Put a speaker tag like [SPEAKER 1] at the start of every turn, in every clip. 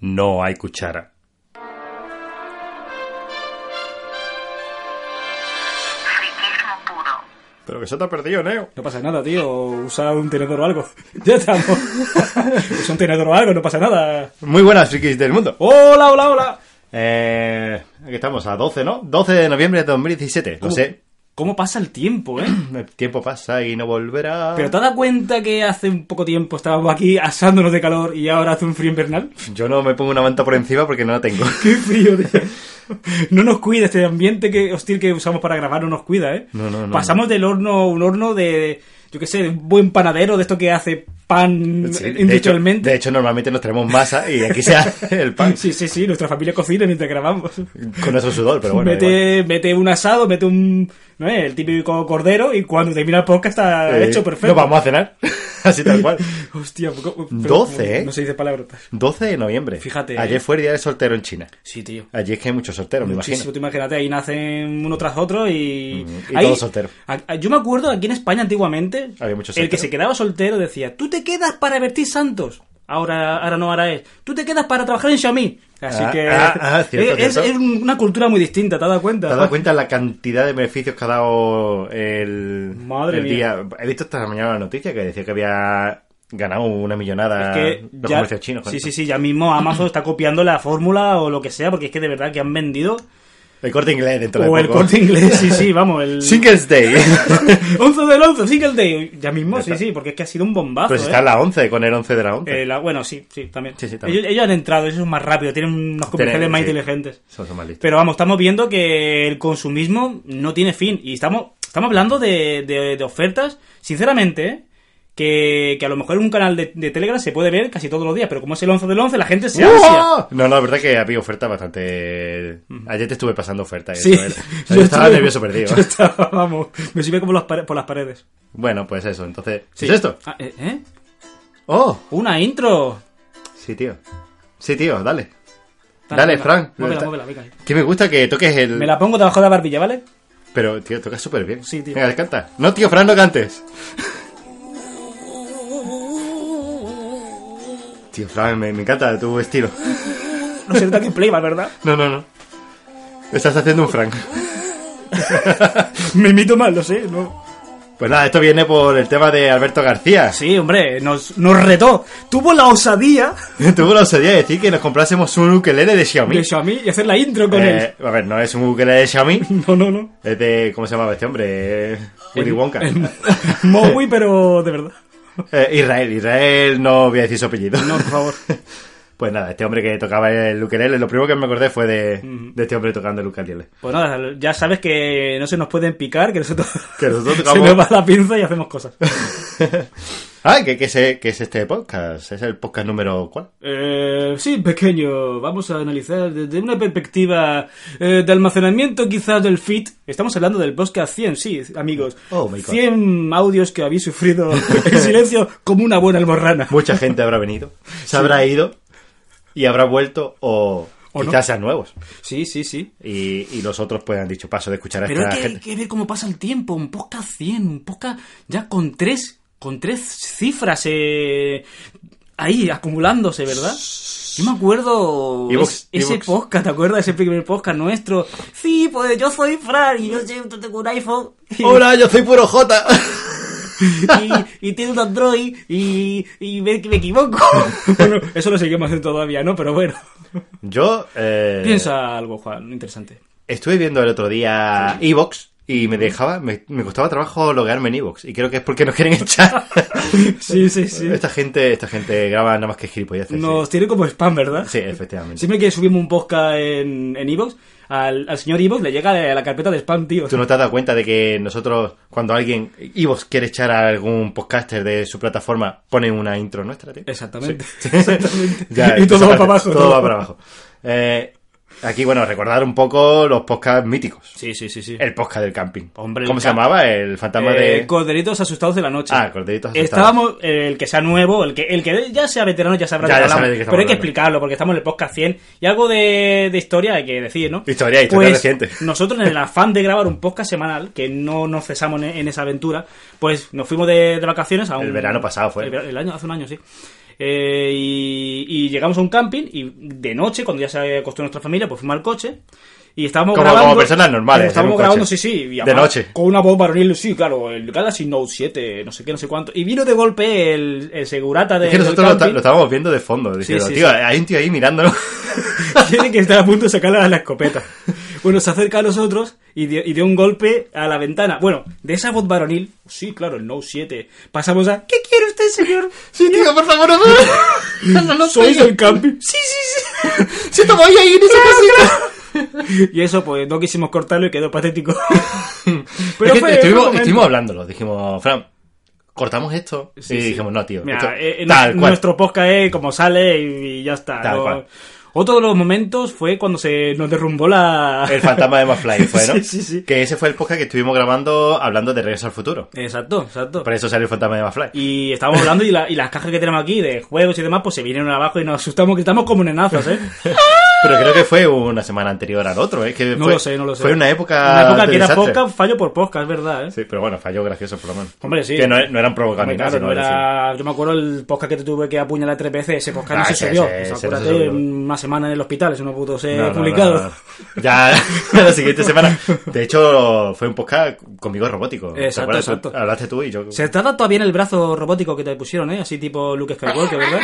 [SPEAKER 1] No hay cuchara.
[SPEAKER 2] Friquismo puro.
[SPEAKER 3] Pero que se te ha perdido, Neo.
[SPEAKER 4] No pasa nada, tío. Usa un tenedor o algo. Ya estamos. Usa un tenedor o algo, no pasa nada.
[SPEAKER 3] Muy buenas, frikis del mundo.
[SPEAKER 4] Hola, hola, hola.
[SPEAKER 3] Eh, aquí estamos a 12, ¿no? 12 de noviembre de 2017. No
[SPEAKER 4] ¿Cómo-
[SPEAKER 3] sé.
[SPEAKER 4] ¿Cómo pasa el tiempo, eh?
[SPEAKER 3] El tiempo pasa y no volverá.
[SPEAKER 4] ¿Pero te has dado cuenta que hace un poco tiempo estábamos aquí asándonos de calor y ahora hace un frío invernal?
[SPEAKER 3] Yo no me pongo una manta por encima porque no la tengo.
[SPEAKER 4] ¡Qué frío, tío! No nos cuida este ambiente que hostil que usamos para grabar, no nos cuida, ¿eh?
[SPEAKER 3] No, no, no.
[SPEAKER 4] Pasamos del horno, un horno de, yo qué sé, de un buen panadero, de esto que hace pan
[SPEAKER 3] Sí, de, hecho,
[SPEAKER 4] industrialmente.
[SPEAKER 3] de hecho, normalmente nos traemos masa y aquí se hace el pan
[SPEAKER 4] Sí, sí, sí, nuestra familia cocina mientras grabamos.
[SPEAKER 3] con nuestro sudor, pero bueno. da igual.
[SPEAKER 4] mete, mete un asado, mete un. ¿no es? El típico cordero y cuando termina el podcast está
[SPEAKER 3] Eh,
[SPEAKER 4] hecho perfecto.
[SPEAKER 3] Nos vamos a cenar. Así tal cual.
[SPEAKER 4] Hostia, poco- pero-
[SPEAKER 3] 12, ¿eh?
[SPEAKER 4] No se dice palabrotas.
[SPEAKER 3] 12 de noviembre.
[SPEAKER 4] Fíjate, eh.
[SPEAKER 3] Ayer fue el día del soltero en China.
[SPEAKER 4] Sí, tío.
[SPEAKER 3] Allí es que hay muchos solteros, me
[SPEAKER 4] Muchísimo,
[SPEAKER 3] imagino.
[SPEAKER 4] tú imagínate, ahí nacen uno tras otro y.
[SPEAKER 3] Mm, y
[SPEAKER 4] ahí-
[SPEAKER 3] todos solteros.
[SPEAKER 4] a- a- yo me acuerdo aquí en España antiguamente,
[SPEAKER 3] Había muchos
[SPEAKER 4] el que
[SPEAKER 3] solteros.
[SPEAKER 4] se quedaba soltero decía: Tú te quedas para vertir santos. Ahora, ahora no, ahora es. Tú te quedas para trabajar en Xiaomi. Así
[SPEAKER 3] Ah,
[SPEAKER 4] que.
[SPEAKER 3] ah, ah, cierto,
[SPEAKER 4] es,
[SPEAKER 3] cierto.
[SPEAKER 4] es una cultura muy distinta, ¿te has dado cuenta?
[SPEAKER 3] ¿Te has dado cuenta la cantidad de beneficios que ha dado el,
[SPEAKER 4] Madre
[SPEAKER 3] el
[SPEAKER 4] mía.
[SPEAKER 3] día? He visto esta mañana la noticia que decía que había ganado una millonada
[SPEAKER 4] Es que
[SPEAKER 3] los
[SPEAKER 4] ya-
[SPEAKER 3] comercios chinos. con
[SPEAKER 4] Sí,
[SPEAKER 3] esto.
[SPEAKER 4] sí, sí, ya mismo Amazon está copiando la fórmula o lo que sea, porque es que de verdad que han vendido.
[SPEAKER 3] El corte inglés dentro de
[SPEAKER 4] O el
[SPEAKER 3] poco.
[SPEAKER 4] corte inglés, sí, sí, vamos, el.
[SPEAKER 3] Singles Day.
[SPEAKER 4] 11 del 11, single day. Ya mismo,
[SPEAKER 3] Ya
[SPEAKER 4] sí,
[SPEAKER 3] está.
[SPEAKER 4] sí, porque es que ha sido un bombazo.
[SPEAKER 3] Pero si
[SPEAKER 4] ¿eh?
[SPEAKER 3] Pues está en la 11, con el 11 de la 11.
[SPEAKER 4] Eh, la- bueno, sí, sí, también.
[SPEAKER 3] Sí, sí, también.
[SPEAKER 4] Ellos, ellos han entrado, ellos son más rápidos, tienen unos comerciales
[SPEAKER 3] Tienen-
[SPEAKER 4] más
[SPEAKER 3] sí.
[SPEAKER 4] inteligentes.
[SPEAKER 3] Son, son más listos.
[SPEAKER 4] Pero vamos, estamos viendo que el consumismo no tiene fin. Y estamos, estamos hablando de, de- de ofertas, sinceramente, ¿eh? que, que a lo mejor en un canal de, de Telegram se puede ver casi todos los días, pero como es el 11 del 11, la gente se ansia.
[SPEAKER 3] ¡Uah! No, no, la verdad que había ofertas bastante... Ayer te estuve pasando ofertas. y
[SPEAKER 4] Sí,
[SPEAKER 3] eso era. O sea, Eh, yo estaba
[SPEAKER 4] estuve-
[SPEAKER 3] nervioso perdido.
[SPEAKER 4] yo estaba, vamos, me subí como las pare- por las paredes.
[SPEAKER 3] Bueno, pues eso, entonces...
[SPEAKER 4] Sí.
[SPEAKER 3] ¿Es esto?
[SPEAKER 4] Ah, ¿eh? ¿eh?
[SPEAKER 3] ¡Oh!
[SPEAKER 4] Una intro.
[SPEAKER 3] Sí, tío. Sí, tío, dale. Dale, Fran.
[SPEAKER 4] Móvela,
[SPEAKER 3] Ta-
[SPEAKER 4] móvela, venga.
[SPEAKER 3] Que me gusta que toques el...
[SPEAKER 4] Me la pongo debajo de la barbilla, ¿vale?
[SPEAKER 3] Pero, tío, tocas súper bien.
[SPEAKER 4] Sí, tío.
[SPEAKER 3] Venga, canta. No, tío, Fran, no cantes. Tío, Fran, me, me encanta tu estilo.
[SPEAKER 4] No se nota que es playback, ¿verdad?
[SPEAKER 3] No, no, no. Estás haciendo un Frank.
[SPEAKER 4] Me imito mal, lo sé. No.
[SPEAKER 3] Pues nada, esto viene por el tema de Alberto García.
[SPEAKER 4] Sí, hombre, nos, nos retó. Tuvo la osadía
[SPEAKER 3] Tuvo la osadía de decir que nos comprásemos un ukelele de Xiaomi.
[SPEAKER 4] de Xiaomi y hacer la intro con
[SPEAKER 3] Eh, a ver, no es un ukelele de Xiaomi.
[SPEAKER 4] él. No, no, no.
[SPEAKER 3] Es de... ¿Cómo se llamaba este hombre? Eh, Willy Wonka.
[SPEAKER 4] Mowi, pero de verdad.
[SPEAKER 3] Eh, Israel. Israel no voy a decir su apellido.
[SPEAKER 4] No, por favor.
[SPEAKER 3] Pues nada, este hombre que tocaba el ukelele, lo primero que me acordé fue de, de este hombre tocando el ukelele.
[SPEAKER 4] Pues nada, ya sabes que no se nos pueden picar, que nosotros,
[SPEAKER 3] Que nosotros
[SPEAKER 4] se
[SPEAKER 3] tocamos-
[SPEAKER 4] nos va la pinza y hacemos cosas.
[SPEAKER 3] Ah, que, que, se- que es este podcast, es el podcast número ¿cuál?
[SPEAKER 4] Eh, sí, pequeño. Vamos a analizar desde una perspectiva eh, de almacenamiento quizás del feed. Estamos hablando del podcast 100, sí, amigos.
[SPEAKER 3] Oh, my God.
[SPEAKER 4] 100 audios que habéis sufrido en silencio como una buena almorrana.
[SPEAKER 3] Mucha gente habrá venido, se habrá ido y habrá vuelto o,
[SPEAKER 4] O no.
[SPEAKER 3] quizás sean nuevos.
[SPEAKER 4] Sí, sí, sí.
[SPEAKER 3] Y, y los otros pues han dicho paso de escuchar a
[SPEAKER 4] Pero
[SPEAKER 3] esta
[SPEAKER 4] hay que, hay
[SPEAKER 3] gente.
[SPEAKER 4] que ver cómo pasa el tiempo. Un podcast 100, un podcast ya con tres, con tres cifras eh, ahí acumulándose, ¿verdad? Yo me acuerdo
[SPEAKER 3] Evox,
[SPEAKER 4] es- ese
[SPEAKER 3] Evox.
[SPEAKER 4] podcast, ¿te acuerdas? Ese primer podcast nuestro. Sí, pues yo soy Fran y yo soy- tengo un iPhone. Y,
[SPEAKER 3] Hola, yo soy puro J.
[SPEAKER 4] y, y tengo un Android y, y me, me equivoco. bueno, eso lo seguimos haciendo todavía, ¿no? Pero bueno.
[SPEAKER 3] Yo eh,
[SPEAKER 4] Piensa algo, Juan, interesante.
[SPEAKER 3] estuve viendo el otro día Evox Y me dejaba, me, me costaba trabajo loguearme en Evox. Y creo que es porque nos quieren echar.
[SPEAKER 4] Sí, sí, sí.
[SPEAKER 3] Esta gente, esta gente graba nada más que gilipolleces.
[SPEAKER 4] Nos tiene como spam, ¿verdad?
[SPEAKER 3] Sí, Sí, efectivamente.
[SPEAKER 4] Siempre que subimos un podcast en en Evox, al, al señor Evox le llega la carpeta de spam, tío.
[SPEAKER 3] ¿Tú no te has dado cuenta de que nosotros, cuando alguien, Evox quiere echar a algún podcaster de su plataforma, ponen una intro nuestra, tío?
[SPEAKER 4] Exactamente.
[SPEAKER 3] Sí.
[SPEAKER 4] Exactamente.
[SPEAKER 3] Ya,
[SPEAKER 4] y todo
[SPEAKER 3] esa
[SPEAKER 4] va
[SPEAKER 3] parte,
[SPEAKER 4] para abajo.
[SPEAKER 3] Todo va para abajo. Eh, aquí, bueno, recordar un poco los podcasts míticos.
[SPEAKER 4] Sí, sí, sí, sí.
[SPEAKER 3] El podcast del camping.
[SPEAKER 4] Hombre,
[SPEAKER 3] ¿Cómo
[SPEAKER 4] el
[SPEAKER 3] se
[SPEAKER 4] camp-
[SPEAKER 3] llamaba? El fantasma
[SPEAKER 4] Eh,
[SPEAKER 3] de...
[SPEAKER 4] Corderitos asustados de la noche.
[SPEAKER 3] Ah, Corderitos Asustados.
[SPEAKER 4] Estábamos, eh, el que sea nuevo, el que, el que ya sea veterano ya sabrá
[SPEAKER 3] Ya,
[SPEAKER 4] de
[SPEAKER 3] ya
[SPEAKER 4] qué hablamos,
[SPEAKER 3] sabe de qué estamos
[SPEAKER 4] pero hay que
[SPEAKER 3] hablando.
[SPEAKER 4] explicarlo porque estamos en el podcast 100 y algo de, de historia hay que decir, ¿no?
[SPEAKER 3] Historia, historia
[SPEAKER 4] Pues,
[SPEAKER 3] reciente.
[SPEAKER 4] Nosotros en el afán de grabar un podcast semanal, que no nos cesamos en, en esa aventura, pues nos fuimos de, de vacaciones a un...
[SPEAKER 3] El verano pasado fue.
[SPEAKER 4] El, ver- el año, hace un año, sí. Eh, y, y llegamos a un camping y de noche, cuando ya se acostó nuestra familia, pues fuimos al coche y estábamos
[SPEAKER 3] Como- como
[SPEAKER 4] grabando...
[SPEAKER 3] personas normales, en
[SPEAKER 4] Estábamos
[SPEAKER 3] un
[SPEAKER 4] grabando,
[SPEAKER 3] coche.
[SPEAKER 4] sí, sí. y
[SPEAKER 3] De
[SPEAKER 4] además,
[SPEAKER 3] noche.
[SPEAKER 4] con una voz varonil, sí, claro, el Galaxy Note 7, no sé qué, no sé cuánto. Y vino de golpe el, el segurata de.
[SPEAKER 3] Es que
[SPEAKER 4] del
[SPEAKER 3] nosotros lo, ta-
[SPEAKER 4] camping.
[SPEAKER 3] lo estábamos viendo de fondo, diciendo,
[SPEAKER 4] sí,
[SPEAKER 3] tío,
[SPEAKER 4] sí.
[SPEAKER 3] hay un tío ahí mirándolo.
[SPEAKER 4] Tiene que estar a punto de sacarle a la escopeta. Bueno, se acerca a nosotros y dio, y dio un golpe a la ventana. Bueno, de esa voz varonil, sí, claro, el Note 7. Pasamos a. ¿Qué quiere usted, señor?
[SPEAKER 3] sí, tío, por favor, no
[SPEAKER 4] ¿Sois del camping? Sí, sí, sí.
[SPEAKER 3] Si estamos ahí, ahí en esa casita.
[SPEAKER 4] Y eso, pues no quisimos cortarlo y quedó patético.
[SPEAKER 3] Pero es que
[SPEAKER 4] fue- fue un
[SPEAKER 3] estuvimos,
[SPEAKER 4] momento.
[SPEAKER 3] estuvimos hablándolo, dijimos, Fran, cortamos esto.
[SPEAKER 4] Sí,
[SPEAKER 3] y
[SPEAKER 4] sí.
[SPEAKER 3] dijimos, no, tío.
[SPEAKER 4] Mira,
[SPEAKER 3] esto-
[SPEAKER 4] eh, eh,
[SPEAKER 3] tal
[SPEAKER 4] nu-
[SPEAKER 3] cual.
[SPEAKER 4] Nuestro podcast es como sale y, y ya está.
[SPEAKER 3] Tal
[SPEAKER 4] ¿no?
[SPEAKER 3] cual.
[SPEAKER 4] Otro de los momentos fue cuando se nos derrumbó la.
[SPEAKER 3] El fantasma de Mafly fue, ¿no?
[SPEAKER 4] Sí, sí, sí.
[SPEAKER 3] Que ese fue el podcast que estuvimos grabando hablando de Regreso al Futuro.
[SPEAKER 4] Exacto, exacto.
[SPEAKER 3] Por eso salió el fantasma de Mafly.
[SPEAKER 4] Y estábamos hablando y, la- y las cajas que tenemos aquí de juegos y demás, pues se vinieron abajo y nos asustamos, gritamos como nenazos, ¿eh?
[SPEAKER 3] Pero creo que fue una semana anterior al otro, ¿eh? Que
[SPEAKER 4] No
[SPEAKER 3] fue-
[SPEAKER 4] lo sé, no lo sé.
[SPEAKER 3] Fue una época.
[SPEAKER 4] Una época
[SPEAKER 3] de
[SPEAKER 4] que era
[SPEAKER 3] desastre.
[SPEAKER 4] podcast, fallo por podcast, es verdad, ¿eh?
[SPEAKER 3] Sí, pero bueno, falló gracioso por lo menos.
[SPEAKER 4] Hombre, sí.
[SPEAKER 3] Que no, no eran provocados
[SPEAKER 4] Hombre,
[SPEAKER 3] ni nada,
[SPEAKER 4] claro, no
[SPEAKER 3] sino
[SPEAKER 4] era... Yo me acuerdo el podcast que te tuve que apuñalar tres veces, ese podcast
[SPEAKER 3] Ah,
[SPEAKER 4] no se
[SPEAKER 3] ese-
[SPEAKER 4] subió.
[SPEAKER 3] ese-
[SPEAKER 4] Pues
[SPEAKER 3] ese no se
[SPEAKER 4] acuérdate,
[SPEAKER 3] subió.
[SPEAKER 4] una semana en el hospital, eso no pudo
[SPEAKER 3] No,
[SPEAKER 4] ser
[SPEAKER 3] no, no,
[SPEAKER 4] eh, publicado.
[SPEAKER 3] no, no. Ya, la siguiente semana. De hecho, fue un podcast conmigo robótico. ¿Te
[SPEAKER 4] Exacto,
[SPEAKER 3] acuerdas? Tú-
[SPEAKER 4] exacto.
[SPEAKER 3] Hablaste tú y yo.
[SPEAKER 4] Se te ha dado todavía en el brazo robótico que te pusieron, ¿eh? Así tipo Luke Skywalker, ¿verdad?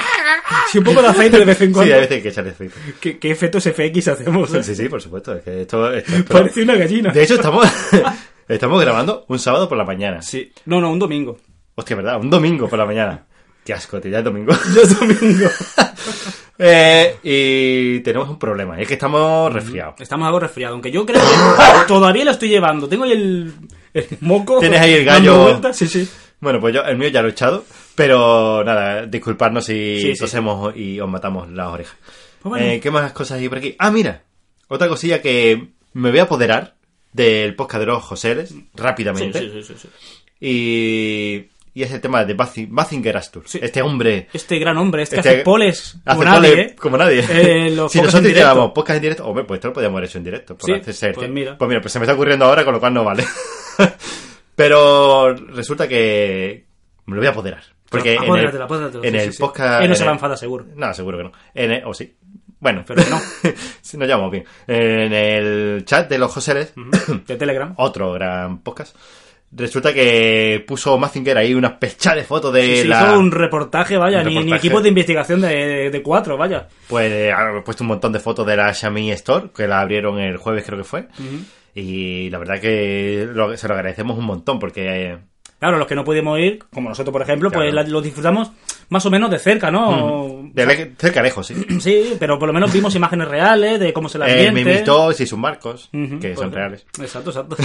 [SPEAKER 4] Sí, un poco de aceite de vez en
[SPEAKER 3] Sí,
[SPEAKER 4] cuando.
[SPEAKER 3] a veces hay que echarle aceite.
[SPEAKER 4] ¿Qué, qué efectos FX hacemos? eh?
[SPEAKER 3] Sí, sí, por supuesto. Es que esto, esto- pero-
[SPEAKER 4] Parece una gallina.
[SPEAKER 3] De hecho, estamos, estamos grabando un sábado por la mañana.
[SPEAKER 4] Sí. No, no, un domingo.
[SPEAKER 3] Hostia, ¿verdad? Un domingo por la mañana. Qué asco, tío, ya es domingo.
[SPEAKER 4] Yo es domingo.
[SPEAKER 3] Eh, y tenemos un problema. Es que estamos resfriados.
[SPEAKER 4] Estamos algo resfriados, aunque yo creo que todavía lo estoy llevando. Tengo ahí el, el moco.
[SPEAKER 3] Tienes ahí el
[SPEAKER 4] dando
[SPEAKER 3] gallo.
[SPEAKER 4] vueltas, Sí, sí.
[SPEAKER 3] Bueno, pues yo, el mío ya lo he echado. Pero nada, disculparnos si
[SPEAKER 4] Sí, sí.
[SPEAKER 3] tosemos y os matamos las orejas.
[SPEAKER 4] Pues bueno.
[SPEAKER 3] Eh, ¿Qué más cosas hay por aquí? Ah, mira. Otra cosilla que me voy a apoderar del podcast de los Joseles
[SPEAKER 4] Sí,
[SPEAKER 3] rápidamente.
[SPEAKER 4] sí, sí, sí, sí.
[SPEAKER 3] Y, y es el tema de Bazi- Bazinger Astur.
[SPEAKER 4] Sí.
[SPEAKER 3] Este hombre
[SPEAKER 4] Este gran hombre, este,
[SPEAKER 3] Este-
[SPEAKER 4] hace poles como
[SPEAKER 3] hace
[SPEAKER 4] nadie,
[SPEAKER 3] tole
[SPEAKER 4] ¿eh?
[SPEAKER 3] como nadie.
[SPEAKER 4] Eh, los
[SPEAKER 3] si
[SPEAKER 4] podcasts en
[SPEAKER 3] nosotros
[SPEAKER 4] directo.
[SPEAKER 3] llevamos podcast en directo, hombre, pues esto lo podíamos haber hecho en directo. por
[SPEAKER 4] Sí,
[SPEAKER 3] hacerse-
[SPEAKER 4] pues mira.
[SPEAKER 3] pues mira, pues se me está ocurriendo ahora, con lo cual no vale. Pero resulta que me lo voy a apoderar. Porque en el,
[SPEAKER 4] Apódratelo, apódratelo,
[SPEAKER 3] en
[SPEAKER 4] sí,
[SPEAKER 3] el
[SPEAKER 4] sí, sí.
[SPEAKER 3] podcast...
[SPEAKER 4] Él no
[SPEAKER 3] en
[SPEAKER 4] se va a
[SPEAKER 3] el-
[SPEAKER 4] enfadar, seguro.
[SPEAKER 3] No, seguro que no. En el- o sí. Bueno,
[SPEAKER 4] Pero que no.
[SPEAKER 3] si nos llevamos bien. En el chat de los Joseles,
[SPEAKER 4] De Telegram.
[SPEAKER 3] otro gran podcast, resulta que puso Mazinger ahí unas pechadas de fotos de
[SPEAKER 4] Sí, sí,
[SPEAKER 3] Eh, la...
[SPEAKER 4] hizo un reportaje, vaya,
[SPEAKER 3] un
[SPEAKER 4] ni- Ni,
[SPEAKER 3] reportaje.
[SPEAKER 4] equipo de investigación de, de- de cuatro, vaya.
[SPEAKER 3] Pues eh, han puesto un montón de fotos de la Xiaomi Store, que la abrieron el jueves creo que fue. Y la verdad que lo- se lo agradecemos un montón, porque... eh,
[SPEAKER 4] Claro, los que no pudimos ir, como nosotros, por ejemplo, pues
[SPEAKER 3] Claro. Mm.
[SPEAKER 4] la- los disfrutamos más o menos de cerca, ¿no?
[SPEAKER 3] de le- cerca lejos, sí.
[SPEAKER 4] Sí, pero por lo menos vimos imágenes reales de cómo se la
[SPEAKER 3] El
[SPEAKER 4] ambiente.
[SPEAKER 3] Mimitós y sus marcos,
[SPEAKER 4] Ujú,
[SPEAKER 3] Eh,
[SPEAKER 4] Pues
[SPEAKER 3] que
[SPEAKER 4] por
[SPEAKER 3] son
[SPEAKER 4] ejemplo.
[SPEAKER 3] reales.
[SPEAKER 4] Exacto, exacto.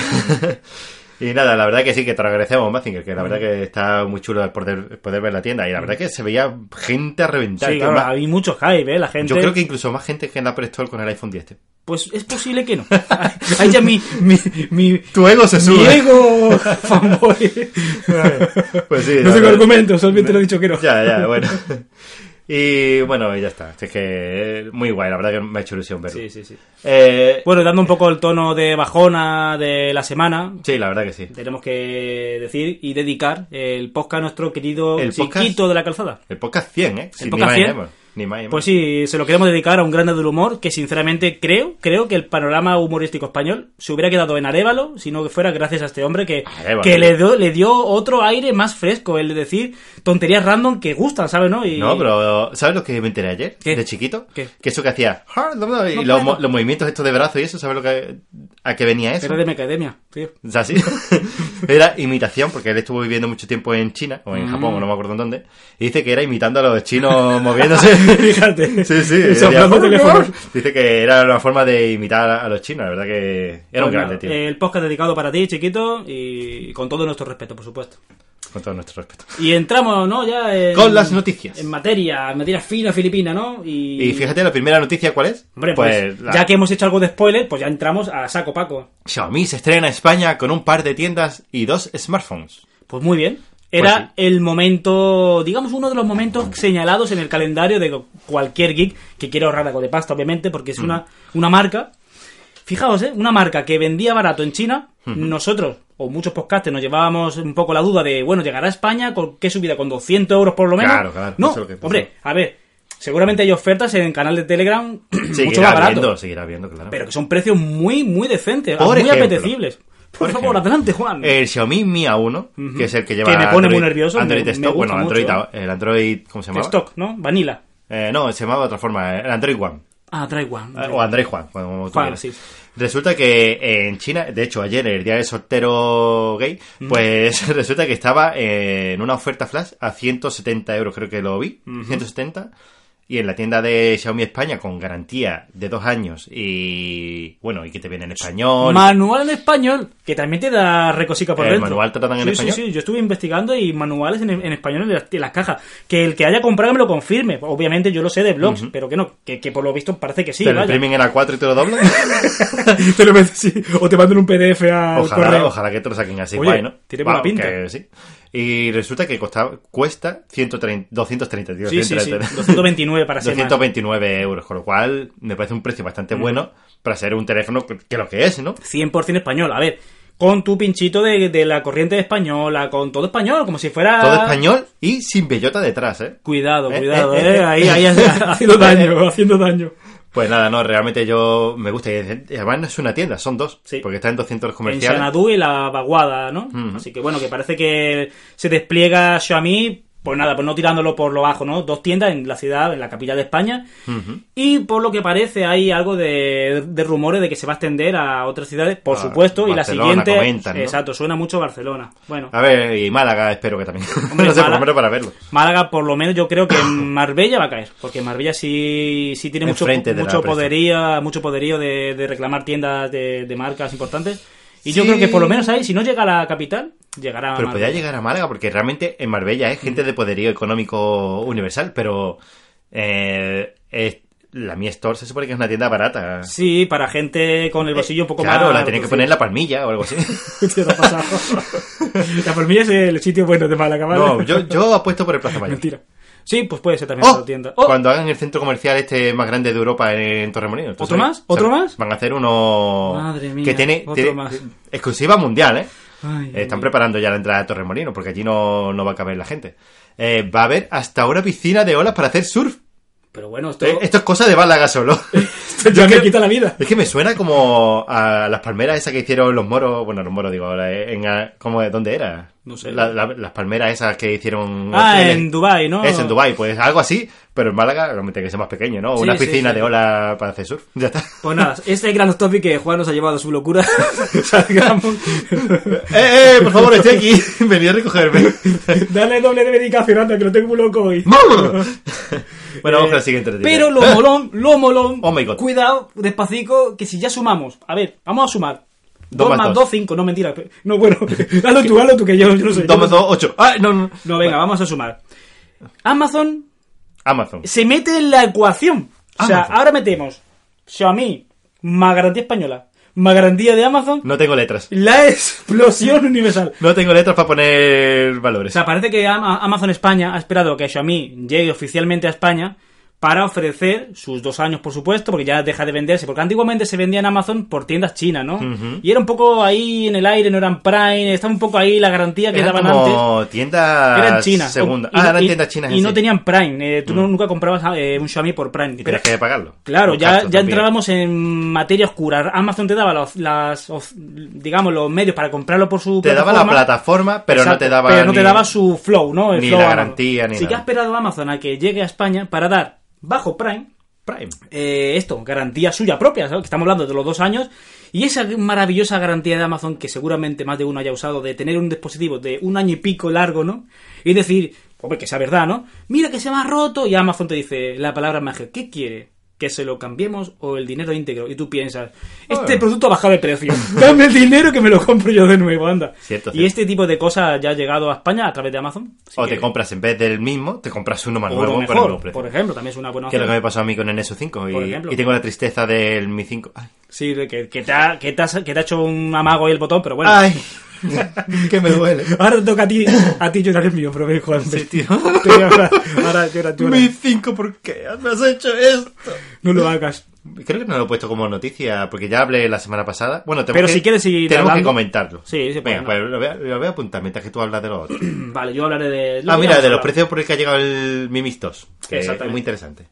[SPEAKER 3] Y nada, la verdad que sí, que te lo agradecemos, Mazinger, que la verdad que está muy chulo el poder, el poder ver la tienda. Y la verdad que se veía gente a reventar.
[SPEAKER 4] Sí,
[SPEAKER 3] tío,
[SPEAKER 4] claro,
[SPEAKER 3] más-
[SPEAKER 4] hay mucho hype, ¿eh? La gente...
[SPEAKER 3] yo creo que incluso más gente que en la Apple Store con el iPhone 10. tío.
[SPEAKER 4] Pues es posible que no. Ahí ya mi... mi, mi
[SPEAKER 3] Tu ego se
[SPEAKER 4] mi
[SPEAKER 3] sube.
[SPEAKER 4] ego fanboy.
[SPEAKER 3] Pues sí,
[SPEAKER 4] no
[SPEAKER 3] la
[SPEAKER 4] tengo
[SPEAKER 3] verdad.
[SPEAKER 4] argumentos, solamente lo he dicho que no.
[SPEAKER 3] Ya, ya, bueno. Y bueno, ya está. Es que eh, muy guay, la verdad que me ha hecho ilusión verlo.
[SPEAKER 4] Sí, sí, sí.
[SPEAKER 3] Eh,
[SPEAKER 4] Bueno, dando un poco el tono de bajona de la semana,
[SPEAKER 3] sí, la verdad que sí.
[SPEAKER 4] tenemos que decir y dedicar el podcast a nuestro querido
[SPEAKER 3] ¿El
[SPEAKER 4] chiquito
[SPEAKER 3] podcast?
[SPEAKER 4] de la calzada.
[SPEAKER 3] El podcast 100, ¿eh? Sí,
[SPEAKER 4] podcast
[SPEAKER 3] ni
[SPEAKER 4] 100.
[SPEAKER 3] más ni menos. Ni más ni menos.
[SPEAKER 4] Pues sí, se lo queremos dedicar a un grande del humor que sinceramente creo, creo que el panorama humorístico español se hubiera quedado en Arevalo si no que fuera gracias a este hombre que,
[SPEAKER 3] Arévalo.
[SPEAKER 4] que le, dio, le dio otro aire más fresco, el de decir tonterías random que gustan, ¿sabes? No, Y-
[SPEAKER 3] No, pero ¿sabes lo que me enteré ayer?
[SPEAKER 4] ¿Qué?
[SPEAKER 3] De chiquito.
[SPEAKER 4] ¿Qué?
[SPEAKER 3] Que eso que hacía. Y
[SPEAKER 4] No
[SPEAKER 3] los,
[SPEAKER 4] puedo.
[SPEAKER 3] mo- los movimientos estos de brazo y eso, ¿sabes lo que, a qué venía eso?
[SPEAKER 4] Era de mi academia. Tío.
[SPEAKER 3] O sea, sí. era imitación, porque él estuvo viviendo mucho tiempo en China, o
[SPEAKER 4] Mm.
[SPEAKER 3] en Japón, o no me acuerdo en dónde. Y dice que era imitando a los chinos moviéndose.
[SPEAKER 4] Fíjate.
[SPEAKER 3] Sí, sí.
[SPEAKER 4] Y
[SPEAKER 3] decía,
[SPEAKER 4] soplando teléfonos.
[SPEAKER 3] Dice que era una forma de imitar a los chinos, la verdad que era un
[SPEAKER 4] Bueno,
[SPEAKER 3] grande, tío.
[SPEAKER 4] El podcast dedicado para ti, chiquito, y con todo nuestro respeto, por supuesto.
[SPEAKER 3] Con todo nuestro respeto.
[SPEAKER 4] Y entramos, ¿no? Ya en,
[SPEAKER 3] Con las noticias.
[SPEAKER 4] En materia, en materia fina filipina, ¿no? Y,
[SPEAKER 3] Y fíjate, la primera noticia, ¿cuál es?
[SPEAKER 4] Hombre, pues,
[SPEAKER 3] la-
[SPEAKER 4] ya que hemos hecho algo de spoiler, pues ya entramos a saco Paco.
[SPEAKER 3] Xiaomi se estrena en España con un par de tiendas y dos smartphones.
[SPEAKER 4] Pues muy bien. Era
[SPEAKER 3] Pues
[SPEAKER 4] el momento, digamos, uno de los momentos señalados en el calendario de cualquier geek que quiera ahorrar algo de pasta, obviamente, porque
[SPEAKER 3] Mm.
[SPEAKER 4] es una, una marca. Fijaos, ¿eh? una marca que vendía barato en China, nosotros, o muchos podcasters, nos llevábamos un poco la duda de, bueno, llegará a España, ¿con qué subida? ¿Con 200 euros por lo menos?
[SPEAKER 3] Claro, claro,
[SPEAKER 4] No,
[SPEAKER 3] eso es lo que pasó.
[SPEAKER 4] hombre, a ver, seguramente hay ofertas en el canal de Telegram mucho
[SPEAKER 3] Seguirá
[SPEAKER 4] más barato,
[SPEAKER 3] viendo, seguirá viendo, claro.
[SPEAKER 4] pero que son precios muy, muy decentes,
[SPEAKER 3] Por
[SPEAKER 4] muy
[SPEAKER 3] ejemplo.
[SPEAKER 4] apetecibles.
[SPEAKER 3] Por
[SPEAKER 4] Por, favor,
[SPEAKER 3] ejemplo. Eh,
[SPEAKER 4] adelante, Juan.
[SPEAKER 3] El Xiaomi Mi A1, que es el que lleva
[SPEAKER 4] Que me pone muy
[SPEAKER 3] Android-
[SPEAKER 4] nervioso,
[SPEAKER 3] Android
[SPEAKER 4] me- me
[SPEAKER 3] Stock,
[SPEAKER 4] gusta
[SPEAKER 3] bueno, Android,
[SPEAKER 4] mucho.
[SPEAKER 3] el Android, ¿cómo se llamaba?
[SPEAKER 4] Stock, ¿no? Vanilla.
[SPEAKER 3] Eh, no, se llamaba de otra forma, eh, el Android One.
[SPEAKER 4] Ah, trae One.
[SPEAKER 3] Eh, O Andrés Juan, como tú
[SPEAKER 4] Juan,
[SPEAKER 3] quieras.
[SPEAKER 4] sí.
[SPEAKER 3] Resulta que eh, en China, de hecho ayer, el día del soltero gay, pues resulta que estaba eh, en una oferta flash a 170 euros, creo que lo vi, 170. Y en la tienda de Xiaomi España, con garantía de dos años y, bueno, y que te viene en español.
[SPEAKER 4] Manual en español, que también te da recosica por
[SPEAKER 3] ¿El
[SPEAKER 4] dentro.
[SPEAKER 3] manual te lo dan en
[SPEAKER 4] Sí,
[SPEAKER 3] español?
[SPEAKER 4] Sí, sí, yo estuve investigando y manuales en, en español en las, en las cajas. Que el que haya comprado me lo confirme. Obviamente yo lo sé de blogs, pero que no, que, que por lo visto parece que sí.
[SPEAKER 3] te lo
[SPEAKER 4] vaya.
[SPEAKER 3] imprimen en A4 y te lo doblan.
[SPEAKER 4] Te lo metes, sí, O te mandan un PDF a
[SPEAKER 3] ojalá, ojalá que te lo saquen así,
[SPEAKER 4] Oye,
[SPEAKER 3] guay, ¿no?
[SPEAKER 4] tiene buena pinta.
[SPEAKER 3] que sí. Y resulta que costaba, cuesta 130, 230, tío,
[SPEAKER 4] Sí, sí, sí.
[SPEAKER 3] 130.
[SPEAKER 4] 229 para ser más. Mm.
[SPEAKER 3] 229 euros, con lo cual me parece un precio bastante bueno para ser un teléfono que, que lo que es, ¿no?
[SPEAKER 4] 100% español. A ver, con tu pinchito de, de la corriente española, con todo español, como si fuera...
[SPEAKER 3] Todo español y sin bellota detrás, ¿eh?
[SPEAKER 4] Cuidado,
[SPEAKER 3] Eh,
[SPEAKER 4] cuidado,
[SPEAKER 3] eh,
[SPEAKER 4] eh.
[SPEAKER 3] eh,
[SPEAKER 4] Ahí,
[SPEAKER 3] eh.
[SPEAKER 4] ahí, haciendo daño, haciendo daño.
[SPEAKER 3] Pues nada, no, realmente yo me gusta. Y además no es una tienda, son dos,
[SPEAKER 4] Sí.
[SPEAKER 3] porque está en 200
[SPEAKER 4] En
[SPEAKER 3] comerciales.
[SPEAKER 4] Xanadu y la Vaguada, ¿no?
[SPEAKER 3] Ujú.
[SPEAKER 4] Así que bueno, que parece que se despliega Xiaomi, pues nada, pues no tirándolo por lo bajo, ¿no? Dos tiendas en la ciudad, en la capital de España. Y por lo que parece hay algo de, de rumores de que se va a extender a otras ciudades, por
[SPEAKER 3] Ah,
[SPEAKER 4] supuesto, y la
[SPEAKER 3] Barcelona,
[SPEAKER 4] siguiente...
[SPEAKER 3] comentan, ¿no?
[SPEAKER 4] Exacto, suena mucho Barcelona. Bueno.
[SPEAKER 3] A ver, y Málaga espero que también.
[SPEAKER 4] Hombre,
[SPEAKER 3] no sé, por
[SPEAKER 4] Málaga-
[SPEAKER 3] lo menos para verlo.
[SPEAKER 4] Málaga, por lo menos, yo creo que Marbella va a caer. Porque Marbella sí, sí tiene mucho,
[SPEAKER 3] Enfrente de la
[SPEAKER 4] mucho,
[SPEAKER 3] presa.
[SPEAKER 4] podería, mucho poderío de, de reclamar tiendas de, de marcas importantes. Y yo
[SPEAKER 3] Sí.
[SPEAKER 4] creo que por lo menos ahí, si no llega a la capital, llegará a
[SPEAKER 3] Pero podría
[SPEAKER 4] Marbella.
[SPEAKER 3] llegar a Málaga, porque realmente en Marbella es gente de poderío económico universal, pero eh, es- la Mi Store se supone que es una tienda barata.
[SPEAKER 4] Sí, para gente con el bolsillo un poco más...
[SPEAKER 3] Eh, Claro, la tenía que poner en la palmilla o algo así.
[SPEAKER 4] Hostia, te ha pasado. La Palmilla es el sitio bueno de Málaga, ¿vale?
[SPEAKER 3] No, yo, yo apuesto por el Plaza Mayor.
[SPEAKER 4] Mentira. Sí, pues puede ser también
[SPEAKER 3] ¡Oh!
[SPEAKER 4] otra tienda. ¡Oh!
[SPEAKER 3] Cuando hagan el centro comercial este más grande de Europa en Torremolinos. ¿tú
[SPEAKER 4] ¿Otro
[SPEAKER 3] sabes?
[SPEAKER 4] más? ¿Otro
[SPEAKER 3] ¿Sabes?
[SPEAKER 4] más?
[SPEAKER 3] Van a hacer uno
[SPEAKER 4] Madre mía,
[SPEAKER 3] que tiene,
[SPEAKER 4] otro
[SPEAKER 3] tiene-
[SPEAKER 4] más.
[SPEAKER 3] exclusiva mundial, ¿eh?
[SPEAKER 4] Ay,
[SPEAKER 3] Eh, Están preparando ya la entrada de Torremolinos porque allí no, no va a caber la gente. Eh, va a haber hasta una piscina de olas para hacer surf.
[SPEAKER 4] Pero bueno, esto,
[SPEAKER 3] Eh, esto es cosa de Málaga solo.
[SPEAKER 4] esto ya me quita la vida.
[SPEAKER 3] es que me suena como a las palmeras esas que hicieron los moros. Bueno, los moros, digo, ahora, eh, en, ah, ¿cómo, es? ¿dónde era?
[SPEAKER 4] No sé.
[SPEAKER 3] La- la- las palmeras esas que hicieron.
[SPEAKER 4] Ah,
[SPEAKER 3] hoteles.
[SPEAKER 4] en Dubai, ¿no?
[SPEAKER 3] Es en Dubai, pues algo así, pero en Málaga, realmente que sea más pequeño, ¿no?
[SPEAKER 4] Sí,
[SPEAKER 3] Una
[SPEAKER 4] sí,
[SPEAKER 3] piscina
[SPEAKER 4] sí.
[SPEAKER 3] de ola para hacer surf. Ya está.
[SPEAKER 4] Pues nada, este gran topic que Juan nos ha llevado a su locura. Salgamos.
[SPEAKER 3] ¡Eh, eh! Por favor, estoy aquí. Venid a recogerme.
[SPEAKER 4] Dale doble de medicación, anda, que lo tengo muy loco hoy.
[SPEAKER 3] bueno, vamos
[SPEAKER 4] Eh,
[SPEAKER 3] con la siguiente noticia.
[SPEAKER 4] Pero lo molón, lo molón.
[SPEAKER 3] Oh my God.
[SPEAKER 4] Cuidado, despacito, que si ya sumamos. A ver, vamos a sumar.
[SPEAKER 3] Dos
[SPEAKER 4] 2
[SPEAKER 3] más
[SPEAKER 4] más
[SPEAKER 3] dos.
[SPEAKER 4] 2, 5. No, mentira. No, bueno, hazlo tú, hazlo tú, que yo, yo no sé.
[SPEAKER 3] Dos más dos, ocho. ¡Ah, no, no!
[SPEAKER 4] No, venga, vamos a sumar. Amazon
[SPEAKER 3] Amazon.
[SPEAKER 4] se mete en la ecuación. O sea,
[SPEAKER 3] Amazon.
[SPEAKER 4] ahora metemos Xiaomi, más garantía española, más garantía de Amazon,
[SPEAKER 3] No tengo letras.
[SPEAKER 4] la explosión universal.
[SPEAKER 3] No tengo letras para poner valores.
[SPEAKER 4] O sea, parece que Ama- Amazon España ha esperado que Xiaomi llegue oficialmente a España para ofrecer sus dos años, por supuesto, porque ya deja de venderse, porque antiguamente se vendía en Amazon por tiendas chinas, ¿no? Y era un poco ahí en el aire, no eran Prime, estaba un poco ahí la garantía que
[SPEAKER 3] Eran
[SPEAKER 4] daban antes.
[SPEAKER 3] como tiendas
[SPEAKER 4] Eran chinas.
[SPEAKER 3] Segunda.
[SPEAKER 4] Y no-
[SPEAKER 3] Ah, eran
[SPEAKER 4] y-
[SPEAKER 3] tiendas chinas.
[SPEAKER 4] Y
[SPEAKER 3] en
[SPEAKER 4] no
[SPEAKER 3] sí.
[SPEAKER 4] tenían Prime, eh, tú no- nunca comprabas eh, un Xiaomi por Prime.
[SPEAKER 3] Y
[SPEAKER 4] Pero-
[SPEAKER 3] tenías que pagarlo.
[SPEAKER 4] Claro,
[SPEAKER 3] Los
[SPEAKER 4] ya,
[SPEAKER 3] gastos
[SPEAKER 4] ya
[SPEAKER 3] también.
[SPEAKER 4] entrábamos en materia oscura. Amazon te daba los, las, of- digamos, los medios para comprarlo por su
[SPEAKER 3] Te daba la plataforma, pero no
[SPEAKER 4] Exacto,
[SPEAKER 3] te daba.
[SPEAKER 4] pero no
[SPEAKER 3] ni-
[SPEAKER 4] te daba su flow, ¿no? El
[SPEAKER 3] ni
[SPEAKER 4] flow
[SPEAKER 3] la
[SPEAKER 4] Amazon.
[SPEAKER 3] garantía, ni
[SPEAKER 4] Así que
[SPEAKER 3] nada.
[SPEAKER 4] ha esperado Amazon a que llegue a España para dar bajo Prime
[SPEAKER 3] Prime.
[SPEAKER 4] eh, esto, garantía suya propia, ¿sabes? que estamos hablando de los dos años, y esa maravillosa garantía de Amazon que seguramente más de uno haya usado de tener un dispositivo de un año y pico largo, ¿no? Y decir, hombre, que sea verdad, ¿no? Mira que se me ha roto y Amazon te dice la palabra mágica, ¿qué quiere? Que se lo cambiemos o el dinero íntegro. Y tú piensas, este producto ha bajado de precio. Dame el dinero que me lo compro yo de nuevo, anda.
[SPEAKER 3] Cierto,
[SPEAKER 4] y
[SPEAKER 3] cierto.
[SPEAKER 4] este tipo de cosas ya ha llegado a España a través de Amazon. Así
[SPEAKER 3] o
[SPEAKER 4] que-
[SPEAKER 3] te compras en vez del mismo, te compras uno más
[SPEAKER 4] o lo
[SPEAKER 3] nuevo con el
[SPEAKER 4] mejor,
[SPEAKER 3] mismo precio.
[SPEAKER 4] por ejemplo, también es una buena
[SPEAKER 3] que es lo que
[SPEAKER 4] opción.
[SPEAKER 3] me pasó a mí con el Nexus 5.
[SPEAKER 4] Por
[SPEAKER 3] Y,
[SPEAKER 4] ejemplo.
[SPEAKER 3] y tengo la tristeza del Mi 5. Ay,
[SPEAKER 4] Sí, de que, que, te ha, que, te has- que te ha hecho un amago ahí el botón, pero bueno.
[SPEAKER 3] Ay, que me duele.
[SPEAKER 4] Ahora te toca a ti, a ti llorar el mío, pero ven, Juan.
[SPEAKER 3] Sí, tío.
[SPEAKER 4] Te voy a hablar. Ahora llora, llora.
[SPEAKER 3] Mi 5, ¿por qué me has hecho esto?
[SPEAKER 4] No lo hagas.
[SPEAKER 3] Creo que no lo he puesto como noticia, porque ya hablé la semana pasada. Bueno, tenemos
[SPEAKER 4] Pero
[SPEAKER 3] que-
[SPEAKER 4] si quieres seguir
[SPEAKER 3] Tenemos
[SPEAKER 4] hablando.
[SPEAKER 3] que comentarlo.
[SPEAKER 4] Sí, sí,
[SPEAKER 3] Venga,
[SPEAKER 4] pues,
[SPEAKER 3] pues lo voy, a, lo voy a apuntar mientras que tú hablas de los otros.
[SPEAKER 4] Mm, Vale, yo hablaré de...
[SPEAKER 3] ah,
[SPEAKER 4] lo que
[SPEAKER 3] mira,
[SPEAKER 4] vamos
[SPEAKER 3] de
[SPEAKER 4] a
[SPEAKER 3] los
[SPEAKER 4] hablar.
[SPEAKER 3] precios por el que ha llegado el Mimis 2. Que es
[SPEAKER 4] Exactamente.
[SPEAKER 3] muy interesante.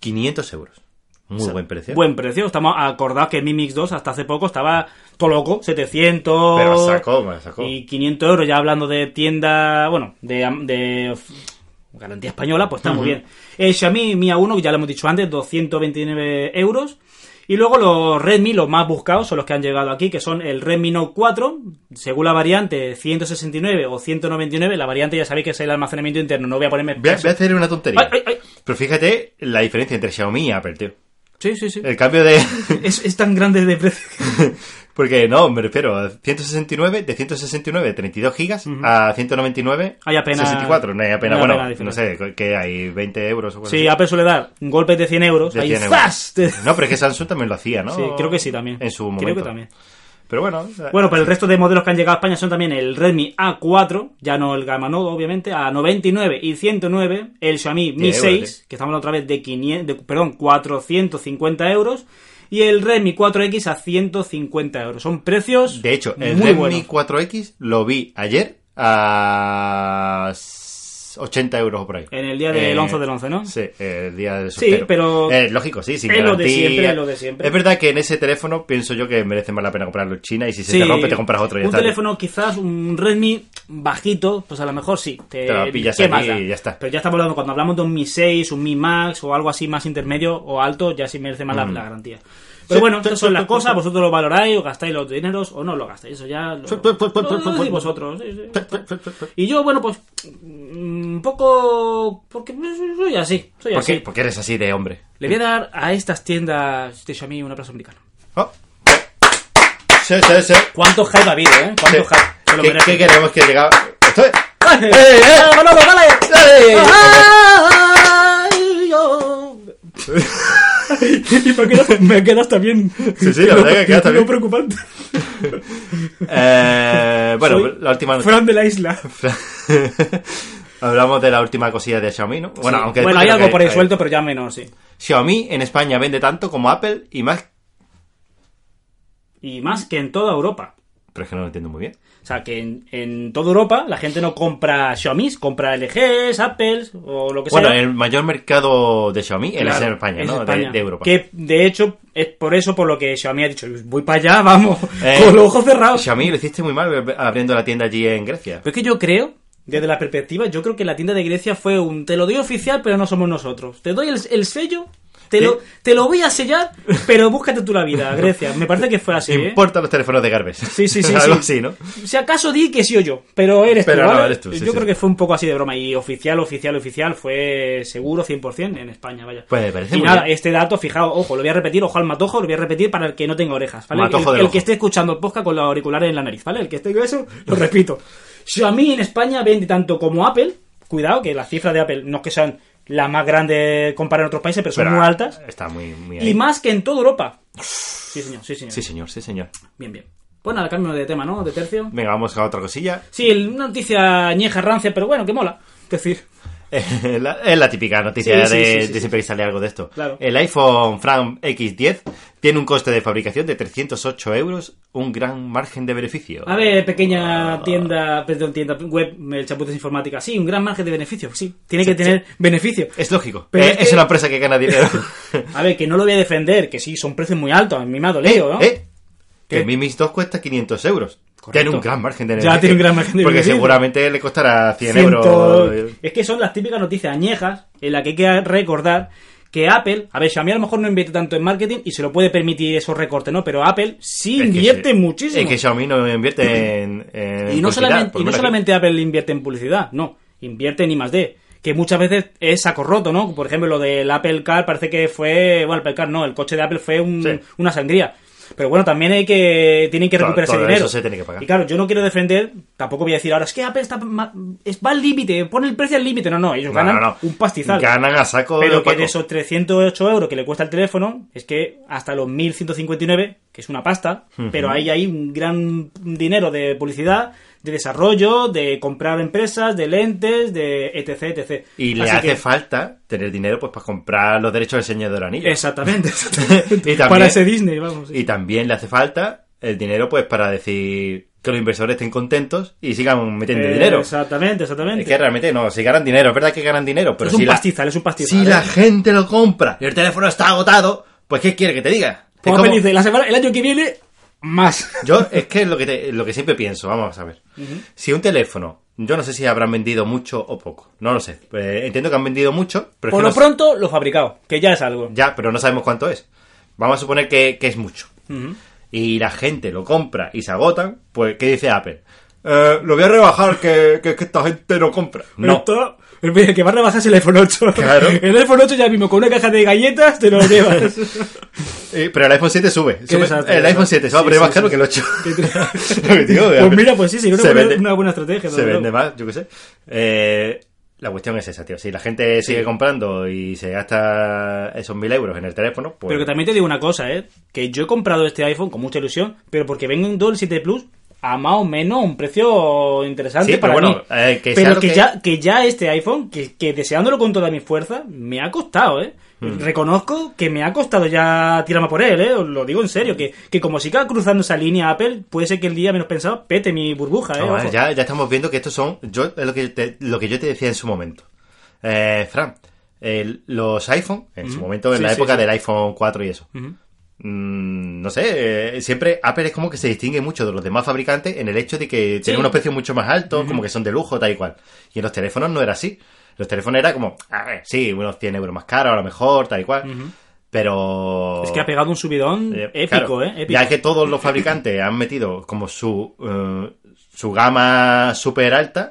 [SPEAKER 3] 500 euros. Muy buen precio.
[SPEAKER 4] Buen precio. Estamos acordados que el Mi Mix 2 hasta hace poco estaba todo loco. 700...
[SPEAKER 3] Pero a saco, me sacó.
[SPEAKER 4] Y 500 euros, ya hablando de tienda... Bueno, de... am- de f- garantía española, pues está muy bien. El Xiaomi Mi A1, que ya lo hemos dicho antes, 229 euros. Y luego los Redmi, los más buscados, son los que han llegado aquí, que son el Redmi Note 4, según la variante 169 o 199. La variante ya sabéis que es el almacenamiento interno, no voy a ponerme...
[SPEAKER 3] Voy a, voy a hacer una tontería.
[SPEAKER 4] Ay, ay, ay.
[SPEAKER 3] Pero fíjate la diferencia entre Xiaomi y Apple, tío.
[SPEAKER 4] Sí, sí, sí.
[SPEAKER 3] El cambio de...
[SPEAKER 4] Es, es tan grande de precio.
[SPEAKER 3] Porque no, me refiero a 169, de 169, 32 gigas a 199,
[SPEAKER 4] Hay apenas-
[SPEAKER 3] 64. No hay apenas,
[SPEAKER 4] no hay
[SPEAKER 3] bueno,
[SPEAKER 4] apenas
[SPEAKER 3] no
[SPEAKER 4] diferencia.
[SPEAKER 3] sé, que hay 20 euros o cosas
[SPEAKER 4] Sí,
[SPEAKER 3] así.
[SPEAKER 4] Apple suele dar un golpe de 100 euros.
[SPEAKER 3] De
[SPEAKER 4] ahí,
[SPEAKER 3] 100 euros.
[SPEAKER 4] ¡zas! Te-
[SPEAKER 3] No, pero es que Samsung también lo hacía, ¿no?
[SPEAKER 4] Sí, creo que sí también.
[SPEAKER 3] En su momento.
[SPEAKER 4] Creo que también.
[SPEAKER 3] Pero bueno,
[SPEAKER 4] Bueno, pero el resto de modelos que han llegado a España son también el Redmi A4, ya no el Gamma Note, obviamente, a 99 y 109, el Xiaomi Mi
[SPEAKER 3] euros,
[SPEAKER 4] 6, que estamos hablando otra vez de, 500, de- perdón, 450 euros, y el Redmi 4X a 150 euros. Son precios
[SPEAKER 3] de hecho, el
[SPEAKER 4] muy
[SPEAKER 3] Redmi
[SPEAKER 4] buenos.
[SPEAKER 3] 4X lo vi ayer a 80 euros por ahí. Eh,
[SPEAKER 4] En el día del 11 del 11, ¿no?
[SPEAKER 3] Sí, el día del
[SPEAKER 4] Sí,
[SPEAKER 3] soltero.
[SPEAKER 4] pero-
[SPEAKER 3] Eh, lógico, sí, sin
[SPEAKER 4] Es lo de
[SPEAKER 3] garantía.
[SPEAKER 4] siempre, es lo de siempre.
[SPEAKER 3] Es verdad que en ese teléfono pienso yo que merece más la pena comprarlo en China y si se te rompe te compras otro y ya
[SPEAKER 4] Un
[SPEAKER 3] está.
[SPEAKER 4] teléfono quizás, un Redmi bajito, pues a lo mejor sí. Te,
[SPEAKER 3] Te lo pillas
[SPEAKER 4] ¿qué
[SPEAKER 3] allí
[SPEAKER 4] más da?
[SPEAKER 3] y ya está.
[SPEAKER 4] Pero ya estamos hablando, cuando hablamos de un Mi 6, un Mi Max o algo así más intermedio o alto, ya sí merece más la,
[SPEAKER 3] Mm.
[SPEAKER 4] la garantía. Pero
[SPEAKER 3] Sí,
[SPEAKER 4] bueno,
[SPEAKER 3] sí,
[SPEAKER 4] estas
[SPEAKER 3] sí,
[SPEAKER 4] son
[SPEAKER 3] sí,
[SPEAKER 4] las
[SPEAKER 3] sí,
[SPEAKER 4] cosas,
[SPEAKER 3] sí.
[SPEAKER 4] vosotros lo valoráis, o gastáis los dineros o no lo gastáis, eso ya lo,
[SPEAKER 3] Sí, sí, sí, sí,
[SPEAKER 4] lo
[SPEAKER 3] sí, sí,
[SPEAKER 4] decidís
[SPEAKER 3] sí.
[SPEAKER 4] vosotros. pues, sí, sí, ya está. Y yo, bueno, pues mm, un poco... porque soy así, soy
[SPEAKER 3] ¿Por qué?
[SPEAKER 4] así.
[SPEAKER 3] Porque eres así de hombre.
[SPEAKER 4] Le voy a dar a estas tiendas de Xiaomi un aplauso americano.
[SPEAKER 3] Oh. Sí, sí, sí.
[SPEAKER 4] ¿Cuánto hype ha habido, eh? ¿Cuánto
[SPEAKER 3] Sí.
[SPEAKER 4] hype? Se lo
[SPEAKER 3] ¿Qué,
[SPEAKER 4] merecen.
[SPEAKER 3] qué queremos que llegaba? Esto es-
[SPEAKER 4] ¡Vale!
[SPEAKER 3] ¡Eh, eh!
[SPEAKER 4] ¡Ah, Manolo, vale!
[SPEAKER 3] ¡Ey!
[SPEAKER 4] Ay, yo- ¿Y por qué no- me quedas también?
[SPEAKER 3] Sí, sí, la verdad que quedas también.
[SPEAKER 4] preocupante.
[SPEAKER 3] Eh, bueno,
[SPEAKER 4] Soy
[SPEAKER 3] la última noticia.
[SPEAKER 4] Fran de la isla.
[SPEAKER 3] Hablamos de la última cosilla de Xiaomi, ¿no? Bueno,
[SPEAKER 4] Sí.
[SPEAKER 3] aunque después
[SPEAKER 4] bueno, hay
[SPEAKER 3] creo
[SPEAKER 4] algo
[SPEAKER 3] que
[SPEAKER 4] por ahí
[SPEAKER 3] hay-
[SPEAKER 4] suelto, pero ya menos, sí.
[SPEAKER 3] Xiaomi en España vende tanto como Apple y más.
[SPEAKER 4] Y más que en toda Europa.
[SPEAKER 3] Pero es que no lo entiendo muy bien.
[SPEAKER 4] O sea, que en, en toda Europa la gente no compra Xiaomi, compra LGs, Apples o lo que
[SPEAKER 3] Bueno,
[SPEAKER 4] sea.
[SPEAKER 3] el mayor mercado de Xiaomi es
[SPEAKER 4] Pues Claro,
[SPEAKER 3] en España,
[SPEAKER 4] es
[SPEAKER 3] ¿no? De-
[SPEAKER 4] España.
[SPEAKER 3] De, Europa.
[SPEAKER 4] Que de hecho es por eso por lo que Xiaomi ha dicho: voy para allá, vamos,
[SPEAKER 3] Eh,
[SPEAKER 4] con los ojos cerrados. Pues
[SPEAKER 3] Xiaomi lo hiciste muy mal abriendo la tienda allí en Grecia.
[SPEAKER 4] Pero es que yo creo, desde la perspectiva, yo creo que la tienda de Grecia fue un te lo doy oficial, pero no somos nosotros. Te doy el, el sello, te lo, te lo voy a sellar, pero búscate tú la vida, Grecia. Me parece que fue así.
[SPEAKER 3] Te
[SPEAKER 4] ¿eh?
[SPEAKER 3] importan los teléfonos de Garbes.
[SPEAKER 4] Sí, sí, sí. sí.
[SPEAKER 3] Algo así, ¿no?
[SPEAKER 4] Si acaso di que sí o yo, pero eres
[SPEAKER 3] Pero
[SPEAKER 4] tú.
[SPEAKER 3] no,
[SPEAKER 4] ¿vale?
[SPEAKER 3] eres tú, sí,
[SPEAKER 4] yo
[SPEAKER 3] sí.
[SPEAKER 4] creo que fue un poco así de broma. Y oficial, oficial, oficial fue seguro 100% en España, vaya.
[SPEAKER 3] Pues me parece
[SPEAKER 4] y
[SPEAKER 3] muy
[SPEAKER 4] nada,
[SPEAKER 3] bien.
[SPEAKER 4] este dato, fijaos, ojo, lo voy a repetir, ojo al matojo, lo voy a repetir para el que no tenga orejas, ¿vale?
[SPEAKER 3] Matojo
[SPEAKER 4] el,
[SPEAKER 3] del
[SPEAKER 4] el
[SPEAKER 3] ojo.
[SPEAKER 4] que esté escuchando el podcast con los auriculares en la nariz, ¿vale? El que esté eso, lo repito. Xiaomi en España vende tanto como Apple, cuidado que las cifras de Apple no es que sean las más grandes comparadas a otros países, pero son
[SPEAKER 3] Pero,
[SPEAKER 4] muy altas.
[SPEAKER 3] Está muy, muy ahí.
[SPEAKER 4] Y más que en toda Europa. Sí, señor, sí, señor.
[SPEAKER 3] Sí, señor, sí, señor.
[SPEAKER 4] Bien, bien. Pues nada, cambio de tema, ¿no? De tercio.
[SPEAKER 3] Venga, vamos a otra cosilla.
[SPEAKER 4] Sí, el- una noticia ñeja, rancia, pero bueno, que mola. Es decir,
[SPEAKER 3] Es la, es la típica noticia
[SPEAKER 4] Sí, sí,
[SPEAKER 3] de,
[SPEAKER 4] sí, sí,
[SPEAKER 3] de
[SPEAKER 4] sí.
[SPEAKER 3] siempre que sale algo de esto.
[SPEAKER 4] Claro.
[SPEAKER 3] El iPhone Fram X10 tiene un coste de fabricación de 308 euros, un gran margen de beneficio.
[SPEAKER 4] a ver, pequeña tienda, perdón, tienda web, el chapuces informática, sí, un gran margen de beneficio, sí, tiene que tener beneficio.
[SPEAKER 3] Es lógico.
[SPEAKER 4] Pero
[SPEAKER 3] Eh,
[SPEAKER 4] es
[SPEAKER 3] es,
[SPEAKER 4] que-
[SPEAKER 3] una empresa que gana dinero.
[SPEAKER 4] A ver, que no lo voy a defender, que sí, son precios muy altos, a mí me ha dolido, ¿no?
[SPEAKER 3] ¿Eh?
[SPEAKER 4] ¿Qué?
[SPEAKER 3] Que el Mi Mix 2 cuesta 500 euros.
[SPEAKER 4] Correcto.
[SPEAKER 3] Tiene un gran margen de
[SPEAKER 4] Ya
[SPEAKER 3] beneficio.
[SPEAKER 4] tiene un gran margen de
[SPEAKER 3] Porque
[SPEAKER 4] beneficio.
[SPEAKER 3] seguramente le costará 100
[SPEAKER 4] Ciento-
[SPEAKER 3] euros.
[SPEAKER 4] Es que son las típicas noticias añejas en las que hay que recordar que Apple, a ver, Xiaomi a lo mejor no invierte tanto en marketing y se lo puede permitir esos recortes, ¿no? Pero Apple sí
[SPEAKER 3] Es que
[SPEAKER 4] invierte
[SPEAKER 3] se-
[SPEAKER 4] muchísimo.
[SPEAKER 3] Es que Xiaomi no invierte en. en
[SPEAKER 4] y
[SPEAKER 3] publicidad,
[SPEAKER 4] no
[SPEAKER 3] pues
[SPEAKER 4] solamente,
[SPEAKER 3] por
[SPEAKER 4] y no
[SPEAKER 3] ejemplo,
[SPEAKER 4] solamente Apple invierte en publicidad, no, invierte en I más D, que muchas veces es saco roto, ¿no? Por ejemplo, lo del Apple Car parece que fue, bueno, Apple Car no, el coche de Apple fue un-
[SPEAKER 3] Sí.
[SPEAKER 4] una sangría. Pero bueno, también hay que tienen que
[SPEAKER 3] Todo-
[SPEAKER 4] recuperar ese
[SPEAKER 3] todo
[SPEAKER 4] dinero.
[SPEAKER 3] eso se tiene que pagar.
[SPEAKER 4] Y claro, yo no quiero defender, tampoco voy a decir ahora es que Apple está ma- es va al límite, pone el precio al límite. No, no, ellos
[SPEAKER 3] No,
[SPEAKER 4] ganan
[SPEAKER 3] no, no.
[SPEAKER 4] un pastizal.
[SPEAKER 3] Ganan a saco.
[SPEAKER 4] Pero
[SPEAKER 3] de
[SPEAKER 4] que
[SPEAKER 3] Paco.
[SPEAKER 4] de esos 308 euros que le cuesta el teléfono, es que hasta los 1159, que es una pasta, pero ahí hay un gran dinero de publicidad, de desarrollo, de comprar empresas, de lentes, de etc, etc.
[SPEAKER 3] Y le
[SPEAKER 4] Así
[SPEAKER 3] hace
[SPEAKER 4] que-
[SPEAKER 3] falta tener dinero pues para comprar los derechos del Señor de los Anillos.
[SPEAKER 4] Exactamente.
[SPEAKER 3] Y también-
[SPEAKER 4] Para ese Disney, vamos. sí.
[SPEAKER 3] Y también le hace falta el dinero pues para decir que los inversores estén contentos y sigan metiendo
[SPEAKER 4] Eh,
[SPEAKER 3] dinero.
[SPEAKER 4] Exactamente, exactamente.
[SPEAKER 3] Es que realmente no, si ganan dinero, es verdad que ganan dinero, pero
[SPEAKER 4] es un
[SPEAKER 3] si, la,
[SPEAKER 4] pastizal, es un pastizal.
[SPEAKER 3] si
[SPEAKER 4] ¿eh?
[SPEAKER 3] la gente lo compra y el teléfono está agotado, pues ¿qué quiere que te diga? Es
[SPEAKER 4] Como
[SPEAKER 3] como-
[SPEAKER 4] Apple dice, la semana- el año que viene, más.
[SPEAKER 3] Yo es que es lo que, te- lo que siempre pienso, vamos a ver. Si un teléfono, yo no sé si habrán vendido mucho o poco, no lo sé. Eh, entiendo que han vendido mucho, pero es
[SPEAKER 4] Por
[SPEAKER 3] que
[SPEAKER 4] lo
[SPEAKER 3] no-
[SPEAKER 4] pronto, lo fabricado, que ya es algo.
[SPEAKER 3] Ya, pero no sabemos cuánto es. Vamos a suponer que, que es mucho. Y la gente lo compra y se agotan, pues ¿qué dice Apple? Eh, lo voy a rebajar, que, que, que esta gente no compra. No.
[SPEAKER 4] Esto- mira, que va a rebajarse el iPhone 8.
[SPEAKER 3] Claro.
[SPEAKER 4] El iPhone 8 ya mismo, con una caja de galletas te lo llevas.
[SPEAKER 3] Eh, pero el iPhone 7 sube. Sube-
[SPEAKER 4] desastre,
[SPEAKER 3] el iPhone 7 se va
[SPEAKER 4] sí,
[SPEAKER 3] a poner más
[SPEAKER 4] sí,
[SPEAKER 3] caro
[SPEAKER 4] sí.
[SPEAKER 3] que el 8.
[SPEAKER 4] Qué triste.
[SPEAKER 3] Tío,
[SPEAKER 4] Pues
[SPEAKER 3] Apple.
[SPEAKER 4] mira, pues sí, sería una
[SPEAKER 3] Se
[SPEAKER 4] buena-
[SPEAKER 3] vende-
[SPEAKER 4] una buena estrategia,
[SPEAKER 3] Se
[SPEAKER 4] desde
[SPEAKER 3] vende
[SPEAKER 4] luego.
[SPEAKER 3] más, yo qué sé. Eh, la cuestión es esa, tío. Si la gente sigue comprando y se gasta esos mil euros en el teléfono, pues...
[SPEAKER 4] Pero que también te digo una cosa, ¿eh? Que yo he comprado este iPhone con mucha ilusión, pero porque vengo un el 7 Plus a más o menos un precio interesante
[SPEAKER 3] Sí, pero
[SPEAKER 4] para
[SPEAKER 3] bueno,
[SPEAKER 4] mí.
[SPEAKER 3] eh, que sea
[SPEAKER 4] pero
[SPEAKER 3] lo
[SPEAKER 4] que,
[SPEAKER 3] que-
[SPEAKER 4] ya que ya este iPhone, que, que deseándolo con toda mi fuerza, me ha costado, ¿eh?
[SPEAKER 3] Hmm.
[SPEAKER 4] Reconozco que me ha costado ya tirarme a por él, ¿eh? Os lo digo en serio, que, que como siga cruzando esa línea Apple, puede ser que el día menos pensado pete mi burbuja, ¿eh?
[SPEAKER 3] No,
[SPEAKER 4] Ojo.
[SPEAKER 3] ya, ya estamos viendo que estos son. Yo, es lo, que te, lo que yo te decía en su momento. Eh, Fran, el- los iPhone, en su momento, en
[SPEAKER 4] Sí,
[SPEAKER 3] la
[SPEAKER 4] sí,
[SPEAKER 3] época
[SPEAKER 4] sí.
[SPEAKER 3] del iPhone 4 y eso. Mm, no sé, eh, siempre Apple es como que se distingue mucho de los demás fabricantes en el hecho de que tienen unos precios mucho más altos, como que son de lujo, tal y cual. Y en los teléfonos no era así. Los teléfonos era como, a ver, sí, unos 100 euros más caros, a lo mejor, tal y cual. Pero.
[SPEAKER 4] Es que ha pegado un subidón
[SPEAKER 3] Eh,
[SPEAKER 4] épico,
[SPEAKER 3] claro,
[SPEAKER 4] ¿eh? Épico.
[SPEAKER 3] Ya que todos los fabricantes han metido como su, eh, su gama súper alta.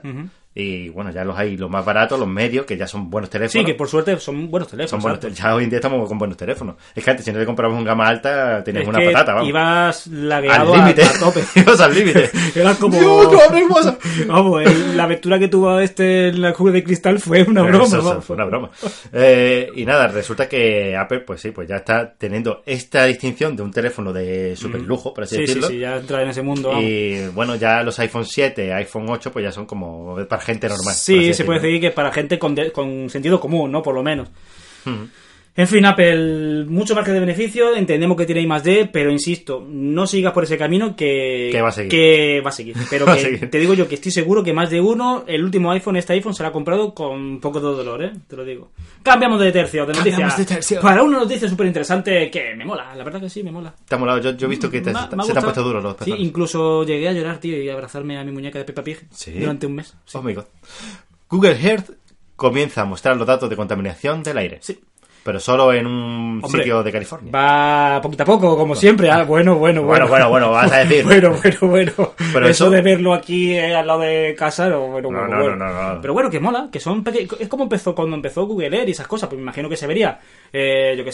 [SPEAKER 3] Y bueno, ya los hay, los más baratos, los medios, que ya son buenos
[SPEAKER 4] Sí,
[SPEAKER 3] teléfonos.
[SPEAKER 4] que por suerte son buenos teléfonos.
[SPEAKER 3] son buenos,
[SPEAKER 4] exacto.
[SPEAKER 3] te- ya hoy en día estamos con buenos teléfonos. Es que antes, si no te comprabas un gama alta, tenías
[SPEAKER 4] Es
[SPEAKER 3] una
[SPEAKER 4] que
[SPEAKER 3] patata, vamos.
[SPEAKER 4] Ibas
[SPEAKER 3] al
[SPEAKER 4] lagueado a,
[SPEAKER 3] límite.
[SPEAKER 4] a tope.
[SPEAKER 3] Ibas al límite.
[SPEAKER 4] Era como-
[SPEAKER 3] Dios, no abres WhatsApp.
[SPEAKER 4] Vamos, el- la aventura que tuvo este en la cuba de cristal fue una
[SPEAKER 3] Pero
[SPEAKER 4] broma.
[SPEAKER 3] eso- eso
[SPEAKER 4] vamos.
[SPEAKER 3] fue una broma. Eh, y nada, resulta que Apple, pues sí, pues ya está teniendo esta distinción de un teléfono de super lujo, por así
[SPEAKER 4] Mm. Sí, sí,
[SPEAKER 3] decirlo.
[SPEAKER 4] sí, ya entra en ese mundo. vamos.
[SPEAKER 3] Y bueno, ya los iPhone 7, iPhone 8, pues ya son como para gente normal. por así
[SPEAKER 4] sí, se
[SPEAKER 3] decirlo.
[SPEAKER 4] puede decir que para gente con, de- con sentido común, ¿no? Por lo menos.
[SPEAKER 3] Hmm.
[SPEAKER 4] En fin, Apple, mucho margen de beneficio, entendemos que tiene I más D, pero insisto, no sigas por ese camino que,
[SPEAKER 3] Que va a seguir.
[SPEAKER 4] que va a seguir. Pero
[SPEAKER 3] Va a
[SPEAKER 4] que
[SPEAKER 3] seguir.
[SPEAKER 4] te digo yo que estoy seguro que más de uno, el último iPhone, este iPhone, será comprado con poco de dolor, ¿eh? Te lo digo. Cambiamos de tercio, de noticia.
[SPEAKER 3] Cambiamos de tercio.
[SPEAKER 4] Para una noticia súper interesante que me mola, la verdad que sí, me mola.
[SPEAKER 3] Te ha molado, yo, yo he visto que te-
[SPEAKER 4] Mm, Me ha-
[SPEAKER 3] se te
[SPEAKER 4] me ha
[SPEAKER 3] han
[SPEAKER 4] gustado.
[SPEAKER 3] puesto duros los
[SPEAKER 4] Sí,
[SPEAKER 3] pezones.
[SPEAKER 4] incluso llegué a llorar, tío, y abrazarme a mi muñeca de Peppa Pig
[SPEAKER 3] Sí.
[SPEAKER 4] durante un mes.
[SPEAKER 3] Oh my God. Google Earth comienza a mostrar los datos de contaminación del aire.
[SPEAKER 4] Sí.
[SPEAKER 3] Pero solo en un
[SPEAKER 4] Hombre,
[SPEAKER 3] sitio de California.
[SPEAKER 4] Va poquito a poco, como siempre. Ah, bueno, bueno, bueno.
[SPEAKER 3] Bueno, bueno, bueno, vas a decir.
[SPEAKER 4] bueno, bueno, bueno.
[SPEAKER 3] Pero
[SPEAKER 4] eso,
[SPEAKER 3] eso-
[SPEAKER 4] de verlo aquí eh, al lado de casa, no, bueno,
[SPEAKER 3] No,
[SPEAKER 4] bueno,
[SPEAKER 3] no,
[SPEAKER 4] bueno.
[SPEAKER 3] no, no, no.
[SPEAKER 4] Pero bueno, que mola, que son peque- es como empezó cuando empezó Google Earth y esas cosas, pues me imagino que se vería, eh, yo qué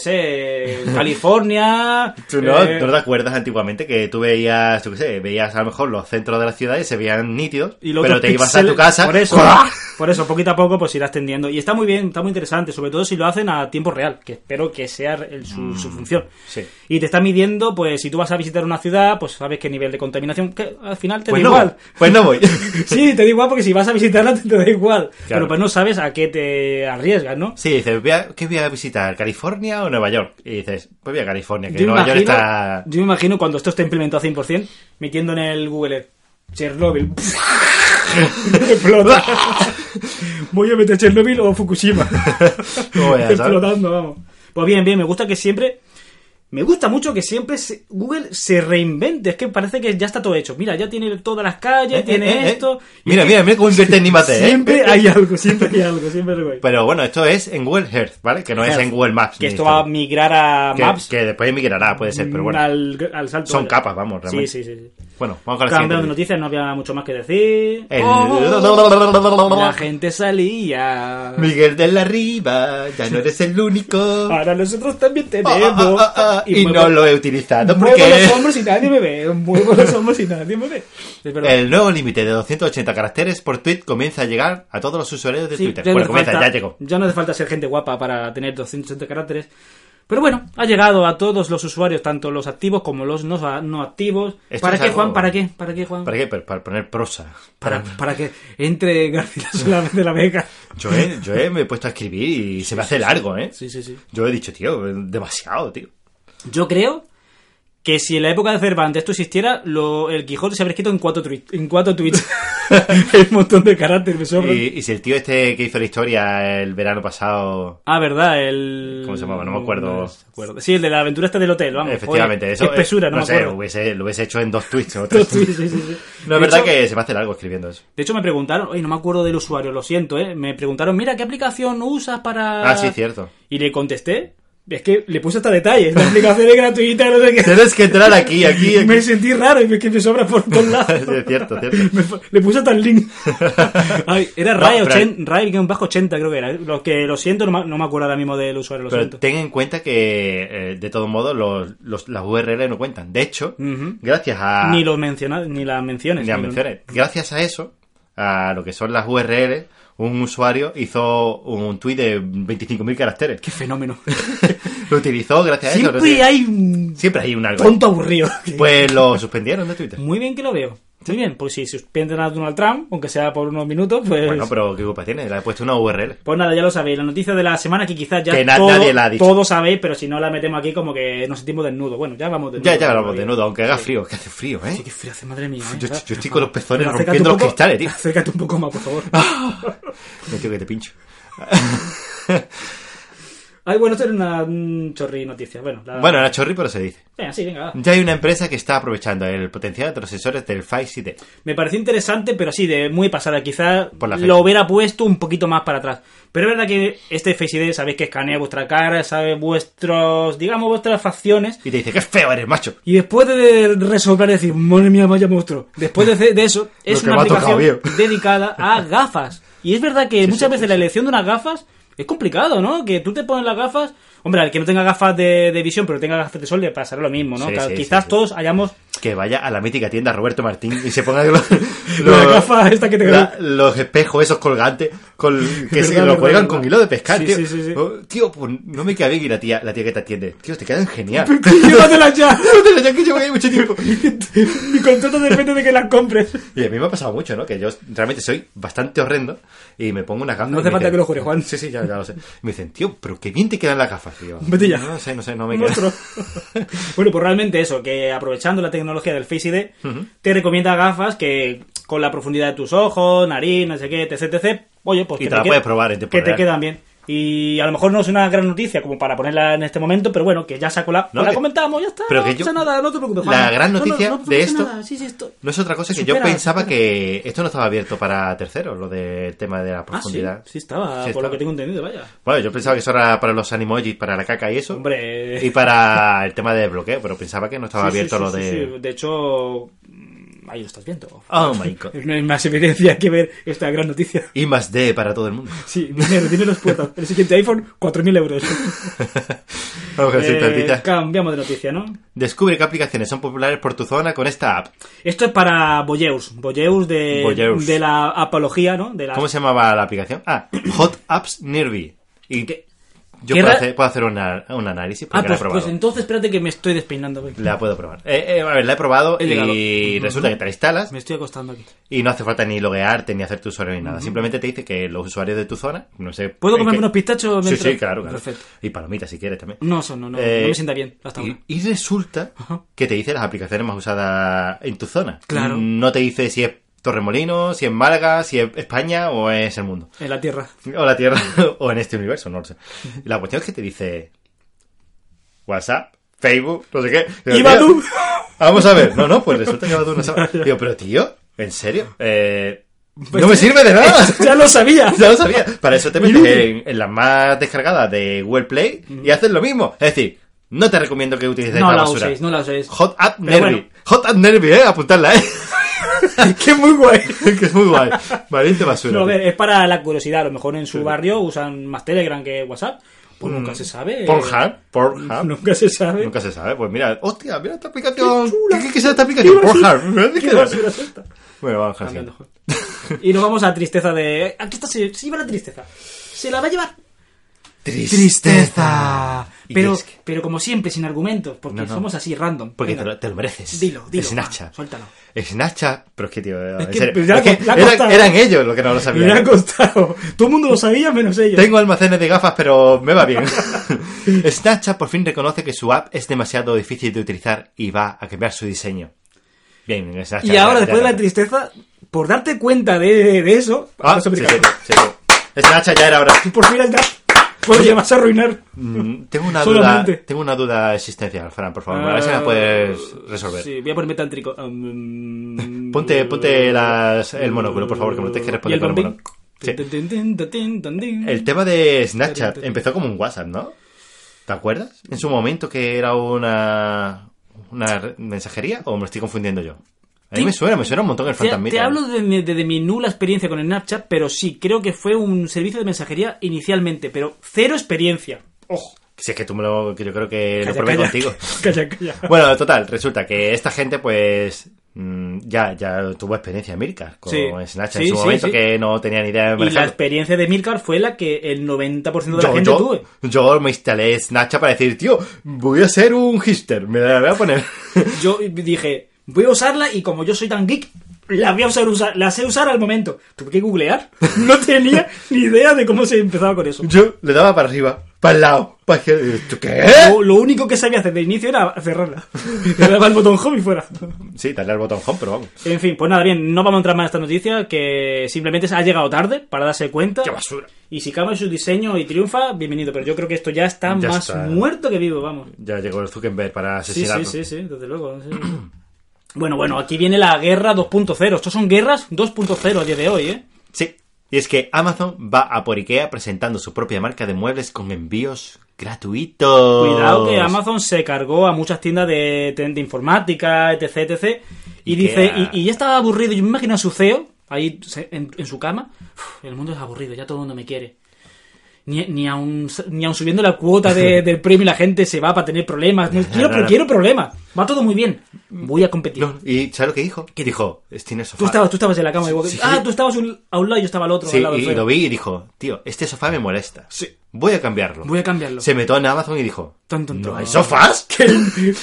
[SPEAKER 4] sé, California.
[SPEAKER 3] ¿Tú no,
[SPEAKER 4] eh,
[SPEAKER 3] ¿Tú no te acuerdas antiguamente que tú veías, yo qué sé, veías a lo mejor los centros de las ciudades, se veían nítidos,
[SPEAKER 4] y lo
[SPEAKER 3] pero
[SPEAKER 4] otro
[SPEAKER 3] te ibas a
[SPEAKER 4] pixel-
[SPEAKER 3] tu casa...
[SPEAKER 4] Por eso,
[SPEAKER 3] ¡guau!
[SPEAKER 4] por eso, poquito a poco, pues irás tendiendo. Y está muy bien, está muy interesante, sobre todo si lo hacen a tiempo real, que espero que sea el- su, su función.
[SPEAKER 3] Mm, sí.
[SPEAKER 4] Y te está midiendo, pues si tú vas a visitar una ciudad, pues sabes qué nivel de contaminación, que al final te
[SPEAKER 3] Pues
[SPEAKER 4] da
[SPEAKER 3] no,
[SPEAKER 4] igual.
[SPEAKER 3] pues no voy.
[SPEAKER 4] Sí, te da igual porque si vas a visitarla te da igual. Pero
[SPEAKER 3] Claro.
[SPEAKER 4] pues no sabes a qué te arriesgas, ¿no?
[SPEAKER 3] Sí, dices, voy a- ¿qué voy a visitar? ¿California o Nueva York? Y dices, pues voy a California, que
[SPEAKER 4] Yo me,
[SPEAKER 3] Nueva
[SPEAKER 4] imagino,
[SPEAKER 3] York está...
[SPEAKER 4] yo me imagino cuando esto esté implementado 100%, metiendo en el Google Earth, Chernobyl. Explota. Voy a meter Chernobyl o Fukushima.
[SPEAKER 3] No voy a, ¿sabes?
[SPEAKER 4] Explotando, vamos. Pues bien, bien, me gusta que siempre Me gusta mucho que siempre se- Google se reinvente. Es que parece que ya está todo hecho. Mira, ya tiene todas las calles,
[SPEAKER 3] Eh,
[SPEAKER 4] tiene
[SPEAKER 3] eh, eh, eh.
[SPEAKER 4] esto. Y
[SPEAKER 3] Mira,
[SPEAKER 4] es
[SPEAKER 3] mira, mira cómo invierte en
[SPEAKER 4] que
[SPEAKER 3] Nimate,
[SPEAKER 4] Siempre hay algo, siempre hay algo, siempre hay algo.
[SPEAKER 3] Pero bueno, esto es en Google Earth, ¿vale? Que Pues no es
[SPEAKER 4] Earth.
[SPEAKER 3] en Google Maps.
[SPEAKER 4] Que
[SPEAKER 3] ni
[SPEAKER 4] esto va a
[SPEAKER 3] historia.
[SPEAKER 4] migrar a
[SPEAKER 3] Que-
[SPEAKER 4] Maps. mm,
[SPEAKER 3] Que, después migrará, puede ser, pero bueno.
[SPEAKER 4] Al, al salto.
[SPEAKER 3] Son
[SPEAKER 4] vaya.
[SPEAKER 3] capas, vamos, realmente.
[SPEAKER 4] Sí, sí, sí. sí.
[SPEAKER 3] Bueno, vamos con la
[SPEAKER 4] Cambiando de
[SPEAKER 3] siguiente.
[SPEAKER 4] noticias, no había mucho más que decir.
[SPEAKER 3] El-
[SPEAKER 4] Oh, la gente salía.
[SPEAKER 3] Miguel de la Riva, ya no eres el único.
[SPEAKER 4] Ahora nosotros también
[SPEAKER 3] Ah,
[SPEAKER 4] tenemos.
[SPEAKER 3] ah, ah, ah, y
[SPEAKER 4] muevo-
[SPEAKER 3] no lo he utilizado
[SPEAKER 4] Muevo los
[SPEAKER 3] porque
[SPEAKER 4] hombros y nadie me ve. Muevo los hombros y nadie me ve. Es verdad.
[SPEAKER 3] el nuevo límite de 280 caracteres por tweet comienza a llegar a todos los usuarios de
[SPEAKER 4] Sí,
[SPEAKER 3] Twitter.
[SPEAKER 4] ya no
[SPEAKER 3] Bueno,
[SPEAKER 4] hace
[SPEAKER 3] comienza,
[SPEAKER 4] falta-
[SPEAKER 3] ya llegó.
[SPEAKER 4] Ya no hace falta ser gente guapa para tener 280 caracteres. Pero bueno, ha llegado a todos los usuarios, tanto los activos como los no, no activos.
[SPEAKER 3] Esto
[SPEAKER 4] ¿Para
[SPEAKER 3] es
[SPEAKER 4] qué,
[SPEAKER 3] algo-
[SPEAKER 4] Juan? ¿Para qué? ¿Para qué, Juan?
[SPEAKER 3] ¿Para qué? Para, para poner prosa.
[SPEAKER 4] Para, para que entre García Solamente de la Vega.
[SPEAKER 3] Yo, he- yo he- me he puesto a escribir y se me hace largo, ¿eh?
[SPEAKER 4] Sí, sí, sí.
[SPEAKER 3] Yo he dicho, tío, demasiado, tío.
[SPEAKER 4] Yo creo que si en la época de Cervantes esto existiera, lo, el Quijote se habría escrito en cuatro, twi- en cuatro tweets. Hay un montón de caracteres, me sobran.
[SPEAKER 3] Y, y si el tío este que hizo la historia el verano pasado.
[SPEAKER 4] Ah, verdad, el...
[SPEAKER 3] ¿Cómo se llamaba? No me acuerdo.
[SPEAKER 4] No me acuerdo. Sí, el de la aventura esta del hotel, vamos.
[SPEAKER 3] efectivamente,
[SPEAKER 4] Joder,
[SPEAKER 3] eso.
[SPEAKER 4] qué
[SPEAKER 3] eh,
[SPEAKER 4] Espesura, no, me
[SPEAKER 3] sé,
[SPEAKER 4] acuerdo.
[SPEAKER 3] Lo, hubiese, lo hubiese hecho en dos tweets o tres
[SPEAKER 4] Otros
[SPEAKER 3] tweets.
[SPEAKER 4] tweets, sí, sí, sí.
[SPEAKER 3] No,
[SPEAKER 4] De
[SPEAKER 3] es verdad
[SPEAKER 4] hecho-
[SPEAKER 3] que se me hace largo escribiendo eso.
[SPEAKER 4] De hecho, me preguntaron, oye, no me acuerdo del usuario, lo siento, ¿eh? Me preguntaron, mira, ¿qué aplicación usas para...?
[SPEAKER 3] Ah, sí, cierto.
[SPEAKER 4] Y le contesté, es que le puse hasta detalles, la aplicación es gratuita, no sé qué.
[SPEAKER 3] Tienes que entrar aquí, aquí, aquí.
[SPEAKER 4] Me sentí raro y es que me sobra por todos lados.
[SPEAKER 3] Sí, es cierto, es
[SPEAKER 4] Me
[SPEAKER 3] cierto.
[SPEAKER 4] fa- le puse hasta el link. Ay, era
[SPEAKER 3] No,
[SPEAKER 4] Ray
[SPEAKER 3] pero-
[SPEAKER 4] 80, Ray bajo 80 creo que era. Lo que lo siento, no, me- no me acuerdo ahora mismo del usuario, lo
[SPEAKER 3] Pero
[SPEAKER 4] siento.
[SPEAKER 3] ten en cuenta que, eh, de todo modo, los, los- las URL no cuentan. De hecho,
[SPEAKER 4] Ujú.
[SPEAKER 3] gracias a.
[SPEAKER 4] Ni los menciona, ni las menciones.
[SPEAKER 3] ah. ni las
[SPEAKER 4] los-
[SPEAKER 3] menciones. Gracias a eso, a lo que son las URL, un usuario hizo un tweet de 25.000 caracteres.
[SPEAKER 4] Qué fenómeno.
[SPEAKER 3] Lo utilizó gracias a eso. lo
[SPEAKER 4] Siempre
[SPEAKER 3] tiene-
[SPEAKER 4] hay un
[SPEAKER 3] Siempre hay un algo.
[SPEAKER 4] tonto aburrido.
[SPEAKER 3] Pues lo suspendieron de Twitter.
[SPEAKER 4] Muy bien que lo veo. Muy bien, porque si suspenden a Donald Trump, aunque sea por unos minutos, pues...
[SPEAKER 3] Bueno, pero ¿qué culpa tiene? Le ha puesto una URL.
[SPEAKER 4] Pues nada, ya lo sabéis. La noticia de la semana que quizás ya
[SPEAKER 3] Que na-
[SPEAKER 4] todo-
[SPEAKER 3] nadie la ha dicho.
[SPEAKER 4] todos sabéis, pero si no la metemos aquí como que nos sentimos desnudos. Bueno, ya vamos desnudos.
[SPEAKER 3] Ya, ya hablamos de
[SPEAKER 4] todavía.
[SPEAKER 3] nudo, aunque haga frío, que hace frío,
[SPEAKER 4] Sí,
[SPEAKER 3] ¿eh?
[SPEAKER 4] qué frío hace, madre mía. ¿eh?
[SPEAKER 3] Yo- yo
[SPEAKER 4] Pero,
[SPEAKER 3] estoy con los pezones
[SPEAKER 4] pero acércate
[SPEAKER 3] rompiendo
[SPEAKER 4] un
[SPEAKER 3] los cristales, tío. Ah.
[SPEAKER 4] Acércate un poco más, por favor.
[SPEAKER 3] Me tengo que te pincho.
[SPEAKER 4] Ay, bueno, esto era una mm, chorri noticia. Bueno, la...
[SPEAKER 3] Bueno, era chorri, pero se dice.
[SPEAKER 4] Venga, sí, venga. va.
[SPEAKER 3] Ya hay una empresa que está aprovechando el potencial de los sensores del Five d
[SPEAKER 4] Me pareció interesante, pero sí, de muy pasada. Quizás
[SPEAKER 3] Por la fecha.
[SPEAKER 4] lo hubiera puesto un poquito más para atrás. Pero es verdad que este Face ID, sabéis que escanea vuestra cara, sabe vuestros, digamos, vuestras facciones.
[SPEAKER 3] Y te dice, qué feo eres, macho.
[SPEAKER 4] Y después de resolver decir, madre mía, vaya monstruo. Después de, de eso, es
[SPEAKER 3] que
[SPEAKER 4] una
[SPEAKER 3] me ha tocado,
[SPEAKER 4] aplicación dedicada a gafas. Y es verdad que muchas veces la elección de unas gafas es complicado, ¿no? Que tú te pones las gafas. Hombre, al que no tenga gafas de, de visión, pero tenga gafas de sol, le pasará lo mismo, ¿no?
[SPEAKER 3] Sí,
[SPEAKER 4] Claro,
[SPEAKER 3] sí,
[SPEAKER 4] quizás
[SPEAKER 3] sí, sí.
[SPEAKER 4] todos hayamos.
[SPEAKER 3] Que vaya a la mítica tienda Roberto Martín y se ponga los,
[SPEAKER 4] La gafa esta que te-
[SPEAKER 3] la- los espejos esos colgantes con, que
[SPEAKER 4] Verdad,
[SPEAKER 3] se, lo
[SPEAKER 4] verdad,
[SPEAKER 3] cuelgan
[SPEAKER 4] verdad.
[SPEAKER 3] con hilo de pescar,
[SPEAKER 4] Sí,
[SPEAKER 3] tío.
[SPEAKER 4] sí, sí, sí.
[SPEAKER 3] Oh, tío, pues no me queda bien y la tía, la tía que te atiende. Tío, te quedan genial.
[SPEAKER 4] ¡Llévatelas ya!
[SPEAKER 3] Ya que llevo ahí mucho tiempo.
[SPEAKER 4] Mi contrato depende de que las compres.
[SPEAKER 3] Y a mí me ha pasado mucho, ¿no? Que yo realmente soy bastante horrendo y me pongo unas gafas.
[SPEAKER 4] No hace
[SPEAKER 3] y me
[SPEAKER 4] falta que lo jure, Juan.
[SPEAKER 3] Sí, sí, ya, ya lo sé. Y me dicen, tío, pero qué bien te quedan las gafas, tío.
[SPEAKER 4] Vete ya.
[SPEAKER 3] No sé, no sé, no me
[SPEAKER 4] Monstruo.
[SPEAKER 3] quedan.
[SPEAKER 4] bueno, pues realmente eso, que aprovechando la tecnología del Face ID, te recomienda gafas que con la profundidad de tus ojos, nariz, no sé qué, etc, etc. Oye, pues
[SPEAKER 3] Y
[SPEAKER 4] que
[SPEAKER 3] te la
[SPEAKER 4] qued-
[SPEAKER 3] puedes probar en tiempo
[SPEAKER 4] Que te
[SPEAKER 3] real.
[SPEAKER 4] quedan bien. Y a lo mejor no es una gran noticia como para ponerla en este momento, pero bueno, que ya saco la...
[SPEAKER 3] No,
[SPEAKER 4] la
[SPEAKER 3] que-
[SPEAKER 4] comentamos, ya está.
[SPEAKER 3] pero
[SPEAKER 4] no
[SPEAKER 3] que yo-
[SPEAKER 4] pasa nada, no te preocupes.
[SPEAKER 3] la
[SPEAKER 4] Juan.
[SPEAKER 3] gran
[SPEAKER 4] No, no,
[SPEAKER 3] noticia
[SPEAKER 4] no pasa
[SPEAKER 3] de esto-
[SPEAKER 4] nada, sí, sí, esto-
[SPEAKER 3] No es otra cosa que
[SPEAKER 4] Supera,
[SPEAKER 3] yo pensaba
[SPEAKER 4] supera.
[SPEAKER 3] que esto no estaba abierto para terceros, lo del tema de la
[SPEAKER 4] Ah, sí,
[SPEAKER 3] profundidad.
[SPEAKER 4] sí
[SPEAKER 3] Sí
[SPEAKER 4] estaba, por lo
[SPEAKER 3] estaba.
[SPEAKER 4] que tengo entendido, vaya.
[SPEAKER 3] Bueno, yo pensaba que eso era para los animojis, para la caca y eso.
[SPEAKER 4] Hombre...
[SPEAKER 3] Y para el tema de bloqueo, pero pensaba que no estaba
[SPEAKER 4] sí, sí,
[SPEAKER 3] abierto
[SPEAKER 4] sí,
[SPEAKER 3] lo
[SPEAKER 4] sí,
[SPEAKER 3] de.
[SPEAKER 4] sí. De hecho... mm, Ahí lo estás viendo.
[SPEAKER 3] Oh my god.
[SPEAKER 4] No hay más evidencia que ver esta gran noticia.
[SPEAKER 3] Y más D para todo el mundo.
[SPEAKER 4] Sí, dinero, dinero es puertas. El siguiente iPhone, 4.000 euros.
[SPEAKER 3] Vamos a ver si
[SPEAKER 4] Eh,
[SPEAKER 3] tantita.
[SPEAKER 4] cambiamos de noticia, ¿no?
[SPEAKER 3] Descubre qué aplicaciones son populares por tu zona con esta app.
[SPEAKER 4] Esto es para Boyeus. Boyeus de,
[SPEAKER 3] Boyeus.
[SPEAKER 4] de la apología, ¿no? De la...
[SPEAKER 3] ¿Cómo se llamaba la aplicación? Ah, Hot Apps Nearby. Y
[SPEAKER 4] ¿Qué?
[SPEAKER 3] yo
[SPEAKER 4] ¿Qué
[SPEAKER 3] puedo
[SPEAKER 4] ra-
[SPEAKER 3] hacer, puedo hacer una- un análisis
[SPEAKER 4] Ah,
[SPEAKER 3] porque la he
[SPEAKER 4] pues,
[SPEAKER 3] probado.
[SPEAKER 4] pues entonces espérate que me estoy despeinando. güey.
[SPEAKER 3] La puedo probar. Eh, eh, a ver, la he probado
[SPEAKER 4] He llegado.
[SPEAKER 3] y
[SPEAKER 4] Ujú.
[SPEAKER 3] resulta que te la instalas
[SPEAKER 4] Me estoy acostando aquí.
[SPEAKER 3] y no hace falta ni loguearte ni hacer tu usuario ni nada. Simplemente te dice que los usuarios de tu zona, no sé.
[SPEAKER 4] ¿Puedo
[SPEAKER 3] en qué-
[SPEAKER 4] comerme unos pistachos
[SPEAKER 3] Sí,
[SPEAKER 4] mientras-
[SPEAKER 3] sí, claro, claro.
[SPEAKER 4] Perfecto.
[SPEAKER 3] Y palomitas si quieres también.
[SPEAKER 4] No, eso no, no,
[SPEAKER 3] Eh,
[SPEAKER 4] no me sienta bien hasta
[SPEAKER 3] y,
[SPEAKER 4] ahora.
[SPEAKER 3] y resulta
[SPEAKER 4] Ajá.
[SPEAKER 3] que te dice las aplicaciones más usadas en tu zona.
[SPEAKER 4] Claro.
[SPEAKER 3] No te dice si es Torremolino, si es Málaga, si es España o es el mundo.
[SPEAKER 4] En la tierra.
[SPEAKER 3] O la Tierra, o en este universo, no lo sé. La cuestión es que te dice WhatsApp, Facebook, no sé qué. Digo,
[SPEAKER 4] ¡Y Badu!
[SPEAKER 3] tío, Vamos a ver. No, no, pues resulta que Badu no sabe. Digo, pero tío, ¿en serio? Eh,
[SPEAKER 4] Pues
[SPEAKER 3] no me sirve de nada.
[SPEAKER 4] ya lo sabía.
[SPEAKER 3] Ya lo sabía. Para eso te metes en, en las más descargadas de Google Play y haces lo mismo. Es decir, no te recomiendo que utilices
[SPEAKER 4] No
[SPEAKER 3] la
[SPEAKER 4] la
[SPEAKER 3] basura.
[SPEAKER 4] uséis, no la uséis.
[SPEAKER 3] Hot App
[SPEAKER 4] Pero
[SPEAKER 3] Nervi.
[SPEAKER 4] bueno.
[SPEAKER 3] Hot App Nervi, eh. Apuntadla, eh.
[SPEAKER 4] que es muy guay.
[SPEAKER 3] que es muy guay. Valiente basura.
[SPEAKER 4] No, a ver, es para la curiosidad. A lo mejor en su barrio usan más Telegram que WhatsApp. Pues nunca se sabe.
[SPEAKER 3] Mm. Pornhub. Pornhub.
[SPEAKER 4] Nunca se sabe.
[SPEAKER 3] Nunca se sabe. Pues mira, hostia, mira esta aplicación.
[SPEAKER 4] Qué chula.
[SPEAKER 3] ¿Qué, qué será esta aplicación?
[SPEAKER 4] Qué basura.
[SPEAKER 3] Pornhub.
[SPEAKER 4] Qué basura suelta.
[SPEAKER 3] Bueno, vamos a dejar
[SPEAKER 4] Cambiando.
[SPEAKER 3] así.
[SPEAKER 4] Y nos vamos a tristeza de. "Eh, Aquí está, se, se lleva la tristeza. Se la va a llevar.
[SPEAKER 3] Y
[SPEAKER 4] Pero,
[SPEAKER 3] es que-
[SPEAKER 4] pero como siempre, sin argumentos, porque
[SPEAKER 3] No, no.
[SPEAKER 4] somos así, random.
[SPEAKER 3] Porque
[SPEAKER 4] Venga.
[SPEAKER 3] te lo, te lo mereces.
[SPEAKER 4] Dilo, dilo,
[SPEAKER 3] Snapchat.
[SPEAKER 4] va, suéltalo.
[SPEAKER 3] Snapchat. Pero es que, tío, en
[SPEAKER 4] que
[SPEAKER 3] serio,
[SPEAKER 4] me hubiera
[SPEAKER 3] es que
[SPEAKER 4] costado- me ha
[SPEAKER 3] eran-
[SPEAKER 4] costado.
[SPEAKER 3] eran ellos los que no lo
[SPEAKER 4] Me hubiera
[SPEAKER 3] sabían.
[SPEAKER 4] costado. Todo el mundo lo sabía menos ellos.
[SPEAKER 3] Tengo almacenes de gafas, pero me va bien. Snapchat por fin reconoce que su app es demasiado difícil de utilizar y va a cambiar su diseño. Bien, Snapchat.
[SPEAKER 4] Y
[SPEAKER 3] ya-
[SPEAKER 4] ahora,
[SPEAKER 3] ya
[SPEAKER 4] después de la
[SPEAKER 3] gana.
[SPEAKER 4] tristeza, por darte cuenta de, de- de eso,
[SPEAKER 3] Ah,
[SPEAKER 4] vas a
[SPEAKER 3] sí, sí,
[SPEAKER 4] aplicar.
[SPEAKER 3] sí, sí. Snapchat ya era hora.
[SPEAKER 4] Tú por fin el da. Oye, vas a arruinar.
[SPEAKER 3] Mm, Tengo una duda,
[SPEAKER 4] Solamente.
[SPEAKER 3] tengo una duda existencial, Fran, por favor. A ver si la puedes resolver.
[SPEAKER 4] Ah, Sí, voy a ponerme tántrico. Um,
[SPEAKER 3] Ponte, ponte las, el monóculo, por favor, que me lo tienes que
[SPEAKER 4] Y
[SPEAKER 3] responder
[SPEAKER 4] el
[SPEAKER 3] con el
[SPEAKER 4] bombín.
[SPEAKER 3] monóculo. Sí.
[SPEAKER 4] Tin, tin, tin, tin, tin, tin.
[SPEAKER 3] El tema de Snapchat empezó como un WhatsApp, ¿no? ¿Te acuerdas? En su momento que era una una re- mensajería o me estoy confundiendo yo. A mí
[SPEAKER 4] Sí.
[SPEAKER 3] me suena, me suena un montón el
[SPEAKER 4] Te,
[SPEAKER 3] fantasmita. ¿eh?
[SPEAKER 4] te hablo de, mi- de- de mi nula experiencia con Snapchat, pero sí, creo que fue un servicio de mensajería inicialmente, pero cero experiencia. Ojo.
[SPEAKER 3] Si es que tú me lo, que yo creo que lo
[SPEAKER 4] Calla,
[SPEAKER 3] probé
[SPEAKER 4] calla.
[SPEAKER 3] contigo.
[SPEAKER 4] Calla, calla.
[SPEAKER 3] Bueno, total, resulta que esta gente, pues, mm, ya, ya tuvo experiencia en Mirka con
[SPEAKER 4] Sí.
[SPEAKER 3] Snapchat
[SPEAKER 4] Sí,
[SPEAKER 3] en su
[SPEAKER 4] sí,
[SPEAKER 3] momento
[SPEAKER 4] sí.
[SPEAKER 3] que no tenía ni idea de
[SPEAKER 4] Y la
[SPEAKER 3] manejarlo.
[SPEAKER 4] experiencia de Milcar fue la que el 90% de la
[SPEAKER 3] yo,
[SPEAKER 4] gente
[SPEAKER 3] yo-
[SPEAKER 4] tuve.
[SPEAKER 3] yo me instalé Snapchat para decir, tío, voy a ser un hipster, me la voy a poner.
[SPEAKER 4] Yo dije, voy a usarla y como yo soy tan geek, la voy a usar, usar- la sé usar al momento. Tuve que googlear. No tenía ni idea de cómo se empezaba con eso.
[SPEAKER 3] Yo le daba para arriba, para el lado, para izquierda. y yo, ¿Tú qué?
[SPEAKER 4] Lo, lo único que sabía hacer de inicio era cerrarla. Le daba el botón home y fuera.
[SPEAKER 3] Sí, darle al botón home, pero vamos.
[SPEAKER 4] En fin, pues nada, bien, no vamos a entrar más en esta noticia, que simplemente se ha llegado tarde para darse cuenta.
[SPEAKER 3] ¡Qué basura!
[SPEAKER 4] Y si cambia su diseño y triunfa, bienvenido. Pero yo creo que esto ya está
[SPEAKER 3] Ya
[SPEAKER 4] más
[SPEAKER 3] está.
[SPEAKER 4] muerto que vivo, vamos.
[SPEAKER 3] Ya llegó el Zuckerberg para
[SPEAKER 4] Sí,
[SPEAKER 3] asesinarlo.
[SPEAKER 4] sí, sí, sí, desde luego. sí. bueno, bueno, aquí viene la guerra 2.0. Estos son guerras 2.0 a día de hoy, ¿eh?
[SPEAKER 3] Sí. Y es que Amazon va a por Ikea presentando su propia marca de muebles con envíos gratuitos.
[SPEAKER 4] Cuidado
[SPEAKER 3] Oh.
[SPEAKER 4] que Amazon se cargó a muchas tiendas de, de informática, etc, etc. Y
[SPEAKER 3] Ikea.
[SPEAKER 4] dice, y, y ya estaba aburrido. Yo me imagino a su CEO, ahí se- en, en su cama. "Uf, el mundo es aburrido, ya todo el mundo me quiere. Ni, ni, aun, ni aun subiendo la cuota de- del premio la gente se va para tener problemas. No, quiero, pero quiero problemas. Va todo muy bien. Voy a competir.
[SPEAKER 3] No, ¿Y sabes lo que dijo? ¿Qué dijo? "Este Tiene sofá.
[SPEAKER 4] Tú estabas, tú estabas en la cama. igual que-
[SPEAKER 3] Ah. sí.
[SPEAKER 4] ah, tú estabas un- a un lado y yo estaba al otro.
[SPEAKER 3] Sí,
[SPEAKER 4] al lado del
[SPEAKER 3] y
[SPEAKER 4] feo.
[SPEAKER 3] lo vi y dijo, tío, este sofá me molesta.
[SPEAKER 4] Sí.
[SPEAKER 3] Voy a cambiarlo.
[SPEAKER 4] Voy a cambiarlo.
[SPEAKER 3] Se metió en Amazon y dijo,
[SPEAKER 4] Tan, tan, tan.
[SPEAKER 3] ¿no hay sofás?
[SPEAKER 4] que,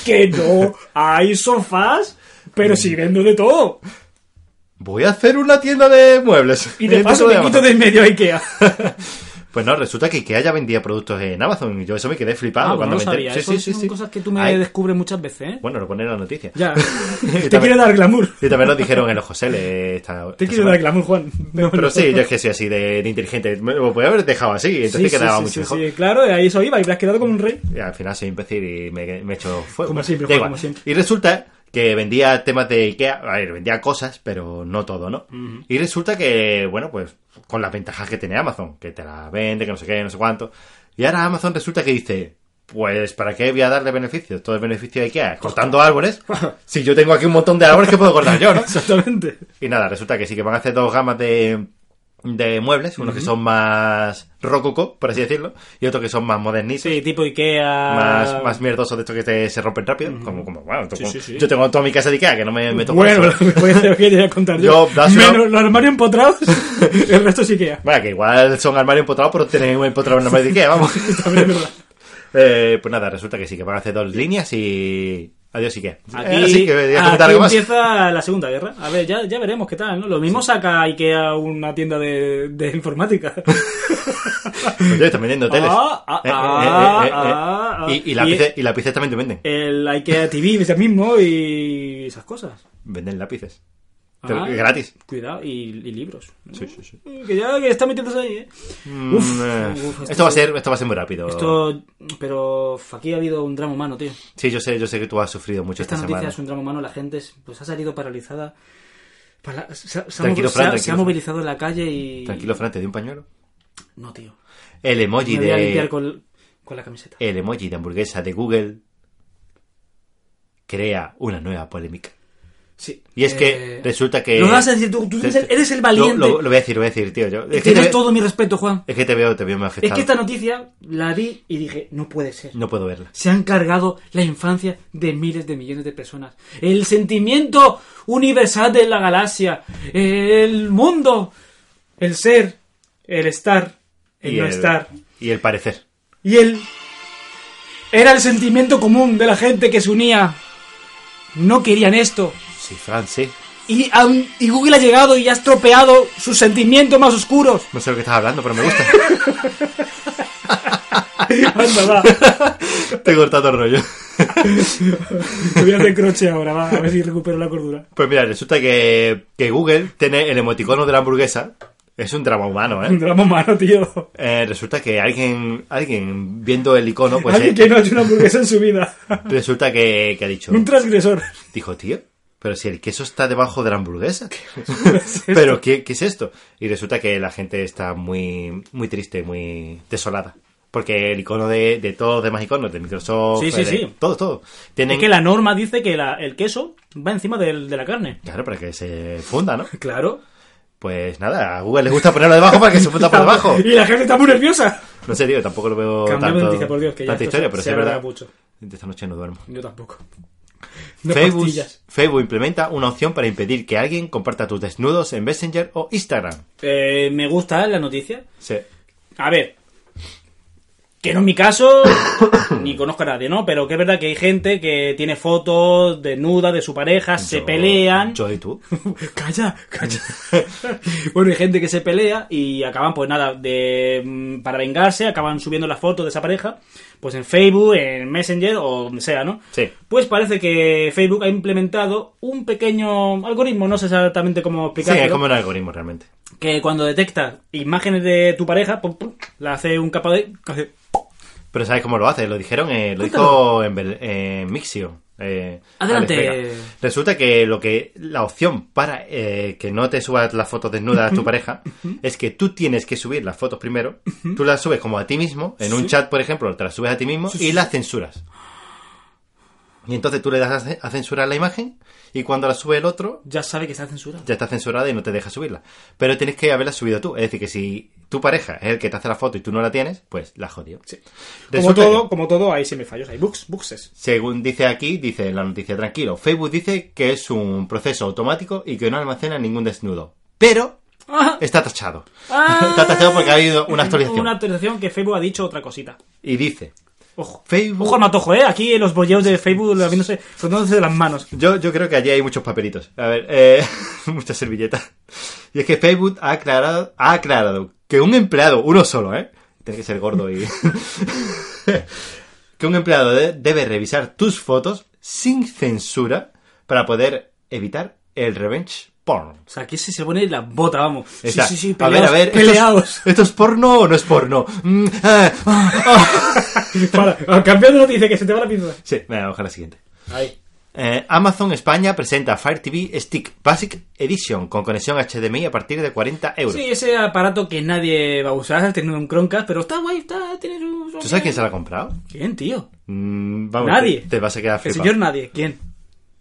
[SPEAKER 4] que no hay sofás, pero
[SPEAKER 3] Mm.
[SPEAKER 4] sí vendo de todo.
[SPEAKER 3] Voy a hacer una tienda de muebles.
[SPEAKER 4] Y de
[SPEAKER 3] Dentro
[SPEAKER 4] paso me quito
[SPEAKER 3] Amazon.
[SPEAKER 4] de en medio a Ikea.
[SPEAKER 3] Pues no, resulta que Ikea ya vendía productos en Amazon y yo eso me quedé flipado
[SPEAKER 4] Ah, bueno,
[SPEAKER 3] cuando
[SPEAKER 4] no
[SPEAKER 3] me
[SPEAKER 4] lo
[SPEAKER 3] enteré.
[SPEAKER 4] sabía.
[SPEAKER 3] Sí,
[SPEAKER 4] Eso
[SPEAKER 3] sí, sí,
[SPEAKER 4] son
[SPEAKER 3] sí.
[SPEAKER 4] cosas que tú me
[SPEAKER 3] Ay,
[SPEAKER 4] descubres muchas veces, ¿eh?
[SPEAKER 3] Bueno, lo ponen en la noticia.
[SPEAKER 4] Ya.
[SPEAKER 3] Y
[SPEAKER 4] Te
[SPEAKER 3] también-
[SPEAKER 4] quiere dar glamour.
[SPEAKER 3] Y también lo dijeron en los Josele esta,
[SPEAKER 4] Te
[SPEAKER 3] esta
[SPEAKER 4] quiere
[SPEAKER 3] semana.
[SPEAKER 4] dar glamour, Juan. No,
[SPEAKER 3] Pero
[SPEAKER 4] no.
[SPEAKER 3] sí, yo es que soy así de, de inteligente. Me lo podía haber dejado así, entonces
[SPEAKER 4] Sí, sí,
[SPEAKER 3] quedaba
[SPEAKER 4] sí,
[SPEAKER 3] mucho
[SPEAKER 4] sí,
[SPEAKER 3] mejor.
[SPEAKER 4] sí, claro, ahí eso iba y me has quedado como un rey.
[SPEAKER 3] Y al final soy imbécil y me, me echo fuego.
[SPEAKER 4] Como siempre,
[SPEAKER 3] Da
[SPEAKER 4] Juan,
[SPEAKER 3] igual.
[SPEAKER 4] como siempre.
[SPEAKER 3] Y resulta que vendía temas de Ikea, a ver, vendía cosas, pero no todo, ¿no? Y resulta que, bueno, pues con las ventajas que tiene Amazon, que te la vende, que no sé qué, no sé cuánto. Y ahora Amazon resulta que dice, pues, ¿para qué voy a darle beneficios? Todo el beneficio de Ikea, cortando árboles. Si yo tengo aquí un montón de árboles que puedo cortar yo, ¿no?
[SPEAKER 4] Exactamente.
[SPEAKER 3] Y nada, resulta que sí que van a hacer dos gamas de, de muebles, unos que son más rococó, por así decirlo, y otros que son más modernitos
[SPEAKER 4] Sí, tipo Ikea.
[SPEAKER 3] más, más mierdoso de estos que te- se rompen rápido. Como, como, bueno, tú-
[SPEAKER 4] Ah. Sí, sí, sí.
[SPEAKER 3] yo tengo toda mi casa de Ikea que no me meto con
[SPEAKER 4] Bueno,
[SPEAKER 3] eso.
[SPEAKER 4] lo que voy a- lo que quería contar yo.
[SPEAKER 3] Yo, dáselo.
[SPEAKER 4] Menos los armarios empotrados, el resto es Ikea.
[SPEAKER 3] Bueno, que igual son armarios empotrados, pero tienen un empotrado en armario de Ikea, vamos.
[SPEAKER 4] También es verdad.
[SPEAKER 3] Eh, pues nada, resulta que sí, que van a hacer dos líneas y... Adiós Ikea.
[SPEAKER 4] Aquí,
[SPEAKER 3] Eh, así que voy a
[SPEAKER 4] aquí
[SPEAKER 3] comentar algo más.
[SPEAKER 4] empieza la Segunda Guerra. A ver, ya, ya veremos qué tal, ¿no? Lo mismo saca Ikea una tienda de, de informática.
[SPEAKER 3] Pues yo estoy vendiendo teles.
[SPEAKER 4] Ah, ah,
[SPEAKER 3] Eh, eh,
[SPEAKER 4] ah,
[SPEAKER 3] eh, eh, eh, eh.
[SPEAKER 4] ah, ah.
[SPEAKER 3] Y, y lápices, y lápices también te venden.
[SPEAKER 4] El Ikea TV es el mismo y esas cosas.
[SPEAKER 3] Venden lápices. Te-
[SPEAKER 4] Ah.
[SPEAKER 3] gratis.
[SPEAKER 4] Cuidado, y, y libros.
[SPEAKER 3] Sí, sí, sí.
[SPEAKER 4] Que ya que está metiéndose ahí, ¿eh? Uf,
[SPEAKER 3] Mm, eh,
[SPEAKER 4] uf,
[SPEAKER 3] esto, va a ser, esto va a ser muy rápido.
[SPEAKER 4] Esto, pero f- aquí ha habido un drama humano, tío.
[SPEAKER 3] Sí, yo sé, yo sé que tú has sufrido mucho
[SPEAKER 4] Esta
[SPEAKER 3] esta,
[SPEAKER 4] noticia
[SPEAKER 3] semana.
[SPEAKER 4] es un drama humano, la gente es- pues ha salido paralizada. Para- se, se ha
[SPEAKER 3] Tranquilo,
[SPEAKER 4] mov-
[SPEAKER 3] Fran,
[SPEAKER 4] se
[SPEAKER 3] tranquilo,
[SPEAKER 4] ha- se ha
[SPEAKER 3] Fran.
[SPEAKER 4] movilizado en la calle y...
[SPEAKER 3] Tranquilo, Fran, te di un pañuelo.
[SPEAKER 4] No, tío.
[SPEAKER 3] El emoji
[SPEAKER 4] Me voy a limpiar
[SPEAKER 3] de.
[SPEAKER 4] con, con la camiseta.
[SPEAKER 3] El emoji de hamburguesa de Google crea una nueva polémica.
[SPEAKER 4] Sí.
[SPEAKER 3] Y es que
[SPEAKER 4] Eh,
[SPEAKER 3] resulta que.
[SPEAKER 4] Lo vas a decir tú, tú eres el- eres el valiente.
[SPEAKER 3] Lo, lo- lo voy a decir, lo voy a decir, tío. Yo, es, que te,
[SPEAKER 4] Tienes
[SPEAKER 3] ve-
[SPEAKER 4] todo mi respeto, Juan.
[SPEAKER 3] es que te veo, te veo muy
[SPEAKER 4] Es
[SPEAKER 3] afectado.
[SPEAKER 4] que esta noticia la vi y dije, no puede ser.
[SPEAKER 3] No puedo verla.
[SPEAKER 4] Se han cargado la infancia de miles de millones de personas. El sentimiento universal de la galaxia. El mundo. El ser. El estar. El
[SPEAKER 3] Y
[SPEAKER 4] no
[SPEAKER 3] el-
[SPEAKER 4] estar.
[SPEAKER 3] Y el parecer.
[SPEAKER 4] Y él era el sentimiento común de la gente que se unía. No querían esto.
[SPEAKER 3] Sí, Fran, sí.
[SPEAKER 4] Y, aún- y Google ha llegado y ha estropeado sus sentimientos más oscuros.
[SPEAKER 3] No sé lo que estás hablando, pero me gusta.
[SPEAKER 4] Anda, va.
[SPEAKER 3] Te he cortado el rollo.
[SPEAKER 4] Te voy a hacer croche ahora, va. A ver si recupero la cordura.
[SPEAKER 3] Pues mira, resulta que, que Google tiene el emoticono de la hamburguesa. Es un drama humano,
[SPEAKER 4] Un
[SPEAKER 3] ¿eh?
[SPEAKER 4] drama humano, tío.
[SPEAKER 3] Eh, resulta que alguien, alguien viendo el icono, pues eh,
[SPEAKER 4] Alguien que no ha hecho una hamburguesa en su vida.
[SPEAKER 3] resulta que, que ha dicho,
[SPEAKER 4] Un transgresor.
[SPEAKER 3] dijo, tío, pero si el queso está debajo de la hamburguesa, pero ¿qué, qué es esto? Y resulta que la gente está muy, muy triste, muy desolada. Porque el icono de, de todos los demás iconos, de Microsoft,
[SPEAKER 4] Sí, sí,
[SPEAKER 3] de-
[SPEAKER 4] sí.
[SPEAKER 3] todo, todo. Tienen,
[SPEAKER 4] Es que la norma dice que la- el queso va encima del- de la carne.
[SPEAKER 3] Claro, para que se funda, ¿no?
[SPEAKER 4] Claro.
[SPEAKER 3] Pues nada, a Google le gusta ponerlo debajo para que se funda por debajo.
[SPEAKER 4] Y la gente está muy nerviosa.
[SPEAKER 3] No sé, tío, tampoco lo veo
[SPEAKER 4] Cambiamos de
[SPEAKER 3] Oh. tanto,
[SPEAKER 4] noticia, por Dios, que ya
[SPEAKER 3] tanta
[SPEAKER 4] esto
[SPEAKER 3] historia,
[SPEAKER 4] se-
[SPEAKER 3] pero
[SPEAKER 4] se
[SPEAKER 3] sí es verdad.
[SPEAKER 4] alarga mucho.
[SPEAKER 3] De esta noche no duermo.
[SPEAKER 4] Yo tampoco. No
[SPEAKER 3] Facebook,
[SPEAKER 4] pastillas.
[SPEAKER 3] Facebook implementa una opción para impedir que alguien comparta tus desnudos en Messenger o Instagram.
[SPEAKER 4] Eh, me gusta la noticia.
[SPEAKER 3] Sí.
[SPEAKER 4] A ver. Que no es mi caso, ni conozco a nadie, ¿no? Pero que es verdad que hay gente que tiene fotos desnuda de su pareja, se
[SPEAKER 3] Yo-
[SPEAKER 4] pelean.
[SPEAKER 3] Yo y tú.
[SPEAKER 4] calla, calla. bueno, hay gente que se pelea y acaban, pues nada, de mm, para vengarse, acaban subiendo las fotos de esa pareja, pues en Facebook, en Messenger o donde sea, ¿no?
[SPEAKER 3] Sí.
[SPEAKER 4] Pues parece que Facebook ha implementado un pequeño algoritmo, no sé exactamente cómo
[SPEAKER 3] Sí,
[SPEAKER 4] explicarlo
[SPEAKER 3] es como un algoritmo realmente.
[SPEAKER 4] que cuando detecta imágenes de tu pareja, pum, pum, la hace un capa de... hace-
[SPEAKER 3] Pero ¿sabes cómo lo hace? Lo dijeron, eh, lo
[SPEAKER 4] Cuéntalo.
[SPEAKER 3] dijo en, Bel- en Mixio. eh,
[SPEAKER 4] Adelante.
[SPEAKER 3] Alex Vega. Resulta que lo que la opción para eh, que no te subas las fotos desnudas a tu pareja es que tú tienes que subir las fotos primero. Tú las subes como a ti mismo, en un chat, por ejemplo, te las subes a ti mismo y las censuras. Y entonces tú le das a ce- a censurar la imagen y cuando la sube el otro,
[SPEAKER 4] Ya sabe que está censurado.
[SPEAKER 3] ya está censurada y no te deja subirla. Pero tienes que haberla subido tú. Es decir, que si tu pareja es el que te hace la foto y tú no la tienes, pues la jodió.
[SPEAKER 4] Como
[SPEAKER 3] Resulta
[SPEAKER 4] todo,
[SPEAKER 3] que-
[SPEAKER 4] como todo, hay me fallos, hay bugs, bugses.
[SPEAKER 3] según dice aquí, dice en la noticia tranquilo, Facebook dice que es un proceso automático y que no almacena ningún desnudo. Pero está tachado.
[SPEAKER 4] Ah.
[SPEAKER 3] está tachado porque ha habido una actualización.
[SPEAKER 4] Una actualización que Facebook ha dicho otra cosita.
[SPEAKER 3] Y dice,
[SPEAKER 4] Ojo.
[SPEAKER 3] Facebook...
[SPEAKER 4] Ojo al matojo, ¿eh? Aquí los bolleos de Facebook la viéndose, frotándose de las manos.
[SPEAKER 3] Yo, yo creo que allí hay muchos papelitos. A ver, eh, muchas servilletas. Y es que Facebook ha aclarado, ha aclarado que un empleado, uno solo, ¿eh? Tiene que ser gordo y... que un empleado de- debe revisar tus fotos sin censura para poder evitar el revenge porn.
[SPEAKER 4] O sea, aquí se, se pone la bota, vamos. Sí,
[SPEAKER 3] Está-
[SPEAKER 4] sí, sí,
[SPEAKER 3] a ver, a
[SPEAKER 4] peleados.
[SPEAKER 3] ver, ¿esto es-
[SPEAKER 4] peleados.
[SPEAKER 3] ¿esto es, porno o no es porno? Mm, ah, ah, ah.
[SPEAKER 4] Para, cambiando noticia, que se te va la pintura.
[SPEAKER 3] Sí, venga, ojalá la siguiente.
[SPEAKER 4] Ahí.
[SPEAKER 3] Eh, Amazon España presenta Fire TV Stick Basic Edition con conexión HDMI a partir de 40 euros.
[SPEAKER 4] Sí, ese aparato que nadie va a usar, tiene un Chromecast, pero está guay, está, tiene su...
[SPEAKER 3] ¿Tú sabes quién se la ha comprado?
[SPEAKER 4] ¿Quién, tío?
[SPEAKER 3] Mm, vamos,
[SPEAKER 4] Nadie.
[SPEAKER 3] Te, te vas a quedar
[SPEAKER 4] El
[SPEAKER 3] flipado.
[SPEAKER 4] señor nadie. ¿Quién?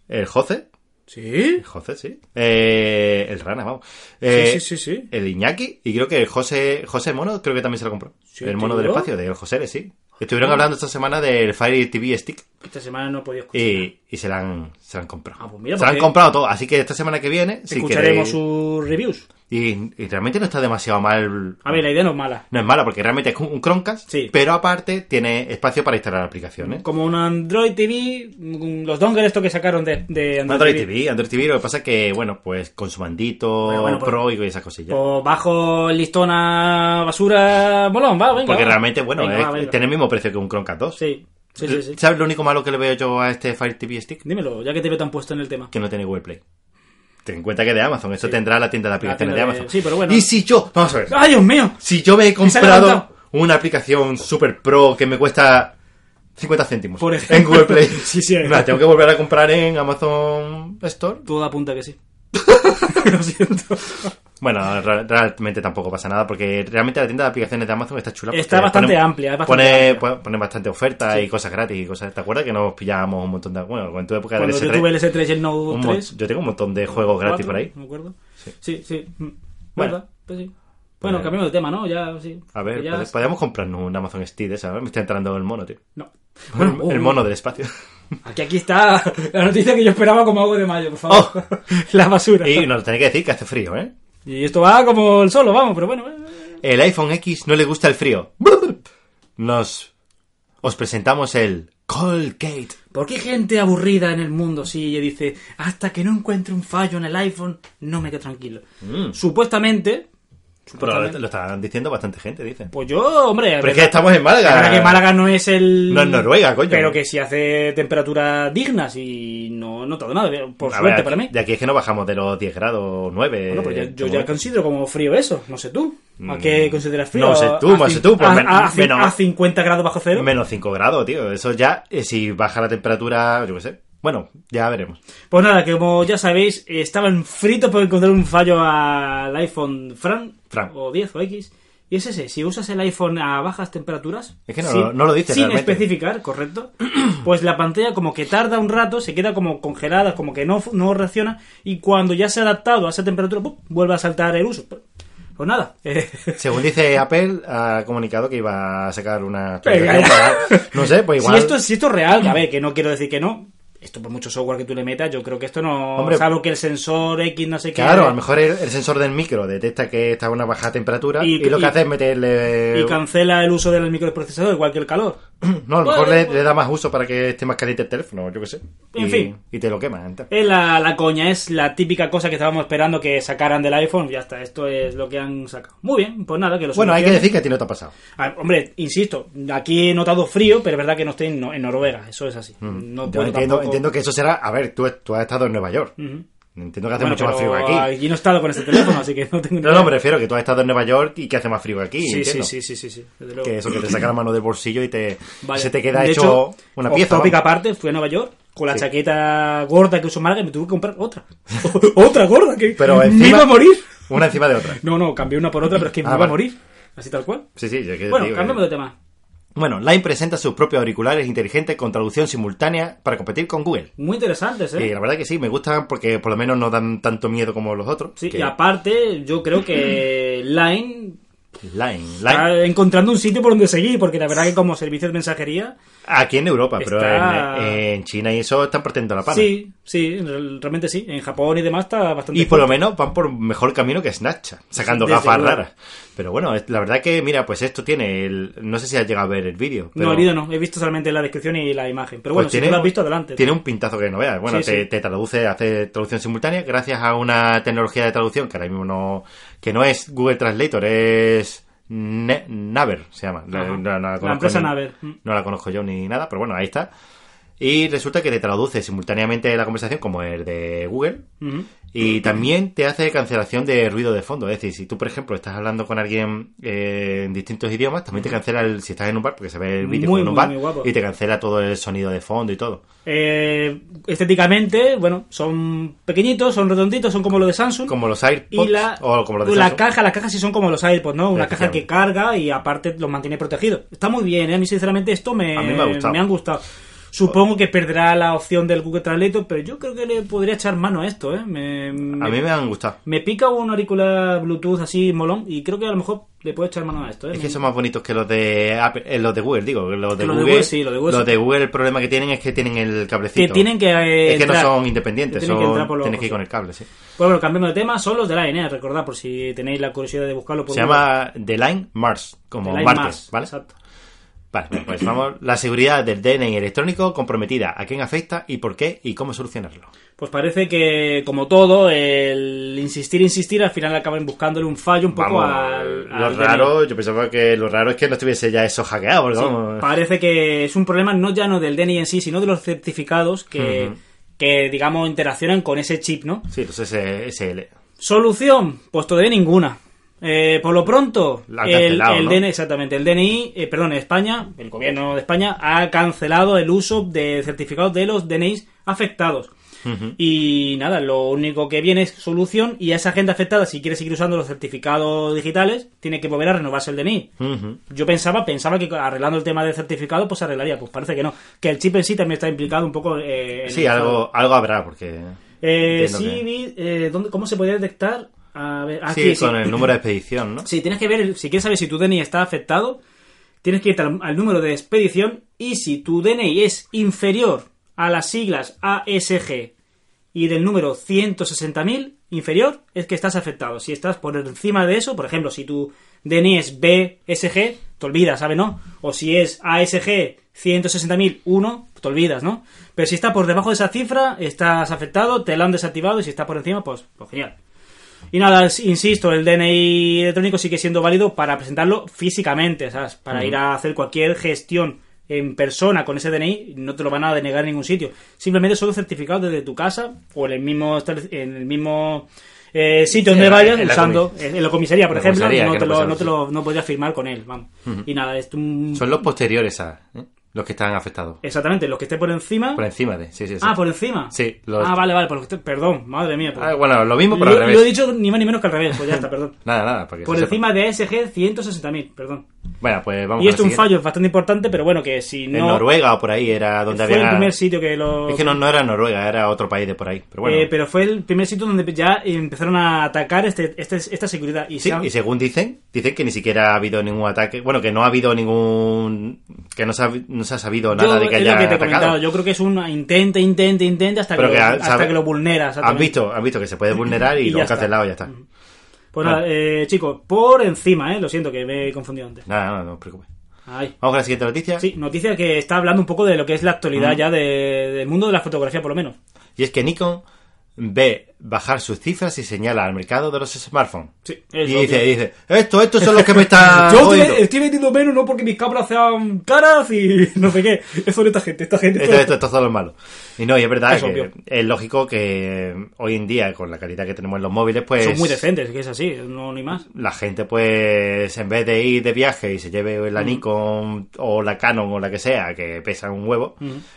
[SPEAKER 3] ¿El Jose?
[SPEAKER 4] ¿Sí?
[SPEAKER 3] El Jose, sí. Eh, el Rana, vamos. Eh,
[SPEAKER 4] sí, sí, sí.
[SPEAKER 3] El Iñaki y creo que el José, José Mono creo que también se lo compró.
[SPEAKER 4] Sí, Ah.
[SPEAKER 3] el Mono del
[SPEAKER 4] tío.
[SPEAKER 3] Espacio, de El José, sí. Estuvieron hablando esta semana del Fire TV Stick
[SPEAKER 4] Esta semana no he podido escuchar.
[SPEAKER 3] y, y se la han, se la han comprado.
[SPEAKER 4] Ah, pues mira,
[SPEAKER 3] se la han
[SPEAKER 4] porque-
[SPEAKER 3] comprado todo. Así que esta semana que viene, si
[SPEAKER 4] Escucharemos
[SPEAKER 3] queréis-
[SPEAKER 4] sus reviews.
[SPEAKER 3] y, y realmente no está demasiado mal
[SPEAKER 4] A ver, la idea no es mala.
[SPEAKER 3] No es mala, porque realmente es un Chromecast,
[SPEAKER 4] Sí.
[SPEAKER 3] pero aparte tiene espacio para instalar aplicaciones.
[SPEAKER 4] Como un Android TV, mm, los dongles estos que sacaron de, de Android,
[SPEAKER 3] Android
[SPEAKER 4] TV.
[SPEAKER 3] TV, Android TV, lo que pasa es que, bueno, pues con su mandito
[SPEAKER 4] Bueno, bueno, pues-
[SPEAKER 3] pro y esas cosillas.
[SPEAKER 4] O Pues bajo listona basura bolón, va, venga.
[SPEAKER 3] porque
[SPEAKER 4] va.
[SPEAKER 3] realmente, bueno, eh,
[SPEAKER 4] Venga,
[SPEAKER 3] es-
[SPEAKER 4] va, venga.
[SPEAKER 3] tiene el mismo precio que un Chromecast 2.
[SPEAKER 4] Sí, sí, sí, sí.
[SPEAKER 3] ¿Sabes lo único malo que le veo yo a este Fire TV Stick?
[SPEAKER 4] Dímelo, ya que te veo tan puesto en el tema.
[SPEAKER 3] Que no tiene Google Play. Ten en cuenta que de Amazon. Esto tendrá la tienda de aplicaciones de
[SPEAKER 4] tienda de-
[SPEAKER 3] Amazon.
[SPEAKER 4] sí, pero bueno.
[SPEAKER 3] Y si yo, vamos a ver,
[SPEAKER 4] ¡Ay, Dios mío!
[SPEAKER 3] si yo me he
[SPEAKER 4] se ha
[SPEAKER 3] comprado
[SPEAKER 4] levantado.
[SPEAKER 3] una aplicación super pro que me cuesta 50 céntimos
[SPEAKER 4] Por ejemplo.
[SPEAKER 3] en Google Play,
[SPEAKER 4] Sí, sí.
[SPEAKER 3] me la tengo que volver a comprar en Amazon Store.
[SPEAKER 4] Todo apunta que sí. Lo siento.
[SPEAKER 3] Bueno, re- realmente tampoco pasa nada porque realmente la tienda de aplicaciones de Amazon está chula. porque
[SPEAKER 4] Está bastante
[SPEAKER 3] ponen-
[SPEAKER 4] amplia, es bastante
[SPEAKER 3] pone,
[SPEAKER 4] amplia.
[SPEAKER 3] pone- pone bastante ofertas y cosas gratis y cosas. ¿Te acuerdas que nos pillábamos un montón de... Bueno, en tu época del
[SPEAKER 4] Cuando yo
[SPEAKER 3] S3,
[SPEAKER 4] tuve el S3 y el Note
[SPEAKER 3] un mon-
[SPEAKER 4] 3.
[SPEAKER 3] yo tengo un montón de juegos gratis por
[SPEAKER 4] cuatro,
[SPEAKER 3] ahí.
[SPEAKER 4] No me acuerdo.
[SPEAKER 3] Sí.
[SPEAKER 4] Sí, sí. mm,
[SPEAKER 3] Bueno.
[SPEAKER 4] ¿Verdad? Pues sí. Bueno,
[SPEAKER 3] Pues-
[SPEAKER 4] cambiamos de tema, ¿no? Ya, sí.
[SPEAKER 3] A ver, pues,
[SPEAKER 4] Ya-
[SPEAKER 3] pode- podríamos comprarnos un Amazon Steam, de esa, ¿eh? Me está entrando el mono, tío.
[SPEAKER 4] No.
[SPEAKER 3] el,
[SPEAKER 4] Bueno, uh,
[SPEAKER 3] el mono del espacio.
[SPEAKER 4] Aquí, aquí está la noticia que yo esperaba como agua de mayo, por favor. la basura.
[SPEAKER 3] Oh. y nos tenéis que decir que hace frío, ¿eh?
[SPEAKER 4] Y esto va como el solo, vamos, pero bueno. eh,
[SPEAKER 3] El iPhone X no le gusta el frío. Nos... Os presentamos el Colgate.
[SPEAKER 4] ¿Por qué gente aburrida en el mundo sigue dice, hasta que no encuentre un fallo en el iPhone, no me quedo tranquilo?
[SPEAKER 3] Mm.
[SPEAKER 4] Supuestamente...
[SPEAKER 3] Pero
[SPEAKER 4] supuestamente
[SPEAKER 3] lo están diciendo bastante gente, dicen.
[SPEAKER 4] pues yo, hombre...
[SPEAKER 3] Pero es que estamos en Málaga.
[SPEAKER 4] Ahora que Málaga no es el...
[SPEAKER 3] Eh, No es Noruega, coño.
[SPEAKER 4] Pero que sí hace temperaturas dignas y no he notado nada, por
[SPEAKER 3] A
[SPEAKER 4] suerte
[SPEAKER 3] ver,
[SPEAKER 4] para mí.
[SPEAKER 3] De aquí es que no bajamos de los 10 grados, 9.
[SPEAKER 4] Bueno, pues ya- yo ya considero como frío eso. No sé tú. ¿A
[SPEAKER 3] Mm,
[SPEAKER 4] qué consideras frío?
[SPEAKER 3] no sé tú,
[SPEAKER 4] ¿A
[SPEAKER 3] no
[SPEAKER 4] cin-
[SPEAKER 3] sé tú, pero
[SPEAKER 4] a-
[SPEAKER 3] men-
[SPEAKER 4] a, a cin-
[SPEAKER 3] menos-
[SPEAKER 4] a 50 grados bajo cero.
[SPEAKER 3] Menos 5 grados, tío. Eso ya, eh, si baja la temperatura, yo qué sé. Bueno, ya veremos.
[SPEAKER 4] Pues nada, que como ya sabéis, estaban fritos por encontrar un fallo al iPhone Fran,
[SPEAKER 3] Fran.
[SPEAKER 4] o 10 o X. Y es ese, si usas el iPhone a bajas temperaturas,
[SPEAKER 3] Es que no lo- no lo dice
[SPEAKER 4] sin
[SPEAKER 3] realmente.
[SPEAKER 4] especificar, correcto, pues la pantalla como que tarda un rato, se queda como congelada, como que no, fu- no reacciona, y cuando ya se ha adaptado a esa temperatura, ¡pum!, vuelve a saltar el uso. Pues nada,
[SPEAKER 3] Según dice Apple, ha comunicado que iba a sacar una.
[SPEAKER 4] Venga, ya.
[SPEAKER 3] No sé, pues igual.
[SPEAKER 4] Si esto, si esto es real, que a ver, que no quiero decir que no. Esto por mucho software que tú le metas, yo creo que esto no...
[SPEAKER 3] Hombre,
[SPEAKER 4] salvo que el sensor X no sé qué...
[SPEAKER 3] Claro, a lo mejor el, el sensor del micro detecta que está a una baja temperatura y,
[SPEAKER 4] Y-
[SPEAKER 3] lo que
[SPEAKER 4] y-
[SPEAKER 3] hace es meterle.
[SPEAKER 4] Y cancela el uso del microprocesador, igual que el calor.
[SPEAKER 3] No, a lo mejor
[SPEAKER 4] Bueno,
[SPEAKER 3] le,
[SPEAKER 4] bueno.
[SPEAKER 3] le da más uso para que esté más caliente el teléfono, yo qué sé.
[SPEAKER 4] En
[SPEAKER 3] y,
[SPEAKER 4] fin.
[SPEAKER 3] Y te lo quema. entonces.
[SPEAKER 4] Es la, la coña, es la típica cosa que estábamos esperando que sacaran del iPhone. Ya está, esto es lo que han sacado. Muy bien, pues nada, que lo
[SPEAKER 3] Bueno, hay que
[SPEAKER 4] solucionen.
[SPEAKER 3] decir que a ti no te ha pasado.
[SPEAKER 4] Ah, hombre, insisto, aquí he notado frío, pero es verdad que no estoy en, Nor- en Noruega, eso es así. No
[SPEAKER 3] Mm. Yo
[SPEAKER 4] puedo
[SPEAKER 3] entiendo,
[SPEAKER 4] tampoco-
[SPEAKER 3] entiendo que eso será. A ver, tú, tú has estado en Nueva York. Entiendo que hace
[SPEAKER 4] Bueno,
[SPEAKER 3] mucho más
[SPEAKER 4] pero
[SPEAKER 3] frío que aquí.
[SPEAKER 4] no he estado con este teléfono, así que no tengo ni
[SPEAKER 3] No,
[SPEAKER 4] idea.
[SPEAKER 3] no, me refiero que tú has estado en Nueva York y que hace más frío que aquí.
[SPEAKER 4] Sí, sí,
[SPEAKER 3] entiendo.
[SPEAKER 4] sí, sí, sí, sí, desde luego.
[SPEAKER 3] Que eso que te saca la mano del bolsillo y te
[SPEAKER 4] Vaya.
[SPEAKER 3] se te queda
[SPEAKER 4] De
[SPEAKER 3] hecho,
[SPEAKER 4] hecho,
[SPEAKER 3] una
[SPEAKER 4] off
[SPEAKER 3] pieza.
[SPEAKER 4] topic
[SPEAKER 3] vamos.
[SPEAKER 4] aparte, fui a Nueva York con la
[SPEAKER 3] Sí.
[SPEAKER 4] chaqueta gorda que uso en Málaga y me tuve que comprar otra. otra gorda que
[SPEAKER 3] Pero
[SPEAKER 4] me
[SPEAKER 3] encima-
[SPEAKER 4] iba a morir.
[SPEAKER 3] Una encima de otra.
[SPEAKER 4] No, no, cambié una por otra, pero es que me
[SPEAKER 3] Ah,
[SPEAKER 4] iba
[SPEAKER 3] vale.
[SPEAKER 4] a morir. Así tal cual.
[SPEAKER 3] Sí, sí, yo que te
[SPEAKER 4] Bueno,
[SPEAKER 3] digo que-
[SPEAKER 4] cambiamos de tema.
[SPEAKER 3] Bueno, Line presenta sus propios auriculares inteligentes con traducción simultánea para competir con Google.
[SPEAKER 4] Muy interesantes,
[SPEAKER 3] Y
[SPEAKER 4] ¿eh?
[SPEAKER 3] la verdad que sí, me gustan porque por lo menos no dan tanto miedo como los otros.
[SPEAKER 4] Sí,
[SPEAKER 3] que-
[SPEAKER 4] y aparte, yo creo que Line
[SPEAKER 3] Line, Line.
[SPEAKER 4] está encontrando un sitio por donde seguir, porque la verdad que como servicio de mensajería,
[SPEAKER 3] Aquí en Europa, pero
[SPEAKER 4] Está-
[SPEAKER 3] en, en China y eso están partiendo la pana.
[SPEAKER 4] sí, sí, realmente sí. En Japón y demás está bastante...
[SPEAKER 3] Y por lo
[SPEAKER 4] fuerte.
[SPEAKER 3] menos van por mejor camino que Snapchat, sacando
[SPEAKER 4] Desde
[SPEAKER 3] gafas
[SPEAKER 4] luego.
[SPEAKER 3] raras. Pero bueno, es- la verdad que, mira, pues esto tiene el... No sé si has llegado a ver el vídeo. pero-
[SPEAKER 4] No, herido no, he visto solamente la descripción y la imagen. Pero bueno,
[SPEAKER 3] Pues
[SPEAKER 4] si tú lo has visto, adelante.
[SPEAKER 3] Tiene un pintazo que no veas. Bueno,
[SPEAKER 4] Sí,
[SPEAKER 3] te,
[SPEAKER 4] sí.
[SPEAKER 3] te traduce, hace traducción simultánea gracias a una tecnología de traducción que ahora mismo no... Que no es Google Translator, es... Ne- Naver se llama. La,
[SPEAKER 4] Ajá.
[SPEAKER 3] no- no
[SPEAKER 4] La
[SPEAKER 3] conozco
[SPEAKER 4] empresa
[SPEAKER 3] ni-
[SPEAKER 4] Naver. Mm.
[SPEAKER 3] No la conozco yo ni nada, pero bueno, ahí está. Y resulta que te traduce simultáneamente la conversación como el de Google.
[SPEAKER 4] Ujú.
[SPEAKER 3] Y también te hace cancelación de ruido de fondo. Es decir, si tú, por ejemplo, estás hablando con alguien eh, en distintos idiomas, también te cancela el, si estás en un bar, porque se ve el vídeo
[SPEAKER 4] Muy,
[SPEAKER 3] en un
[SPEAKER 4] muy,
[SPEAKER 3] bar,
[SPEAKER 4] muy guapo.
[SPEAKER 3] y te cancela todo el sonido de fondo y todo.
[SPEAKER 4] Eh, estéticamente, bueno, son pequeñitos, son redonditos, son como lo de Samsung.
[SPEAKER 3] Como los AirPods
[SPEAKER 4] y la,
[SPEAKER 3] o como los de
[SPEAKER 4] la
[SPEAKER 3] Samsung.
[SPEAKER 4] caja, las cajas sí son como los iPods, ¿no? Una caja
[SPEAKER 3] Efectivamente.
[SPEAKER 4] que carga y aparte los mantiene protegidos. Está muy bien, ¿eh? A mí sinceramente esto me,
[SPEAKER 3] A mí me ha gustado.
[SPEAKER 4] han gustado. Supongo que perderá la opción del Google Translator, pero yo creo que le podría echar mano a esto, ¿eh? Me,
[SPEAKER 3] A mí me han gustado.
[SPEAKER 4] me pica un auricular Bluetooth así molón y creo que a lo mejor le puedo echar mano a esto, ¿eh?
[SPEAKER 3] Es
[SPEAKER 4] Me-
[SPEAKER 3] que son más bonitos que los de Apple- eh, los de Google, digo, los de,
[SPEAKER 4] Los de
[SPEAKER 3] Google,
[SPEAKER 4] Google sí, los de Google
[SPEAKER 3] los
[SPEAKER 4] sí.
[SPEAKER 3] de Google el problema que tienen es que tienen el cablecito.
[SPEAKER 4] Que tienen que,
[SPEAKER 3] es
[SPEAKER 4] eh,
[SPEAKER 3] que no
[SPEAKER 4] entrar.
[SPEAKER 3] son independientes,
[SPEAKER 4] Que tienen que
[SPEAKER 3] son-
[SPEAKER 4] entrar por los
[SPEAKER 3] tienes que ir
[SPEAKER 4] ojos,
[SPEAKER 3] con el cable, sí.
[SPEAKER 4] Bueno, bueno, cambiando de tema, son los de Line, ¿eh? Recordad, por si tenéis la curiosidad de buscarlo. Por
[SPEAKER 3] Se
[SPEAKER 4] Google.
[SPEAKER 3] llama The Line Mars, como
[SPEAKER 4] Line
[SPEAKER 3] martes,
[SPEAKER 4] Mars,
[SPEAKER 3] ¿vale?
[SPEAKER 4] E Exacto.
[SPEAKER 3] Vale, bueno, pues vamos. La seguridad del DNI electrónico comprometida. ¿A quién afecta y por qué y cómo solucionarlo?
[SPEAKER 4] Pues parece que, como todo, el insistir, insistir, al final acaban buscándole un fallo un poco al,
[SPEAKER 3] lo
[SPEAKER 4] al
[SPEAKER 3] raro, yo pensaba que lo raro es que no estuviese ya eso hackeado. porque
[SPEAKER 4] DNI. Sí,
[SPEAKER 3] vamos,
[SPEAKER 4] parece que es un problema no ya no del DNI en sí, sino de los certificados que, que, digamos, interaccionan con ese chip, ¿no?
[SPEAKER 3] Sí, pues los SL.
[SPEAKER 4] Solución, pues todavía ninguna. Eh, por lo pronto,
[SPEAKER 3] La ha
[SPEAKER 4] el,
[SPEAKER 3] cancelado,
[SPEAKER 4] el
[SPEAKER 3] ¿no?
[SPEAKER 4] DNI, exactamente, el DNI, eh, perdón, España, el gobierno de España ha cancelado el uso de certificados de los DNIs afectados. Y nada, lo único que viene es solución y esa gente afectada, si quiere seguir usando los certificados digitales, tiene que volver a renovarse el DNI.
[SPEAKER 3] Ujú.
[SPEAKER 4] Yo pensaba, pensaba que arreglando el tema del certificado, pues se arreglaría, pues parece que no. Que el chip en sí también está implicado un poco. eh, en
[SPEAKER 3] Sí,
[SPEAKER 4] el-
[SPEAKER 3] algo, algo habrá, porque.
[SPEAKER 4] Eh,
[SPEAKER 3] entiendo
[SPEAKER 4] sí,
[SPEAKER 3] que-
[SPEAKER 4] vi, eh, ¿dónde- ¿cómo se podía detectar? A ver, ah,
[SPEAKER 3] Sí,
[SPEAKER 4] aquí, sí.
[SPEAKER 3] con el número de expedición, ¿no?
[SPEAKER 4] Sí, tienes que ver, el- si quieres saber si tu DNI está afectado, tienes que irte al, al número de expedición y si tu DNI es inferior a las siglas ASG y del número 160.000 inferior, es que estás afectado. Si estás por encima de eso, por ejemplo, si tu DNI es BSG, te olvidas, ¿sabes? ¿No? O si es ASG 160.001, te olvidas, ¿no? Pero si está por debajo de esa cifra, estás afectado, te la han desactivado y si está por encima, pues, pues genial. Y nada, es- insisto, el DNI electrónico sigue siendo válido para presentarlo físicamente, ¿sabes? Para ir a hacer cualquier gestión en persona con ese DNI, no te lo van a denegar en ningún sitio. Simplemente solo certificado desde tu casa o en el mismo, establ- en el mismo eh,
[SPEAKER 3] Sí,
[SPEAKER 4] sitio donde
[SPEAKER 3] en la-
[SPEAKER 4] vayas,
[SPEAKER 3] en la
[SPEAKER 4] usando
[SPEAKER 3] comis-
[SPEAKER 4] en en la comisaría, por
[SPEAKER 3] La
[SPEAKER 4] ejemplo,
[SPEAKER 3] comisaría,
[SPEAKER 4] no,
[SPEAKER 3] que
[SPEAKER 4] te
[SPEAKER 3] no
[SPEAKER 4] lo,
[SPEAKER 3] pasa
[SPEAKER 4] no
[SPEAKER 3] nada.
[SPEAKER 4] te lo no podrías firmar con él, vamos. Y nada, es un...
[SPEAKER 3] Son los posteriores a. ¿eh? Los que están afectados.
[SPEAKER 4] Exactamente, los que estén por encima...
[SPEAKER 3] Por encima de. Sí, sí, sí.
[SPEAKER 4] Ah, por encima.
[SPEAKER 3] Sí, los-
[SPEAKER 4] Ah, vale, vale, por los que estén- perdón, madre mía.
[SPEAKER 3] Ah,
[SPEAKER 4] perdón.
[SPEAKER 3] bueno, lo mismo, pero
[SPEAKER 4] lo,
[SPEAKER 3] al revés.
[SPEAKER 4] lo he dicho ni más ni menos que al revés, pues ya está, perdón.
[SPEAKER 3] Nada, nada. Para que
[SPEAKER 4] Por
[SPEAKER 3] se
[SPEAKER 4] encima de SG 160.000, perdón.
[SPEAKER 3] sepa. Bueno, pues vamos
[SPEAKER 4] Y
[SPEAKER 3] con el
[SPEAKER 4] esto es un
[SPEAKER 3] siguiente.
[SPEAKER 4] fallo bastante importante, pero bueno, que si no...
[SPEAKER 3] En Noruega o por ahí era donde
[SPEAKER 4] Fue el
[SPEAKER 3] había.
[SPEAKER 4] primer sitio que lo...
[SPEAKER 3] Es que no, no era Noruega, era otro país de por ahí. Pero bueno.
[SPEAKER 4] Eh, pero fue el primer sitio donde ya empezaron a atacar este, este- esta seguridad. Y
[SPEAKER 3] Sí,
[SPEAKER 4] se han-
[SPEAKER 3] y según dicen, dicen que ni siquiera ha habido ningún ataque. Bueno, que no ha habido ningún. que no se ha, no se ha sabido
[SPEAKER 4] Yo-
[SPEAKER 3] nada de que
[SPEAKER 4] es lo
[SPEAKER 3] haya
[SPEAKER 4] que te he
[SPEAKER 3] atacado.
[SPEAKER 4] comentado. Yo creo que es un intente, intente, intente hasta que,
[SPEAKER 3] Pero
[SPEAKER 4] lo,
[SPEAKER 3] que ha-
[SPEAKER 4] hasta
[SPEAKER 3] sabe-
[SPEAKER 4] que lo vulneras.
[SPEAKER 3] Han
[SPEAKER 4] exactamente.
[SPEAKER 3] visto, han visto que se puede vulnerar y,
[SPEAKER 4] Y
[SPEAKER 3] lo
[SPEAKER 4] ya
[SPEAKER 3] han
[SPEAKER 4] está.
[SPEAKER 3] cancelado y ya está.
[SPEAKER 4] Pues
[SPEAKER 3] Ah.
[SPEAKER 4] nada, eh, chicos, por encima, eh, lo siento que me he confundido antes.
[SPEAKER 3] Nada, nada, no os preocupes.
[SPEAKER 4] Ay.
[SPEAKER 3] Vamos con la siguiente noticia.
[SPEAKER 4] Sí, noticia que está hablando un poco de lo que es la actualidad ya de- del mundo de la fotografía, por lo menos.
[SPEAKER 3] Y es que Nikon ve bajar sus cifras y señala al mercado de los smartphones.
[SPEAKER 4] Sí,
[SPEAKER 3] y
[SPEAKER 4] es obvio.
[SPEAKER 3] dice, dice, esto, estos son los que me están
[SPEAKER 4] Yo
[SPEAKER 3] jodiendo.
[SPEAKER 4] estoy, estoy vendiendo menos no porque mis cámaras sean caras y no sé qué. Eso de esta gente, esta gente.
[SPEAKER 3] Esto, esto, esto son los malos. Y no, y es verdad
[SPEAKER 4] Es
[SPEAKER 3] que
[SPEAKER 4] obvio.
[SPEAKER 3] es lógico que eh, hoy en día, con la calidad que tenemos en los móviles, pues...
[SPEAKER 4] Son muy decentes, que es así, no ni más.
[SPEAKER 3] la gente pues en vez de ir de viaje y se lleve la Nikon o la Canon o la que sea que pesa un huevo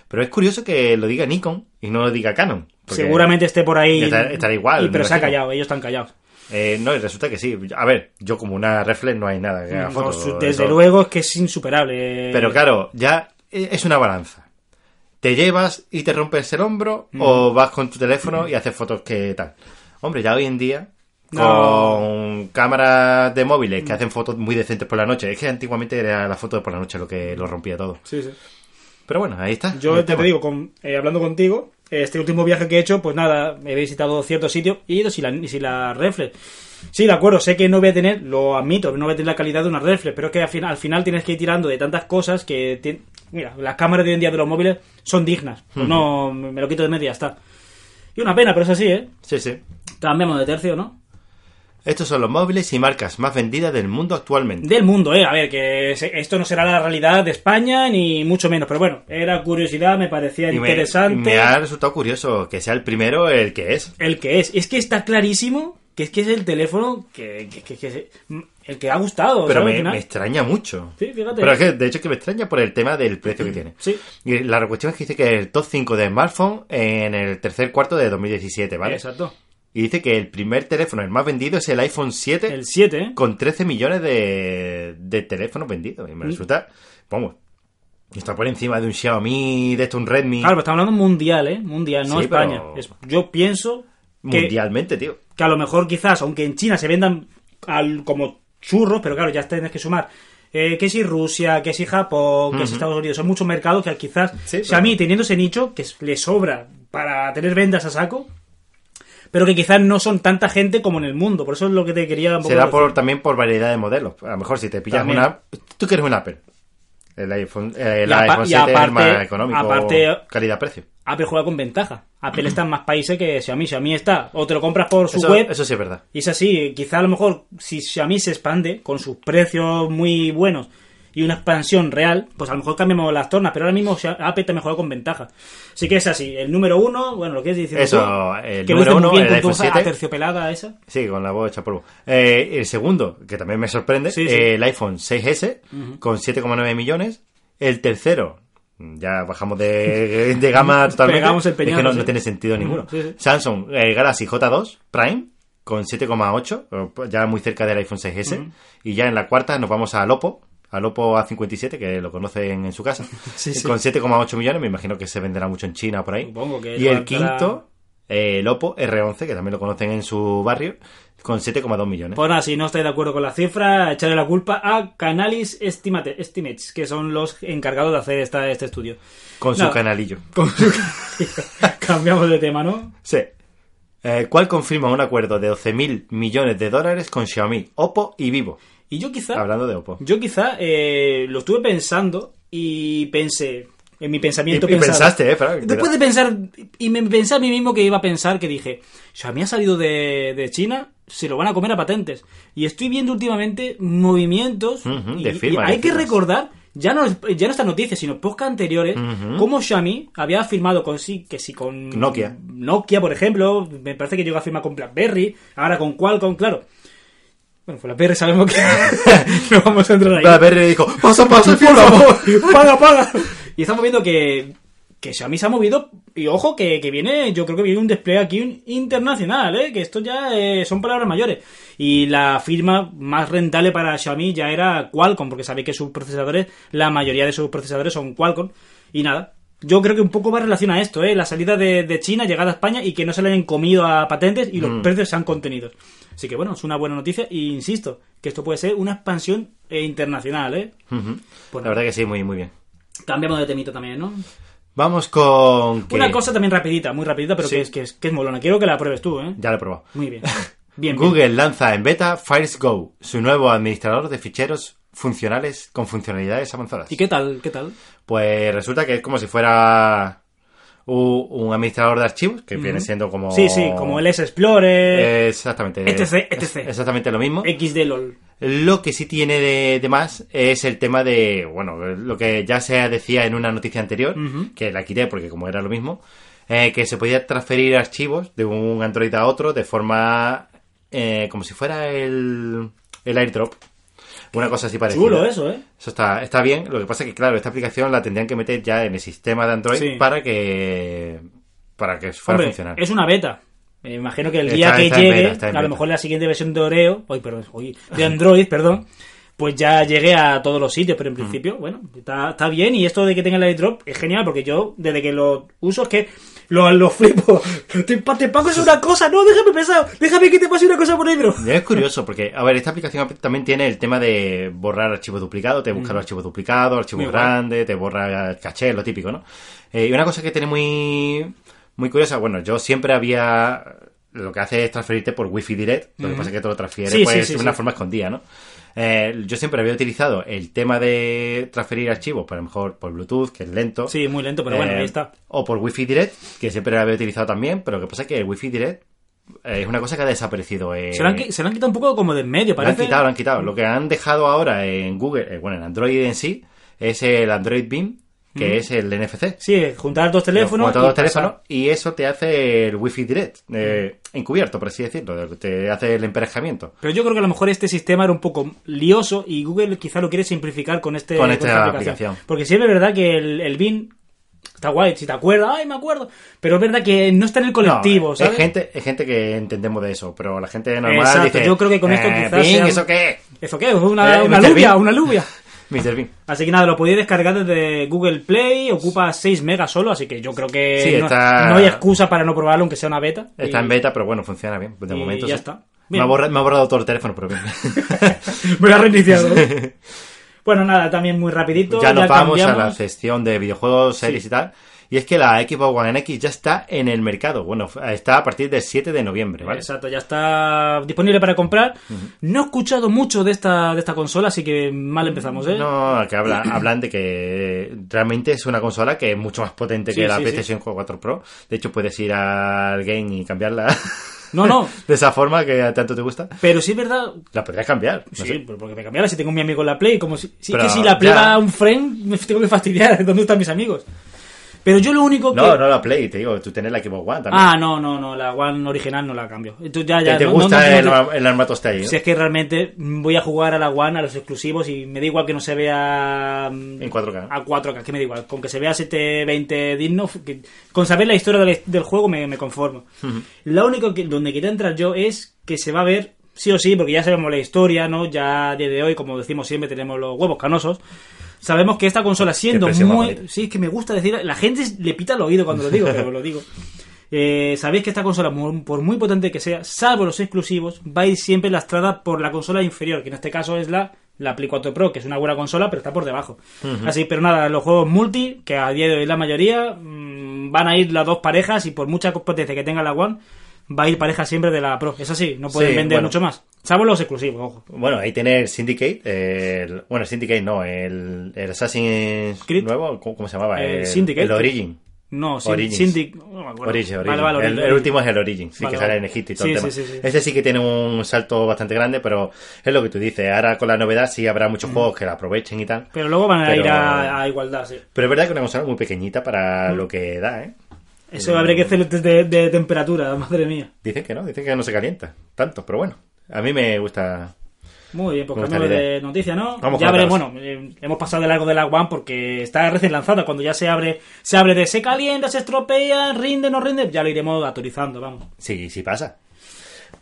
[SPEAKER 3] pero es curioso que lo diga Nikon y no lo diga Canon porque,
[SPEAKER 4] Seguramente esté por ahí.
[SPEAKER 3] Estará- estará igual,
[SPEAKER 4] y-
[SPEAKER 3] me
[SPEAKER 4] pero se ha
[SPEAKER 3] imagino.
[SPEAKER 4] callado, ellos están callados.
[SPEAKER 3] eh, no y resulta que sí a ver yo como una reflex no hay nada que haga
[SPEAKER 4] No,
[SPEAKER 3] fotos,
[SPEAKER 4] su- desde
[SPEAKER 3] eso.
[SPEAKER 4] luego es que es insuperable.
[SPEAKER 3] pero claro ya eh, es una balanza te llevas y te rompes el hombro
[SPEAKER 4] Mm.
[SPEAKER 3] o vas con tu teléfono y haces fotos que tal hombre ya hoy en día
[SPEAKER 4] No. Mm.
[SPEAKER 3] con cámaras de móviles que hacen fotos muy decentes por la noche. Es que antiguamente era la foto de por la noche lo que lo rompía todo.
[SPEAKER 4] Sí, sí.
[SPEAKER 3] Pero bueno, ahí está.
[SPEAKER 4] Yo
[SPEAKER 3] el
[SPEAKER 4] te,
[SPEAKER 3] tema.
[SPEAKER 4] digo, con- eh, hablando contigo, este último viaje que he hecho, pues nada, he visitado ciertos sitios y he ido sin la, y sin la reflex. Sí, de acuerdo, sé que no voy a tener, lo admito, no voy a tener la calidad de una reflex, pero es que al, fin- al final tienes que ir tirando de tantas cosas que... ti- mira, las cámaras de hoy en día de los móviles son dignas. Pues no, me me lo quito de media, está. Y una pena, pero es así, ¿eh?
[SPEAKER 3] Sí, sí.
[SPEAKER 4] Cambiamos de tercio, ¿no?
[SPEAKER 3] Estos son los móviles y marcas más vendidas del mundo actualmente.
[SPEAKER 4] Del mundo, ¿eh? A ver, que se- esto no será la realidad de España, ni mucho menos, pero bueno, era curiosidad, me parecía
[SPEAKER 3] Y me-
[SPEAKER 4] interesante.
[SPEAKER 3] Me, ha resultado curioso que sea el primero el que es.
[SPEAKER 4] El que es. Es que está clarísimo que es que es el teléfono que, que- que- que se- el que ha gustado.
[SPEAKER 3] Pero
[SPEAKER 4] ¿sabes?
[SPEAKER 3] me,
[SPEAKER 4] Al final.
[SPEAKER 3] me extraña mucho.
[SPEAKER 4] Sí, fíjate. Mm,
[SPEAKER 3] Pero es que, de hecho, que me extraña por el tema del precio que tiene.
[SPEAKER 4] Sí.
[SPEAKER 3] Y la cuestión es que dice que el top 5 de smartphone en el tercer cuarto de 2017, ¿vale?
[SPEAKER 4] Exacto.
[SPEAKER 3] Y dice que el primer teléfono, el más vendido, es el iPhone 7,
[SPEAKER 4] El 7, ¿eh?
[SPEAKER 3] con 13 millones de, de teléfonos vendidos.
[SPEAKER 4] Mm.
[SPEAKER 3] Y me resulta, vamos, está por encima de un Xiaomi, de esto, un Redmi,
[SPEAKER 4] Claro, pero estamos hablando mundial, ¿eh? Mundial, no
[SPEAKER 3] Sí,
[SPEAKER 4] España.
[SPEAKER 3] pero-
[SPEAKER 4] Es- yo pienso que,
[SPEAKER 3] mundialmente, tío.
[SPEAKER 4] que a lo mejor quizás, aunque en China se vendan al- como churros, pero claro, ya tienes que sumar. eh, que si Rusia, que si Japón, que si Estados Unidos, son muchos mercados que quizás
[SPEAKER 3] Sí, pero-
[SPEAKER 4] Xiaomi teniendo ese nicho que le sobra para tener ventas a saco, pero que quizás no son tanta gente como en el mundo, por eso es lo que te quería un poco
[SPEAKER 3] Será
[SPEAKER 4] decir.
[SPEAKER 3] por, también por variedad de modelos. A lo mejor si te pillas
[SPEAKER 4] También.
[SPEAKER 3] una... Tú quieres un Apple. El iPhone, eh, el
[SPEAKER 4] Y apa-
[SPEAKER 3] iPhone
[SPEAKER 4] y
[SPEAKER 3] 7 es el
[SPEAKER 4] aparte-
[SPEAKER 3] más económico.
[SPEAKER 4] aparte-
[SPEAKER 3] Calidad-precio.
[SPEAKER 4] Apple juega con ventaja. Apple está en más países que Xiaomi. Xiaomi está. O te lo compras por su
[SPEAKER 3] Eso,
[SPEAKER 4] web.
[SPEAKER 3] eso sí es verdad.
[SPEAKER 4] Y es así. Quizá a lo mejor si Xiaomi se expande con sus precios muy buenos y una expansión real, pues a lo mejor cambiamos las tornas, pero ahora mismo o sea, Apple te mejoró con ventaja. Así que es así, el número uno, bueno, lo que es diciendo
[SPEAKER 3] Eso,
[SPEAKER 4] tú,
[SPEAKER 3] el
[SPEAKER 4] que
[SPEAKER 3] número
[SPEAKER 4] luce muy
[SPEAKER 3] uno,
[SPEAKER 4] bien
[SPEAKER 3] el
[SPEAKER 4] con
[SPEAKER 3] iPhone
[SPEAKER 4] tu hoja
[SPEAKER 3] 7.
[SPEAKER 4] aterciopelada esa.
[SPEAKER 3] Sí, con la voz hecha polvo. Eh, el segundo, que también me sorprende,
[SPEAKER 4] Sí, sí.
[SPEAKER 3] eh, el iPhone 6S con 7,9 millones. El tercero, ya bajamos de, de gama totalmente.
[SPEAKER 4] Pegamos el peñazo,
[SPEAKER 3] es que no,
[SPEAKER 4] sí.
[SPEAKER 3] no tiene sentido ninguno.
[SPEAKER 4] Sí, sí.
[SPEAKER 3] Samsung eh, Galaxy J2 Prime con 7,8, eh, ya muy cerca del iPhone 6S. Y ya en la cuarta nos vamos a Oppo. Al Oppo A57, que lo conocen en su casa, Eh,
[SPEAKER 4] Sí, sí.
[SPEAKER 3] con 7,8 millones, me imagino que se venderá mucho en China o por ahí.
[SPEAKER 4] Supongo que
[SPEAKER 3] y el
[SPEAKER 4] levantará-
[SPEAKER 3] quinto, eh, el Oppo R11, que también lo conocen en su barrio, con 7,2 millones.
[SPEAKER 4] Pues nada, si no estáis de acuerdo con la cifra, echarle la culpa a Canalis Estimate, Estimates, que son los encargados de hacer esta, este estudio.
[SPEAKER 3] con su
[SPEAKER 4] nada.
[SPEAKER 3] canalillo.
[SPEAKER 4] Cambiamos de tema, ¿no?
[SPEAKER 3] Sí. Eh, ¿Cuál confirma un acuerdo de 11.000 millones de dólares con Xiaomi, Oppo y Vivo?
[SPEAKER 4] Y yo quizá...
[SPEAKER 3] Hablando de Oppo.
[SPEAKER 4] Yo quizá eh, lo estuve pensando y pensé, en mi pensamiento
[SPEAKER 3] Y- y
[SPEAKER 4] pensado-
[SPEAKER 3] pensaste, eh, Frank,
[SPEAKER 4] Después
[SPEAKER 3] pero-
[SPEAKER 4] de pensar, y me pensé a mí mismo que iba a pensar, que dije, Xiaomi ha salido de, de China, se lo van a comer a patentes. Y estoy viendo últimamente movimientos,
[SPEAKER 3] Ujú,
[SPEAKER 4] y-
[SPEAKER 3] de
[SPEAKER 4] y
[SPEAKER 3] firma, de
[SPEAKER 4] hay que
[SPEAKER 3] firmas.
[SPEAKER 4] recordar, ya no, ya no estas noticias, sino podcast anteriores, cómo Xiaomi había firmado con sí, que sí con
[SPEAKER 3] Nokia.
[SPEAKER 4] Nokia, por ejemplo, me parece que llegó a firmar con BlackBerry, ahora con Qualcomm, claro. Bueno, con BlackBerry sabemos que no vamos a entrar ahí.
[SPEAKER 3] La Berry dijo, pasa, pasa, por favor.
[SPEAKER 4] ¡Paga, paga! Y estamos viendo que, que Xiaomi se ha movido. Y ojo, que, que viene, yo creo que viene un despliegue aquí internacional, ¿eh? Que esto ya eh, son palabras mayores. Y la firma más rentable para Xiaomi ya era Qualcomm, porque sabéis que sus procesadores, la mayoría de sus procesadores son Qualcomm. Y nada. Yo creo que un poco va en relación a esto, ¿eh? La salida de, de China, llegada a España y que no se le hayan comido a patentes y
[SPEAKER 3] Mm.
[SPEAKER 4] los precios se han contenido. Así que bueno, es una buena noticia e insisto, que esto puede ser una expansión eh, internacional, ¿eh? Pues
[SPEAKER 3] La verdad que sí, muy, muy bien.
[SPEAKER 4] Cambiamos de temito también, ¿no?
[SPEAKER 3] Vamos con... que-
[SPEAKER 4] Una cosa también rapidita, muy rapidita, pero
[SPEAKER 3] Sí.
[SPEAKER 4] que, es, que, es, que es molona. Quiero que la pruebes tú, ¿eh?
[SPEAKER 3] Ya lo he probado.
[SPEAKER 4] Muy bien. Bien, bien.
[SPEAKER 3] Google lanza en beta Files Go, su nuevo administrador de ficheros funcionales con funcionalidades avanzadas.
[SPEAKER 4] ¿Y qué tal? ¿Qué tal?
[SPEAKER 3] Pues resulta que es como si fuera u- un, administrador de archivos, que viene siendo como...
[SPEAKER 4] Sí, sí, como Este el S
[SPEAKER 3] Eh.
[SPEAKER 4] Explorer,
[SPEAKER 3] Exactamente.
[SPEAKER 4] etc, etc.
[SPEAKER 3] Exactamente lo mismo.
[SPEAKER 4] XD LOL.
[SPEAKER 3] Lo que sí tiene de, de más es el tema de, bueno, lo que ya se decía en una noticia anterior, que la quité porque como era lo mismo, eh, que se podía transferir archivos de un Android a otro de forma eh, como si fuera el, el airdrop. Una cosa así parecida.
[SPEAKER 4] Chulo eso, ¿eh?
[SPEAKER 3] Eso está, está bien. Lo que pasa es que, claro, esta aplicación la tendrían que meter ya en el sistema de Android
[SPEAKER 4] Sí.
[SPEAKER 3] para que para que fuera a
[SPEAKER 4] Hombre,
[SPEAKER 3] funcionar.
[SPEAKER 4] es una beta. Me imagino que el
[SPEAKER 3] Está-
[SPEAKER 4] día que
[SPEAKER 3] está en
[SPEAKER 4] llegue,
[SPEAKER 3] beta, está en
[SPEAKER 4] a lo
[SPEAKER 3] beta.
[SPEAKER 4] mejor la siguiente versión de Oreo, hoy, perdón, hoy, de Android, perdón, pues ya llegue a todos los sitios, pero en principio,
[SPEAKER 3] Mm.
[SPEAKER 4] bueno, está, está bien y esto de que tenga el airdrop es genial porque yo, desde que lo uso, es que lo, lo flipo. Te, pa- te pago es una cosa, no, déjame pensar, déjame que te pase una cosa por dentro.
[SPEAKER 3] Ya Es curioso, porque, a ver, esta aplicación también tiene el tema de borrar archivos duplicados, te busca los archivos duplicados, archivos
[SPEAKER 4] Mm. Muy guay.
[SPEAKER 3] grandes, te borra el caché, lo típico, ¿no? Eh, y una cosa que tiene muy, muy curiosa, bueno, yo siempre había... Lo que hace es transferirte por Wi-Fi Direct, lo que pasa es que te lo transfiere
[SPEAKER 4] Mm. Sí, sí,
[SPEAKER 3] pues,
[SPEAKER 4] sí,
[SPEAKER 3] de una
[SPEAKER 4] sí.
[SPEAKER 3] forma escondida, ¿no? Eh, yo siempre había utilizado el tema de transferir archivos, por a lo mejor por Bluetooth, que es lento.
[SPEAKER 4] Sí, muy lento, pero bueno,
[SPEAKER 3] Eh,
[SPEAKER 4] ahí está.
[SPEAKER 3] O por Wi-Fi Direct, que siempre lo había utilizado también, pero lo que pasa es que el Wi-Fi Direct eh, es una cosa que ha desaparecido. eh,
[SPEAKER 4] Se lo, han, qui- se lo han quitado un poco como del medio,
[SPEAKER 3] lo han
[SPEAKER 4] parece.
[SPEAKER 3] quitado, lo han quitado. Lo que han dejado ahora en Google, eh, bueno, en Android en sí, es el Android Beam, que es el NFC.
[SPEAKER 4] Sí, juntar dos teléfonos.
[SPEAKER 3] Como todos los
[SPEAKER 4] y pasar.
[SPEAKER 3] teléfonos, y eso te hace el Wi-Fi Direct, eh, encubierto, por así decirlo, te hace el emparejamiento.
[SPEAKER 4] Pero yo creo que a lo mejor este sistema era un poco lioso y Google quizá lo quiere simplificar con, este,
[SPEAKER 3] Con esta aplicación.
[SPEAKER 4] Porque sí es verdad que el, el BIN está guay, si te acuerdas, ay, me acuerdo. Pero es verdad que no está en el colectivo,
[SPEAKER 3] No, eh,
[SPEAKER 4] ¿sabes?
[SPEAKER 3] Es gente, es gente que entendemos de eso, pero la gente normal
[SPEAKER 4] Exacto,
[SPEAKER 3] dice,
[SPEAKER 4] yo creo que con esto
[SPEAKER 3] "Eh,
[SPEAKER 4] quizás
[SPEAKER 3] Bing,
[SPEAKER 4] sea un-
[SPEAKER 3] ¿eso qué?
[SPEAKER 4] ¿Eso qué? Una,
[SPEAKER 3] Eh,
[SPEAKER 4] una
[SPEAKER 3] Mr.
[SPEAKER 4] lluvia,
[SPEAKER 3] Bean.
[SPEAKER 4] una lluvia.
[SPEAKER 3] Mr. Bean.
[SPEAKER 4] Así que nada, lo podéis descargar desde Google Play, ocupa 6 megas solo, así que yo creo que
[SPEAKER 3] Sí,
[SPEAKER 4] no,
[SPEAKER 3] está-
[SPEAKER 4] no hay excusa para no probarlo, aunque sea una beta.
[SPEAKER 3] Está
[SPEAKER 4] Y-
[SPEAKER 3] en beta, pero bueno, funciona bien. De
[SPEAKER 4] y
[SPEAKER 3] momento
[SPEAKER 4] ya
[SPEAKER 3] sí.
[SPEAKER 4] está.
[SPEAKER 3] Me
[SPEAKER 4] Bien.
[SPEAKER 3] ha, borrado, me ha borrado todo el teléfono, pero bien.
[SPEAKER 4] Me lo ha reiniciado. bueno, nada, también muy rapidito.
[SPEAKER 3] ya nos vamos a la
[SPEAKER 4] cambiamos.
[SPEAKER 3] sección de videojuegos, series y tal. Y es que la Xbox One X ya está en el mercado. Bueno, f- está a partir del 7 de noviembre, ¿vale?
[SPEAKER 4] Exacto, ya está disponible para comprar. No he escuchado mucho de esta, de esta consola, así que mal empezamos, ¿eh?
[SPEAKER 3] No, que habla- hablan de que realmente es una consola que es mucho más potente
[SPEAKER 4] Sí,
[SPEAKER 3] que la
[SPEAKER 4] sí, sí.
[SPEAKER 3] PlayStation 4 Pro. De hecho, puedes ir al game y cambiarla
[SPEAKER 4] No, no.
[SPEAKER 3] de esa forma que a tanto te gusta.
[SPEAKER 4] Pero sí es verdad.
[SPEAKER 3] La podrías cambiar. no
[SPEAKER 4] Sí,
[SPEAKER 3] sé.
[SPEAKER 4] pero porque me cambiara si tengo mi amigo en la Play. Como si, sí,
[SPEAKER 3] Pero
[SPEAKER 4] que si la Play
[SPEAKER 3] ya.
[SPEAKER 4] va a un frame, me tengo que fastidiar. ¿Dónde están mis amigos? Pero yo lo único que.
[SPEAKER 3] No, no la Play, te digo, tú tenés la Xbox One también.
[SPEAKER 4] Ah, no, no, no, la One original no la cambio. Tú ya,
[SPEAKER 3] Que
[SPEAKER 4] ya,
[SPEAKER 3] te
[SPEAKER 4] no- no-
[SPEAKER 3] gusta
[SPEAKER 4] no- no-
[SPEAKER 3] el, arma- el armatoste ahí, ¿no?
[SPEAKER 4] Si es que realmente voy a jugar a la One, a los exclusivos, y me da igual que no se vea mm,
[SPEAKER 3] En 4K.
[SPEAKER 4] A 4K, que me da igual. Con que se vea 720 digno, f- que- con saber la historia del, del juego me, me conformo. Lo único que, donde quería entrar yo es que se va a ver, sí o sí, porque ya sabemos la historia, ¿no? Ya a día de hoy, como decimos siempre, tenemos los huevos canosos. Sabemos que esta consola siendo
[SPEAKER 3] precio más
[SPEAKER 4] muy...
[SPEAKER 3] bonito.
[SPEAKER 4] Sí, es que me gusta decir... La gente le pita el oído cuando lo digo, pero lo digo. Eh, Sabéis que esta consola, mu- por muy potente que sea, salvo los exclusivos, va a ir siempre lastrada por la consola inferior, que en este caso es la, la Play 4 Pro, que es una buena consola, pero está por debajo. Así, pero nada, los juegos multi, que a día de hoy la mayoría, mm, van a ir las dos parejas y por mucha potencia que tenga la One, va a ir pareja siempre de la Pro. Es así, no pueden
[SPEAKER 3] Sí,
[SPEAKER 4] vender
[SPEAKER 3] bueno.
[SPEAKER 4] mucho más. Salvo los exclusivos, ojo.
[SPEAKER 3] Bueno, ahí tenés Syndicate, el, bueno, Syndicate no, el, el Assassin's
[SPEAKER 4] Creed.
[SPEAKER 3] nuevo, ¿cómo, cómo se llamaba?
[SPEAKER 4] El Syndicate.
[SPEAKER 3] El Origin.
[SPEAKER 4] No, Sin-
[SPEAKER 3] Origins.
[SPEAKER 4] Syndic... no me acuerdo.
[SPEAKER 3] Origin,
[SPEAKER 4] Vale, vale,
[SPEAKER 3] Origin. El, el
[SPEAKER 4] Origin, Origin.
[SPEAKER 3] último es el Origin, sí,
[SPEAKER 4] Vale,
[SPEAKER 3] que
[SPEAKER 4] vale.
[SPEAKER 3] sale en Egipto y todo
[SPEAKER 4] Sí,
[SPEAKER 3] el tema.
[SPEAKER 4] sí, sí, sí.
[SPEAKER 3] Este sí que tiene un salto bastante grande, pero es lo que tú dices. Ahora con la novedad sí habrá muchos juegos que la aprovechen y tal.
[SPEAKER 4] Mm. Pero luego van a
[SPEAKER 3] Pero-
[SPEAKER 4] ir a, a igualdad, sí.
[SPEAKER 3] Pero es verdad que una consola muy pequeñita
[SPEAKER 4] Mm.
[SPEAKER 3] para lo que da, ¿eh?
[SPEAKER 4] Eso habría que hacerlo de, de temperatura, madre mía.
[SPEAKER 3] Dicen que no, dicen que no se calienta tanto, pero bueno, a mí me gusta.
[SPEAKER 4] Muy bien, pues
[SPEAKER 3] Me gusta
[SPEAKER 4] cambio
[SPEAKER 3] la idea.
[SPEAKER 4] de noticia, ¿no?
[SPEAKER 3] Vamos
[SPEAKER 4] ya
[SPEAKER 3] con
[SPEAKER 4] veremos,
[SPEAKER 3] otras.
[SPEAKER 4] bueno, eh, hemos pasado de largo de la One porque está recién lanzada. Cuando ya se abre, se abre de se calienta, se estropea, rinde, no rinde, ya lo iremos autorizando, vamos.
[SPEAKER 3] Sí, sí pasa.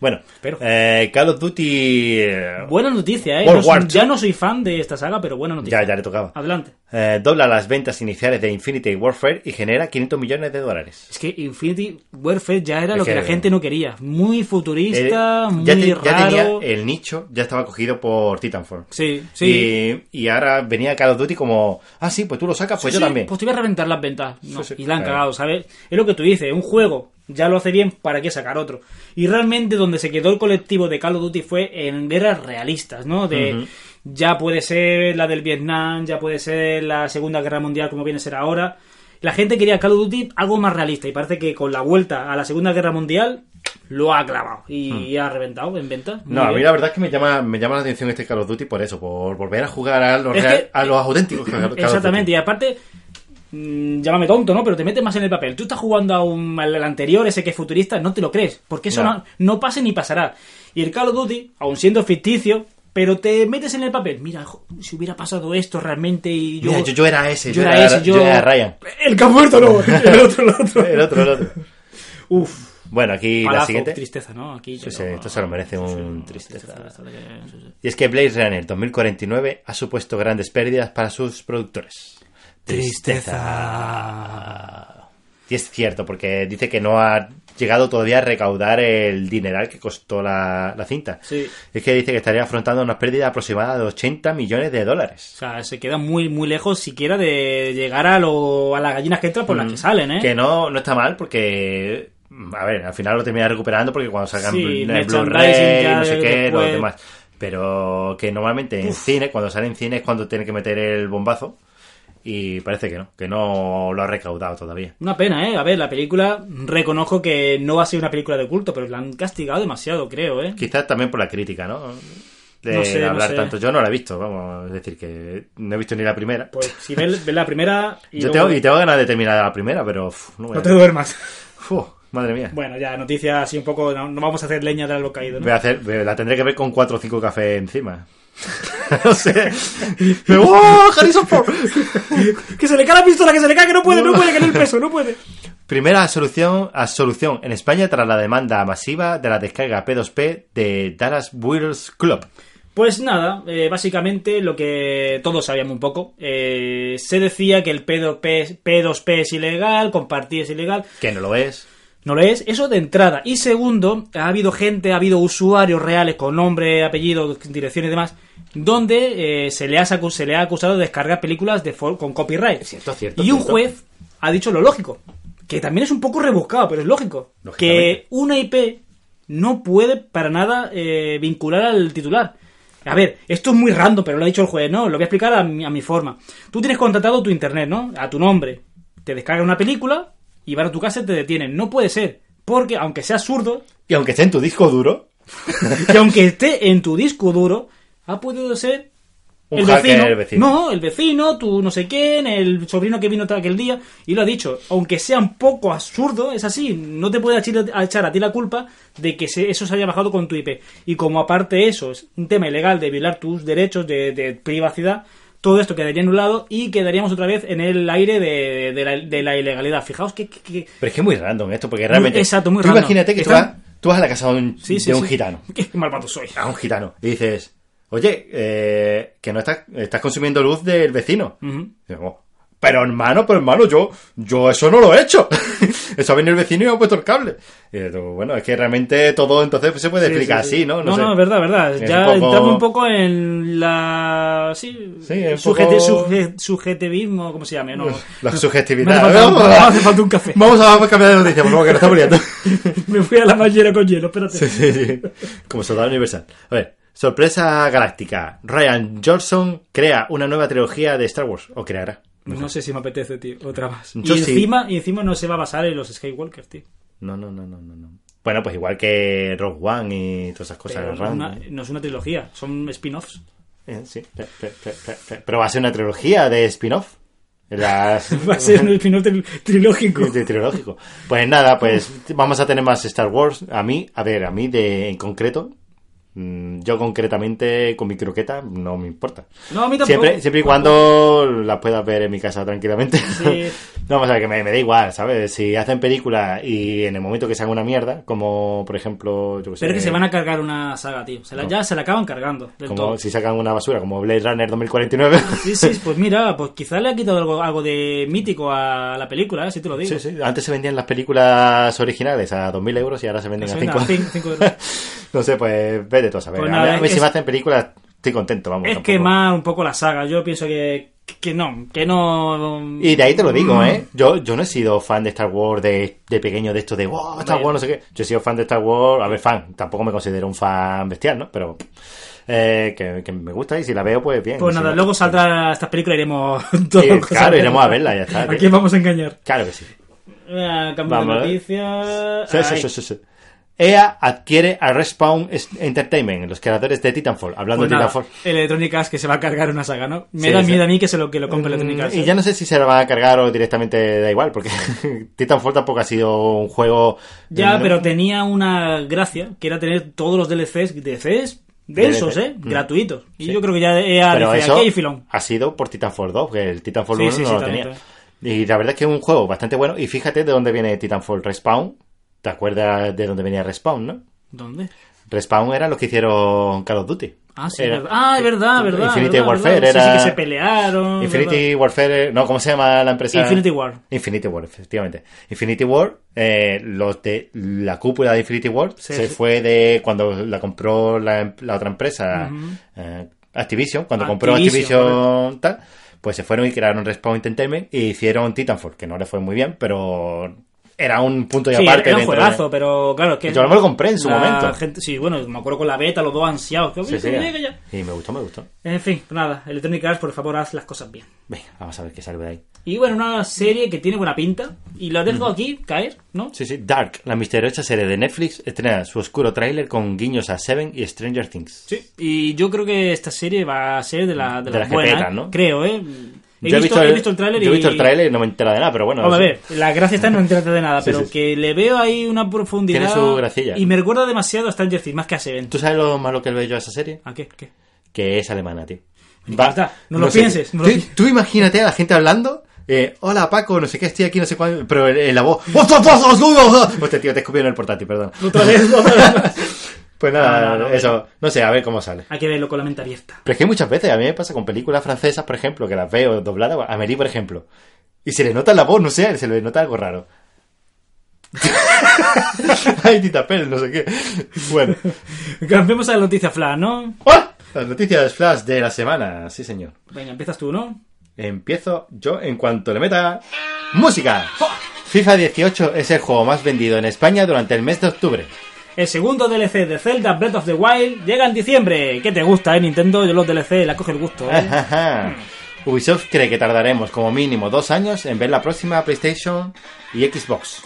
[SPEAKER 3] Bueno,
[SPEAKER 4] Pero-
[SPEAKER 3] eh, Call of Duty. eh,
[SPEAKER 4] Buena noticia, ¿eh?
[SPEAKER 3] World
[SPEAKER 4] No soy-
[SPEAKER 3] War II.
[SPEAKER 4] ya no soy fan de esta saga, pero buena noticia.
[SPEAKER 3] Ya, ya le tocaba.
[SPEAKER 4] Adelante.
[SPEAKER 3] Eh, dobla las ventas iniciales de Infinity Warfare y genera 500 millones de dólares.
[SPEAKER 4] Es que Infinity Warfare ya era
[SPEAKER 3] Es
[SPEAKER 4] lo que,
[SPEAKER 3] que-
[SPEAKER 4] la gente no quería. Muy
[SPEAKER 3] Eh,
[SPEAKER 4] futurista, muy
[SPEAKER 3] ya, te- ya
[SPEAKER 4] raro.
[SPEAKER 3] tenía el nicho, ya estaba cogido por Titanfall.
[SPEAKER 4] Sí, sí.
[SPEAKER 3] Y, y ahora venía Call of Duty como, ah, sí, pues tú lo sacas, pues yo
[SPEAKER 4] Sí, sí,
[SPEAKER 3] también.
[SPEAKER 4] Pues te voy a reventar las ventas. No,
[SPEAKER 3] Sí, sí.
[SPEAKER 4] Y la han
[SPEAKER 3] Claro.
[SPEAKER 4] cagado, ¿sabes? Es lo que tú dices, un juego ya lo hace bien, ¿para qué sacar otro? Y realmente donde se quedó el colectivo de Call of Duty fue en guerras realistas, ¿no? De ya puede ser la del Vietnam, ya puede ser la Segunda Guerra Mundial como viene a ser ahora. La gente quería Call of Duty algo más realista y parece que con la vuelta a la Segunda Guerra Mundial lo ha clavado y ha reventado en ventas. Muy
[SPEAKER 3] Hmm. no, a mí
[SPEAKER 4] bien.
[SPEAKER 3] la verdad es que me llama, me llama la atención este Call of Duty por eso, por volver a jugar a los,
[SPEAKER 4] Es
[SPEAKER 3] real-
[SPEAKER 4] que-
[SPEAKER 3] a los auténticos Call of Duty.
[SPEAKER 4] Exactamente, y aparte, mm, llámame tonto, ¿no? Pero te metes más en el papel. Tú estás jugando a un, al al anterior, ese que es futurista, no te lo crees, porque eso
[SPEAKER 3] No.
[SPEAKER 4] no, no pasa ni pasará. Y el Call of Duty, aun siendo ficticio, pero te metes en el papel. Mira, jo, si hubiera pasado esto realmente y yo...
[SPEAKER 3] Mira, yo, yo era ese,
[SPEAKER 4] yo era ese, yo...
[SPEAKER 3] era Ryan.
[SPEAKER 4] El que ha muerto, no, el otro, el otro.
[SPEAKER 3] El otro, el otro.
[SPEAKER 4] Uf,
[SPEAKER 3] Bueno, aquí la
[SPEAKER 4] palazo,
[SPEAKER 3] siguiente.
[SPEAKER 4] tristeza, ¿no? Aquí
[SPEAKER 3] Sí,
[SPEAKER 4] yo-
[SPEAKER 3] sí, esto se lo merece un tristeza.
[SPEAKER 4] Hasta que- sí, sí.
[SPEAKER 3] Y es que Blade Runner 2049 ha supuesto grandes pérdidas para sus productores.
[SPEAKER 4] Tristeza.
[SPEAKER 3] Y es cierto, porque dice que no ha llegado todavía a recaudar el dineral que costó la, la cinta.
[SPEAKER 4] Sí.
[SPEAKER 3] Es que dice que estaría afrontando una pérdida aproximada de 80 millones de
[SPEAKER 4] O
[SPEAKER 3] dólares.
[SPEAKER 4] sea, se queda muy, muy lejos siquiera de llegar a, lo, a las gallinas que entran por las que salen, ¿eh?
[SPEAKER 3] Mm. Que no, no está mal porque... A ver, al final lo termina recuperando porque cuando salgan
[SPEAKER 4] Sí,
[SPEAKER 3] Blu- el
[SPEAKER 4] merchandising
[SPEAKER 3] Blu-ray,
[SPEAKER 4] ya
[SPEAKER 3] no sé qué,
[SPEAKER 4] después.
[SPEAKER 3] los demás. Pero que normalmente en cine, cuando sale en cine es cuando tiene que meter el bombazo. Y parece que no, que no lo ha recaudado todavía.
[SPEAKER 4] Una pena, ¿eh? A ver, la película, reconozco que no va a ser una película de culto, pero la han castigado demasiado, creo, ¿eh?
[SPEAKER 3] Quizás también por la crítica, ¿no? De
[SPEAKER 4] No sé, no
[SPEAKER 3] hablar
[SPEAKER 4] sé.
[SPEAKER 3] tanto. Yo no la he visto, vamos, es decir, que no he visto ni la primera.
[SPEAKER 4] Pues si ves, ves la primera y
[SPEAKER 3] Yo
[SPEAKER 4] luego-
[SPEAKER 3] tengo, y tengo ganas de terminar la primera, pero uf, no voy
[SPEAKER 4] no
[SPEAKER 3] a-
[SPEAKER 4] te duermas.
[SPEAKER 3] Uf, madre mía.
[SPEAKER 4] Bueno, ya, noticias así un poco... No, no vamos a hacer leña de algo caído,
[SPEAKER 3] Voy
[SPEAKER 4] ¿no?
[SPEAKER 3] a hacer, la tendré que ver con cuatro o cinco cafés encima. no sé. Me- ¡Oh, Harrison Ford!
[SPEAKER 4] ¡Que se le cae la pistola, que se le cae, que no puede, no puede, que no el peso, no puede!
[SPEAKER 3] Primera absolución, absolución en España tras la demanda masiva de la descarga P2P de Dallas Buyers Club.
[SPEAKER 4] Pues nada, eh, básicamente lo que todos sabíamos un poco. eh, se decía que el P2P, es- P2P es ilegal, compartir es ilegal.
[SPEAKER 3] Que no lo es.
[SPEAKER 4] No lo es, eso de entrada. Y segundo, ha habido gente, ha habido usuarios reales con nombre, apellido, dirección y demás, donde eh, se, le ha sacu- se le ha acusado de descargar películas de for- con copyright.
[SPEAKER 3] Cierto, cierto,
[SPEAKER 4] y un
[SPEAKER 3] cierto.
[SPEAKER 4] juez ha dicho lo lógico, que también es un poco rebuscado, pero es lógico,
[SPEAKER 3] Lógicamente.
[SPEAKER 4] que una IP no puede para nada eh, vincular al titular. A ver, esto es muy random, pero lo ha dicho el juez, ¿no? Lo voy a explicar a mi, a mi forma. Tú tienes contratado tu internet, ¿no? A tu nombre. Te descarga una película y van a tu casa y te detienen. No puede ser. Porque aunque sea zurdo
[SPEAKER 3] Y aunque esté en tu disco duro,
[SPEAKER 4] y aunque esté en tu disco duro, ha podido ser
[SPEAKER 3] Un
[SPEAKER 4] el
[SPEAKER 3] hacker,
[SPEAKER 4] vecino.
[SPEAKER 3] el vecino.
[SPEAKER 4] No, el vecino, tu no sé quién, el sobrino que vino aquel día. Y lo ha dicho, aunque sea un poco absurdo, es así. No te puede achir- a echar a ti la culpa de que se- eso se haya bajado con tu IP. Y como aparte eso es un tema ilegal de violar tus derechos de, de privacidad, todo esto quedaría anulado y quedaríamos otra vez en el aire de, de la, de la ilegalidad. Fijaos que... que- que-
[SPEAKER 3] pero es que es muy random esto, porque realmente.
[SPEAKER 4] exacto, muy
[SPEAKER 3] tú
[SPEAKER 4] random.
[SPEAKER 3] Imagínate que tú
[SPEAKER 4] Están-
[SPEAKER 3] vas, tú vas a la casa de un,
[SPEAKER 4] sí, sí,
[SPEAKER 3] de un
[SPEAKER 4] sí.
[SPEAKER 3] gitano.
[SPEAKER 4] Qué malvado soy.
[SPEAKER 3] a un gitano y dices, oye, eh, que no estás, estás consumiendo luz del vecino. Y digo, pero hermano, pero hermano, yo, yo eso no lo he hecho. eso ha venido el vecino y me ha puesto el cable. Y digo, bueno, es que realmente todo entonces pues, se puede
[SPEAKER 4] Sí,
[SPEAKER 3] explicar
[SPEAKER 4] sí, sí.
[SPEAKER 3] así, ¿no?
[SPEAKER 4] No,
[SPEAKER 3] sé.
[SPEAKER 4] no, es verdad, verdad.
[SPEAKER 3] Es
[SPEAKER 4] ya
[SPEAKER 3] un poco-
[SPEAKER 4] entramos un poco en la. Sí,
[SPEAKER 3] Sí, es un
[SPEAKER 4] sujeti-
[SPEAKER 3] poco-
[SPEAKER 4] suje- subjetivismo, ¿cómo se llame? No.
[SPEAKER 3] La
[SPEAKER 4] Me hace
[SPEAKER 3] subjetividad.
[SPEAKER 4] falta, un,
[SPEAKER 3] Vamos,
[SPEAKER 4] me
[SPEAKER 3] a-
[SPEAKER 4] hace falta un café.
[SPEAKER 3] vamos a vamos a cambiar de noticia, por favor, que nos estamos liando.
[SPEAKER 4] Me fui a la bañera con hielo, espérate.
[SPEAKER 3] Sí, sí, sí. Como soldado universal. A ver, sorpresa galáctica. Ryan Johnson crea una nueva trilogía de Star Wars. O creará.
[SPEAKER 4] No sé si me apetece, tío. Otra más.
[SPEAKER 3] Yo
[SPEAKER 4] y,
[SPEAKER 3] sí.
[SPEAKER 4] encima, y encima no se va a basar en los Skywalker, tío.
[SPEAKER 3] No, no, no, no, no, no. Bueno, pues igual que Rogue One y todas esas cosas.
[SPEAKER 4] Pero no, es
[SPEAKER 3] random.
[SPEAKER 4] una, no es una trilogía, son spin-offs.
[SPEAKER 3] Eh, sí. Pe- pe- pe- pe- pe- Pero va a ser una trilogía de spin-off. Las...
[SPEAKER 4] Va a ser un spin-off tri- trilógico.
[SPEAKER 3] de trilógico. Pues nada, pues vamos a tener más Star Wars. A mí, a ver, a mí de en concreto. mm, Yo concretamente con mi croqueta no me importa.
[SPEAKER 4] No, a mí tampoco.
[SPEAKER 3] Siempre, siempre y cuando las puedas ver en mi casa tranquilamente.
[SPEAKER 4] Sí.
[SPEAKER 3] No, o sea, que me, me da igual, ¿sabes? Si hacen películas y en el momento que se haga una mierda, como por ejemplo, yo qué sé,
[SPEAKER 4] Pero es que se van a cargar una saga, tío. Se la- Ya se la acaban cargando. Del
[SPEAKER 3] como
[SPEAKER 4] todo.
[SPEAKER 3] si sacan una basura como Blade Runner 2049.
[SPEAKER 4] Sí, sí, pues mira, pues quizá le ha quitado algo, algo de mítico a la película, ¿eh? si te lo digo.
[SPEAKER 3] Sí, sí. Antes se vendían las películas originales a 2.000 euros y ahora se venden
[SPEAKER 4] Se
[SPEAKER 3] a
[SPEAKER 4] venden a
[SPEAKER 3] 5.
[SPEAKER 4] cinco- cinco euros.
[SPEAKER 3] no sé, pues vete tú a saber.
[SPEAKER 4] Pues
[SPEAKER 3] A
[SPEAKER 4] nada,
[SPEAKER 3] mí- a mí
[SPEAKER 4] es-
[SPEAKER 3] si me hacen películas estoy contento, vamos.
[SPEAKER 4] Es
[SPEAKER 3] tampoco.
[SPEAKER 4] quemar un poco la saga, yo pienso que, que no, que no...
[SPEAKER 3] Y de ahí te lo digo, ¿eh? Yo, yo no he sido fan de Star Wars de, de pequeño, de esto de, wow, Star Wars, no sé qué. Yo he sido fan de Star Wars, a ver, fan, tampoco me considero un fan bestial, ¿no? Pero eh, que, que me gusta y si la veo, pues bien.
[SPEAKER 4] Pues
[SPEAKER 3] Si
[SPEAKER 4] nada,
[SPEAKER 3] no-
[SPEAKER 4] luego saldrá estas películas y iremos todos
[SPEAKER 3] Sí, claro, iremos a verla, ya está.
[SPEAKER 4] ¿A quién vamos a engañar?
[SPEAKER 3] Claro que sí.
[SPEAKER 4] Ah, cambio
[SPEAKER 3] Vamos,
[SPEAKER 4] de
[SPEAKER 3] ¿eh?
[SPEAKER 4] noticias...
[SPEAKER 3] Sí, sí,
[SPEAKER 4] Ay. pues
[SPEAKER 3] sí, sí, sí. EA adquiere a Respawn Es- Entertainment, los creadores de Titanfall. Hablando
[SPEAKER 4] Pues
[SPEAKER 3] de
[SPEAKER 4] nada,
[SPEAKER 3] Titanfall.
[SPEAKER 4] Electronic Arts que se va a cargar una saga, ¿no? Me
[SPEAKER 3] Sí,
[SPEAKER 4] da
[SPEAKER 3] sí.
[SPEAKER 4] miedo a mí que se lo, que lo compre Electronic Arts.
[SPEAKER 3] Mm, Y
[SPEAKER 4] ¿eh?
[SPEAKER 3] ya no sé si se la van a cargar o directamente da igual, porque Titanfall tampoco ha sido un juego.
[SPEAKER 4] Ya,
[SPEAKER 3] Mm,
[SPEAKER 4] pero tenía una gracia, que era tener todos los DLCs, DLCs densos,
[SPEAKER 3] DLC.
[SPEAKER 4] ¿eh?
[SPEAKER 3] Mm.
[SPEAKER 4] Gratuitos. Y
[SPEAKER 3] Sí.
[SPEAKER 4] yo creo que ya EA
[SPEAKER 3] pero
[SPEAKER 4] decía,
[SPEAKER 3] eso
[SPEAKER 4] aquí hay filón.
[SPEAKER 3] ha sido por Titanfall 2, que el Titanfall
[SPEAKER 4] Sí,
[SPEAKER 3] 1
[SPEAKER 4] sí,
[SPEAKER 3] no
[SPEAKER 4] sí,
[SPEAKER 3] lo
[SPEAKER 4] también,
[SPEAKER 3] tenía. Y la verdad es que es un juego bastante bueno. Y fíjate de dónde viene Titanfall Respawn. ¿Te acuerdas de dónde venía Respawn, no?
[SPEAKER 4] ¿Dónde?
[SPEAKER 3] Respawn eran los que hicieron Call of Duty.
[SPEAKER 4] Ah, sí,
[SPEAKER 3] Era-
[SPEAKER 4] verdad. Ah, es verdad, verdad.
[SPEAKER 3] Infinity
[SPEAKER 4] verdad,
[SPEAKER 3] Warfare
[SPEAKER 4] verdad. Sí,
[SPEAKER 3] era.
[SPEAKER 4] sí, que se pelearon.
[SPEAKER 3] Infinity
[SPEAKER 4] verdad.
[SPEAKER 3] Warfare, no, ¿cómo se llama la empresa?
[SPEAKER 4] Infinity War.
[SPEAKER 3] Infinity War, efectivamente. Infinity War, eh, los de la cúpula de Infinity War
[SPEAKER 4] Sí,
[SPEAKER 3] se
[SPEAKER 4] sí.
[SPEAKER 3] fue de cuando la compró la, la otra empresa, eh, Activision, cuando compró
[SPEAKER 4] Activision,
[SPEAKER 3] Activision tal, pues se fueron y crearon Respawn Entertainment y hicieron Titanfall, que no le fue muy bien, pero era un punto y
[SPEAKER 4] Sí,
[SPEAKER 3] aparte.
[SPEAKER 4] era un
[SPEAKER 3] dentro de-
[SPEAKER 4] juegazo, pero claro, es que.
[SPEAKER 3] Yo no me lo compré en su
[SPEAKER 4] la
[SPEAKER 3] momento.
[SPEAKER 4] gente- sí, bueno, me acuerdo con la beta, los dos ansiados. que,
[SPEAKER 3] Sí,
[SPEAKER 4] "Oye,
[SPEAKER 3] sí,
[SPEAKER 4] que llegue ya".
[SPEAKER 3] y me gustó, me gustó.
[SPEAKER 4] En fin, nada, Electronic Arts, por favor, haz las cosas bien.
[SPEAKER 3] Venga, vamos a ver qué sale de ahí.
[SPEAKER 4] Y bueno, una serie que tiene buena pinta. Y la dejo aquí caer, ¿no?
[SPEAKER 3] Mm. Sí, sí, Dark, la misteriosa serie de Netflix, estrena su oscuro tráiler con guiños a Seven y Stranger Things.
[SPEAKER 4] Sí. Y yo creo que esta serie va a ser de la
[SPEAKER 3] De
[SPEAKER 4] de, las
[SPEAKER 3] las que
[SPEAKER 4] buenas,
[SPEAKER 3] pegan, ¿no?
[SPEAKER 4] Creo, ¿eh? He,
[SPEAKER 3] Yo
[SPEAKER 4] visto, he visto el tráiler y...
[SPEAKER 3] yo he visto el tráiler y no me entero de nada, pero bueno.
[SPEAKER 4] Vamos a
[SPEAKER 3] sí.
[SPEAKER 4] ver, la gracia está en no enterarte de nada,
[SPEAKER 3] Sí,
[SPEAKER 4] pero
[SPEAKER 3] sí, sí.
[SPEAKER 4] que le veo ahí una profundidad.
[SPEAKER 3] Tiene su gracilla.
[SPEAKER 4] Y me recuerda demasiado a Stranger Things, más que a Seven.
[SPEAKER 3] ¿Tú sabes lo malo que le veo yo a esa serie?
[SPEAKER 4] ¿A qué? ¿Qué?
[SPEAKER 3] Que es alemana, tío.
[SPEAKER 4] Basta, no lo pienses, no
[SPEAKER 3] tú,
[SPEAKER 4] lo pi-
[SPEAKER 3] tú imagínate a la gente hablando. eh, hola Paco, no sé qué, estoy aquí, no sé cuál, pero en, en la voz. ¡Ostras, ostras, ostras, ostras! Hostia, tío, te escupí en el portátil, perdón.
[SPEAKER 4] Otra vez, otra vez.
[SPEAKER 3] Pues nada,
[SPEAKER 4] No, no, no,
[SPEAKER 3] eso, no sé, a ver cómo sale.
[SPEAKER 4] Hay que verlo con la mente abierta.
[SPEAKER 3] Pero es que muchas veces a mí me pasa con películas francesas, por ejemplo, que las veo dobladas, a Amélie, por ejemplo, y se le nota la voz, no sé, se le nota algo raro. Ay, Tita Pérez, no sé qué. Bueno.
[SPEAKER 4] Cambiemos a la noticia flash, ¿no?
[SPEAKER 3] ¡Ah! Las noticias flash de la semana, sí señor.
[SPEAKER 4] Venga, empiezas tú, ¿no?
[SPEAKER 3] Empiezo yo en cuanto le meta música. FIFA 18 es el juego más vendido en España durante el mes de octubre.
[SPEAKER 4] El segundo DLC de Zelda Breath of the Wild llega en diciembre. ¿Qué te gusta, eh, Nintendo? Yo los DLC la coge el gusto, ¿eh?
[SPEAKER 3] Ajá. Ubisoft cree que tardaremos como mínimo dos años en ver la próxima PlayStation y Xbox.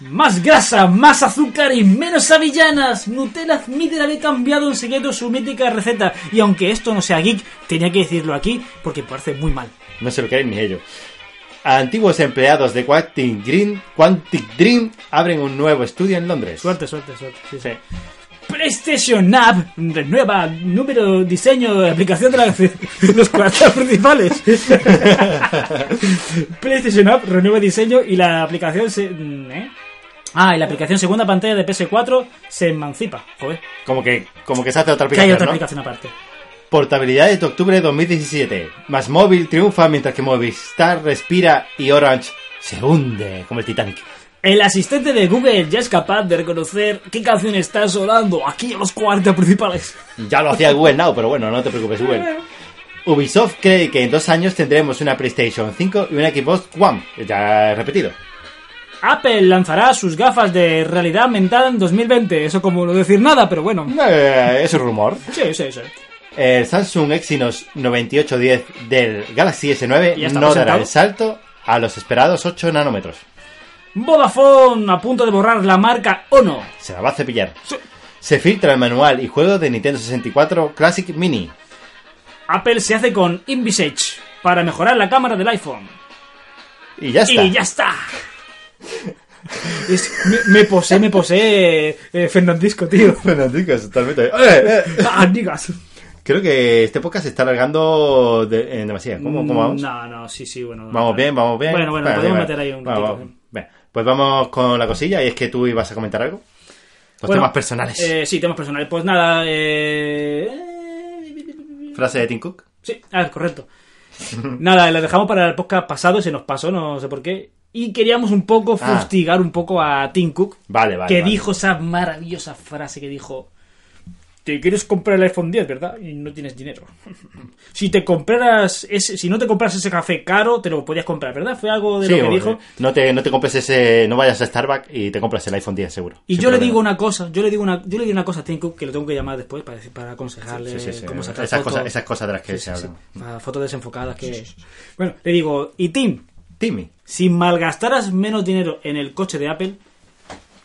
[SPEAKER 4] Más grasa, más azúcar y menos habillanas. Nutella admite haber cambiado en secreto su mítica receta. Y aunque esto no sea geek, tenía que decirlo aquí porque parece muy mal.
[SPEAKER 3] No se lo creen ni ellos. Antiguos empleados de Quantic Dream, Quantic Dream abren un nuevo estudio en Londres.
[SPEAKER 4] Suerte, suerte, suerte. sí, sí.
[SPEAKER 3] Sí.
[SPEAKER 4] PlayStation App renueva número, diseño, aplicación de las- los cuartos principales. PlayStation App renueva diseño y la aplicación se. ¿eh? Ah, y la aplicación segunda pantalla de PS4 se emancipa. Joder,
[SPEAKER 3] Como que, como que se hace otra
[SPEAKER 4] que hay
[SPEAKER 3] aplicación,
[SPEAKER 4] otra
[SPEAKER 3] ¿no?
[SPEAKER 4] aplicación aparte.
[SPEAKER 3] Portabilidad de octubre de 2017. Más móvil triunfa mientras que Movistar respira y Orange se hunde como el Titanic.
[SPEAKER 4] El asistente de Google ya es capaz de reconocer qué canción está sonando aquí en los 40 principales.
[SPEAKER 3] Ya lo hacía Google Now, pero bueno, no te preocupes, Google. Ubisoft cree que en dos años tendremos una PlayStation 5 y una Xbox One. Ya he repetido.
[SPEAKER 4] Apple lanzará sus gafas de realidad aumentada en 2020. Eso como no decir nada, pero bueno.
[SPEAKER 3] Eh, es un rumor.
[SPEAKER 4] Sí, sí, sí.
[SPEAKER 3] El Eh, Samsung Exynos 9810 del Galaxy
[SPEAKER 4] ¿Y ya
[SPEAKER 3] S9
[SPEAKER 4] está
[SPEAKER 3] no dará
[SPEAKER 4] presentado?
[SPEAKER 3] el salto a los esperados 8 nanómetros.
[SPEAKER 4] Vodafone a punto de borrar la marca Ono.
[SPEAKER 3] Se la va a cepillar. Se filtra el manual y juego de Nintendo 64 Classic Mini.
[SPEAKER 4] Apple se hace con Invisage para mejorar la cámara del iPhone.
[SPEAKER 3] Y ya está.
[SPEAKER 4] Y ya está. Es- me, me posee, me posee eh, Fernandisco, tío.
[SPEAKER 3] Bueno, chicos, totalmente. Eh, eh.
[SPEAKER 4] Ah, digas.
[SPEAKER 3] Creo que este podcast se está alargando de- en demasía. ¿Cómo, cómo vamos?
[SPEAKER 4] No, no, sí, sí, bueno.
[SPEAKER 3] Vamos bien, vamos bien.
[SPEAKER 4] Bueno, bueno,
[SPEAKER 3] Vale,
[SPEAKER 4] podemos
[SPEAKER 3] vale.
[SPEAKER 4] meter ahí un
[SPEAKER 3] Vamos,
[SPEAKER 4] ratito.
[SPEAKER 3] vamos. Bien. Pues vamos con la cosilla y es que tú ibas a comentar algo. Los
[SPEAKER 4] Bueno,
[SPEAKER 3] temas personales.
[SPEAKER 4] eh, sí, temas personales. Pues nada, eh...
[SPEAKER 3] Frase de Tim Cook.
[SPEAKER 4] Sí, ah, correcto. Nada, la dejamos para el podcast pasado, se nos pasó, no sé por qué. Y queríamos un poco
[SPEAKER 3] Ah.
[SPEAKER 4] fustigar un poco a Tim Cook,
[SPEAKER 3] Vale, vale.
[SPEAKER 4] que
[SPEAKER 3] vale.
[SPEAKER 4] dijo esa maravillosa frase que dijo: Te quieres comprar el iPhone 10, ¿verdad? Y no tienes dinero. si te compraras ese- si no te compras ese café caro, te lo podías comprar, ¿verdad? Fue algo de
[SPEAKER 3] Sí,
[SPEAKER 4] lo que
[SPEAKER 3] o-
[SPEAKER 4] dijo.
[SPEAKER 3] No te, no te compres ese. No vayas a Starbucks y te compras el iPhone 10 seguro.
[SPEAKER 4] Y
[SPEAKER 3] Sin
[SPEAKER 4] yo le
[SPEAKER 3] problema.
[SPEAKER 4] digo una cosa, yo le digo una, yo le digo una cosa a Tim Cook que lo tengo que llamar después para, decir- para aconsejarle
[SPEAKER 3] Sí, sí, sí.
[SPEAKER 4] cómo sacar
[SPEAKER 3] Esas
[SPEAKER 4] fotos.
[SPEAKER 3] cosas, esas cosas de las que
[SPEAKER 4] Sí,
[SPEAKER 3] se
[SPEAKER 4] sí,
[SPEAKER 3] hablan.
[SPEAKER 4] sí. Para Fotos desenfocadas que. Bueno, le digo, y Tim,
[SPEAKER 3] Timmy.
[SPEAKER 4] si malgastaras menos dinero en el coche de Apple,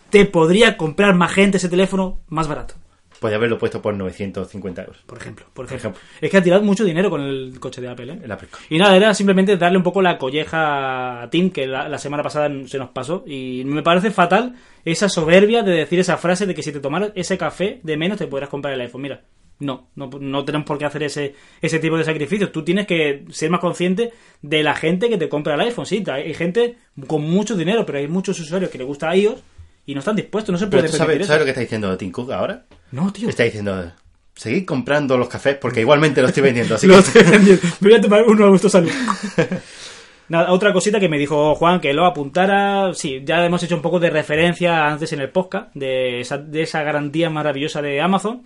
[SPEAKER 4] te podría comprar más gente ese teléfono más barato.
[SPEAKER 3] Podría haberlo puesto por 950 euros.
[SPEAKER 4] Por ejemplo, por ejemplo. Es que ha tirado mucho dinero con el coche de Apple, ¿eh?
[SPEAKER 3] El Apple Car.
[SPEAKER 4] Y nada, era simplemente darle un poco la colleja a Tim, que la, la semana pasada se nos pasó. Y me parece fatal esa soberbia de decir esa frase de que si te tomaras ese café de menos te podrás comprar el iPhone. Mira, no, no, no tenemos por qué hacer ese, ese tipo de sacrificios. Tú tienes que ser más consciente de la gente que te compra el iPhone. Sí, hay gente con mucho dinero, pero hay muchos usuarios que les gusta iOS y no están dispuestos, no se
[SPEAKER 3] Pero
[SPEAKER 4] puede
[SPEAKER 3] tú sabes,
[SPEAKER 4] permitir
[SPEAKER 3] ¿sabes Este, lo
[SPEAKER 4] eso.
[SPEAKER 3] que está diciendo Tim Cook ahora?
[SPEAKER 4] No, tío.
[SPEAKER 3] Está diciendo. Seguid comprando los cafés porque igualmente los estoy vendiendo. Así
[SPEAKER 4] Lo
[SPEAKER 3] que...
[SPEAKER 4] estoy vendiendo. Me voy a tomar uno a vuestro salud. Nada, otra cosita que me dijo Juan que lo apuntara. Sí, ya hemos hecho un poco de referencia antes en el podcast de esa, de esa garantía maravillosa de Amazon.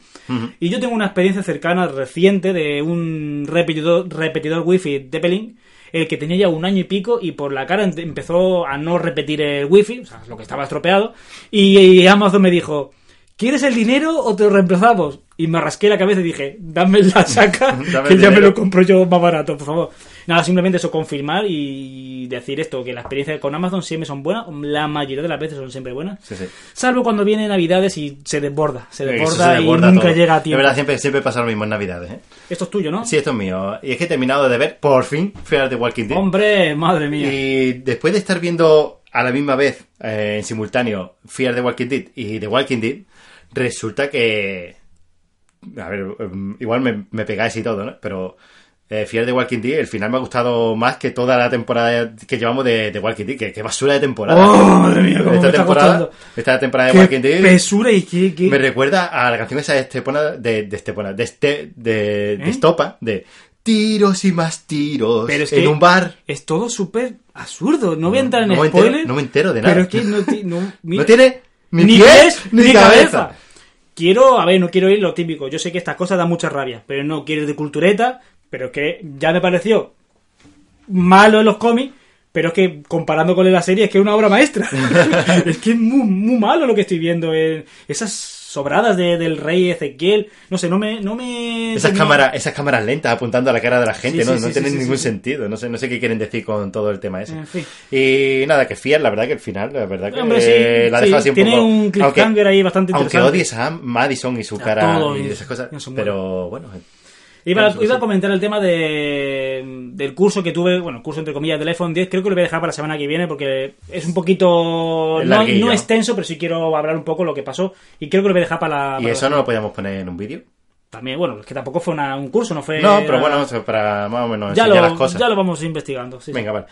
[SPEAKER 4] Y yo tengo una experiencia cercana, reciente, de un repetidor, repetidor wifi de Pelín, el que tenía ya un año y pico y por la cara em- empezó a no repetir el wifi, o sea, lo que estaba estropeado. Y, y Amazon me dijo. ¿Quieres el dinero o te lo reemplazamos? Y me rasqué la cabeza y dije, dame la saca,
[SPEAKER 3] Dame
[SPEAKER 4] que
[SPEAKER 3] el
[SPEAKER 4] ya me
[SPEAKER 3] dinero.
[SPEAKER 4] lo compro yo más barato, por favor. Nada, simplemente eso, confirmar y decir esto, que las experiencias con Amazon siempre son buenas, la mayoría de las veces son siempre buenas.
[SPEAKER 3] Sí, sí.
[SPEAKER 4] Salvo cuando viene Navidades y se desborda, se
[SPEAKER 3] Eso
[SPEAKER 4] desborda,
[SPEAKER 3] se desborda
[SPEAKER 4] y nunca
[SPEAKER 3] todo.
[SPEAKER 4] llega a
[SPEAKER 3] De
[SPEAKER 4] tiempo.
[SPEAKER 3] verdad, siempre, siempre pasa lo mismo en Navidades. ¿eh?
[SPEAKER 4] Esto es tuyo, ¿no?
[SPEAKER 3] Sí, esto es mío. Y es que he terminado de ver, por fin, Fear the Walking Dead.
[SPEAKER 4] Hombre, madre mía.
[SPEAKER 3] Y después de estar viendo a la misma vez, eh, en simultáneo, Fear the Walking Dead y The Walking Dead, resulta que... A ver, em, igual me, me pegáis y todo, ¿no? Pero eh, Fear the Walking Dead, el final me ha gustado más que toda la temporada que llevamos de The Walking Dead. ¡Qué, qué basura de temporada!
[SPEAKER 4] ¡Oh, madre mía, cómo me
[SPEAKER 3] esta,
[SPEAKER 4] está
[SPEAKER 3] temporada,
[SPEAKER 4] gustando!
[SPEAKER 3] esta temporada de
[SPEAKER 4] Qué
[SPEAKER 3] Walking Dead...
[SPEAKER 4] pesura y qué... qué-
[SPEAKER 3] Me recuerda a la canción esa de Estepona, de, de Estepona, de, este, de, de Estopa, de tiros y más tiros
[SPEAKER 4] ¿Eh? Pero es
[SPEAKER 3] en
[SPEAKER 4] que-
[SPEAKER 3] un bar.
[SPEAKER 4] Es todo súper absurdo. No voy a entrar en
[SPEAKER 3] No me entero-
[SPEAKER 4] spoilers.
[SPEAKER 3] no me entero de nada.
[SPEAKER 4] Pero es que no, ti- no, mira.
[SPEAKER 3] No tiene ni, pies ni, cabeza.
[SPEAKER 4] Quiero, a ver, no quiero ir lo típico. Yo sé que estas cosas dan mucha rabia, pero no quiero ir de cultureta. Pero es que ya me pareció malo en los cómics. Pero es que comparando con la serie es que es una obra maestra. es que es muy, muy malo lo que estoy viendo. eh, Esas sobradas de- del rey Ezequiel. No sé, no me. No me
[SPEAKER 3] Esas
[SPEAKER 4] terminó-
[SPEAKER 3] cámaras, esas cámaras lentas apuntando a la cara de la gente,
[SPEAKER 4] Sí,
[SPEAKER 3] ¿no?
[SPEAKER 4] sí,
[SPEAKER 3] no
[SPEAKER 4] sí,
[SPEAKER 3] tienen
[SPEAKER 4] sí, sí,
[SPEAKER 3] ningún
[SPEAKER 4] sí.
[SPEAKER 3] sentido. No sé, no sé qué quieren decir con todo el tema ese.
[SPEAKER 4] En fin.
[SPEAKER 3] Y nada, que Fier, la verdad que el final, la verdad que
[SPEAKER 4] Hombre, sí,
[SPEAKER 3] eh, la ha
[SPEAKER 4] sí,
[SPEAKER 3] dejado así un
[SPEAKER 4] tiene
[SPEAKER 3] poco-
[SPEAKER 4] un cliffhanger
[SPEAKER 3] aunque-
[SPEAKER 4] ahí bastante
[SPEAKER 3] Aunque
[SPEAKER 4] interesante.
[SPEAKER 3] odies a Madison y su
[SPEAKER 4] A Ah,
[SPEAKER 3] cara
[SPEAKER 4] todo,
[SPEAKER 3] y
[SPEAKER 4] y-
[SPEAKER 3] esas cosas,
[SPEAKER 4] y eso muere.
[SPEAKER 3] pero bueno, eh,
[SPEAKER 4] Iba,
[SPEAKER 3] Eso,
[SPEAKER 4] iba
[SPEAKER 3] sí.
[SPEAKER 4] a comentar el tema de, del curso que tuve, bueno, curso entre comillas del iPhone 10, creo que lo voy a dejar para la semana que viene porque es un poquito no,
[SPEAKER 3] Larguillo.
[SPEAKER 4] no extenso, pero sí quiero hablar un poco lo que pasó y creo que lo voy a dejar para la...
[SPEAKER 3] y
[SPEAKER 4] para
[SPEAKER 3] eso
[SPEAKER 4] la-
[SPEAKER 3] no lo podíamos poner en un vídeo.
[SPEAKER 4] También, bueno, es que tampoco fue una- un curso, no fue...
[SPEAKER 3] No, pero bueno, eso para más o menos
[SPEAKER 4] Eh, ah, ya
[SPEAKER 3] enseñar
[SPEAKER 4] lo,
[SPEAKER 3] las cosas.
[SPEAKER 4] ya lo vamos investigando. sí, sí.
[SPEAKER 3] Venga, vale.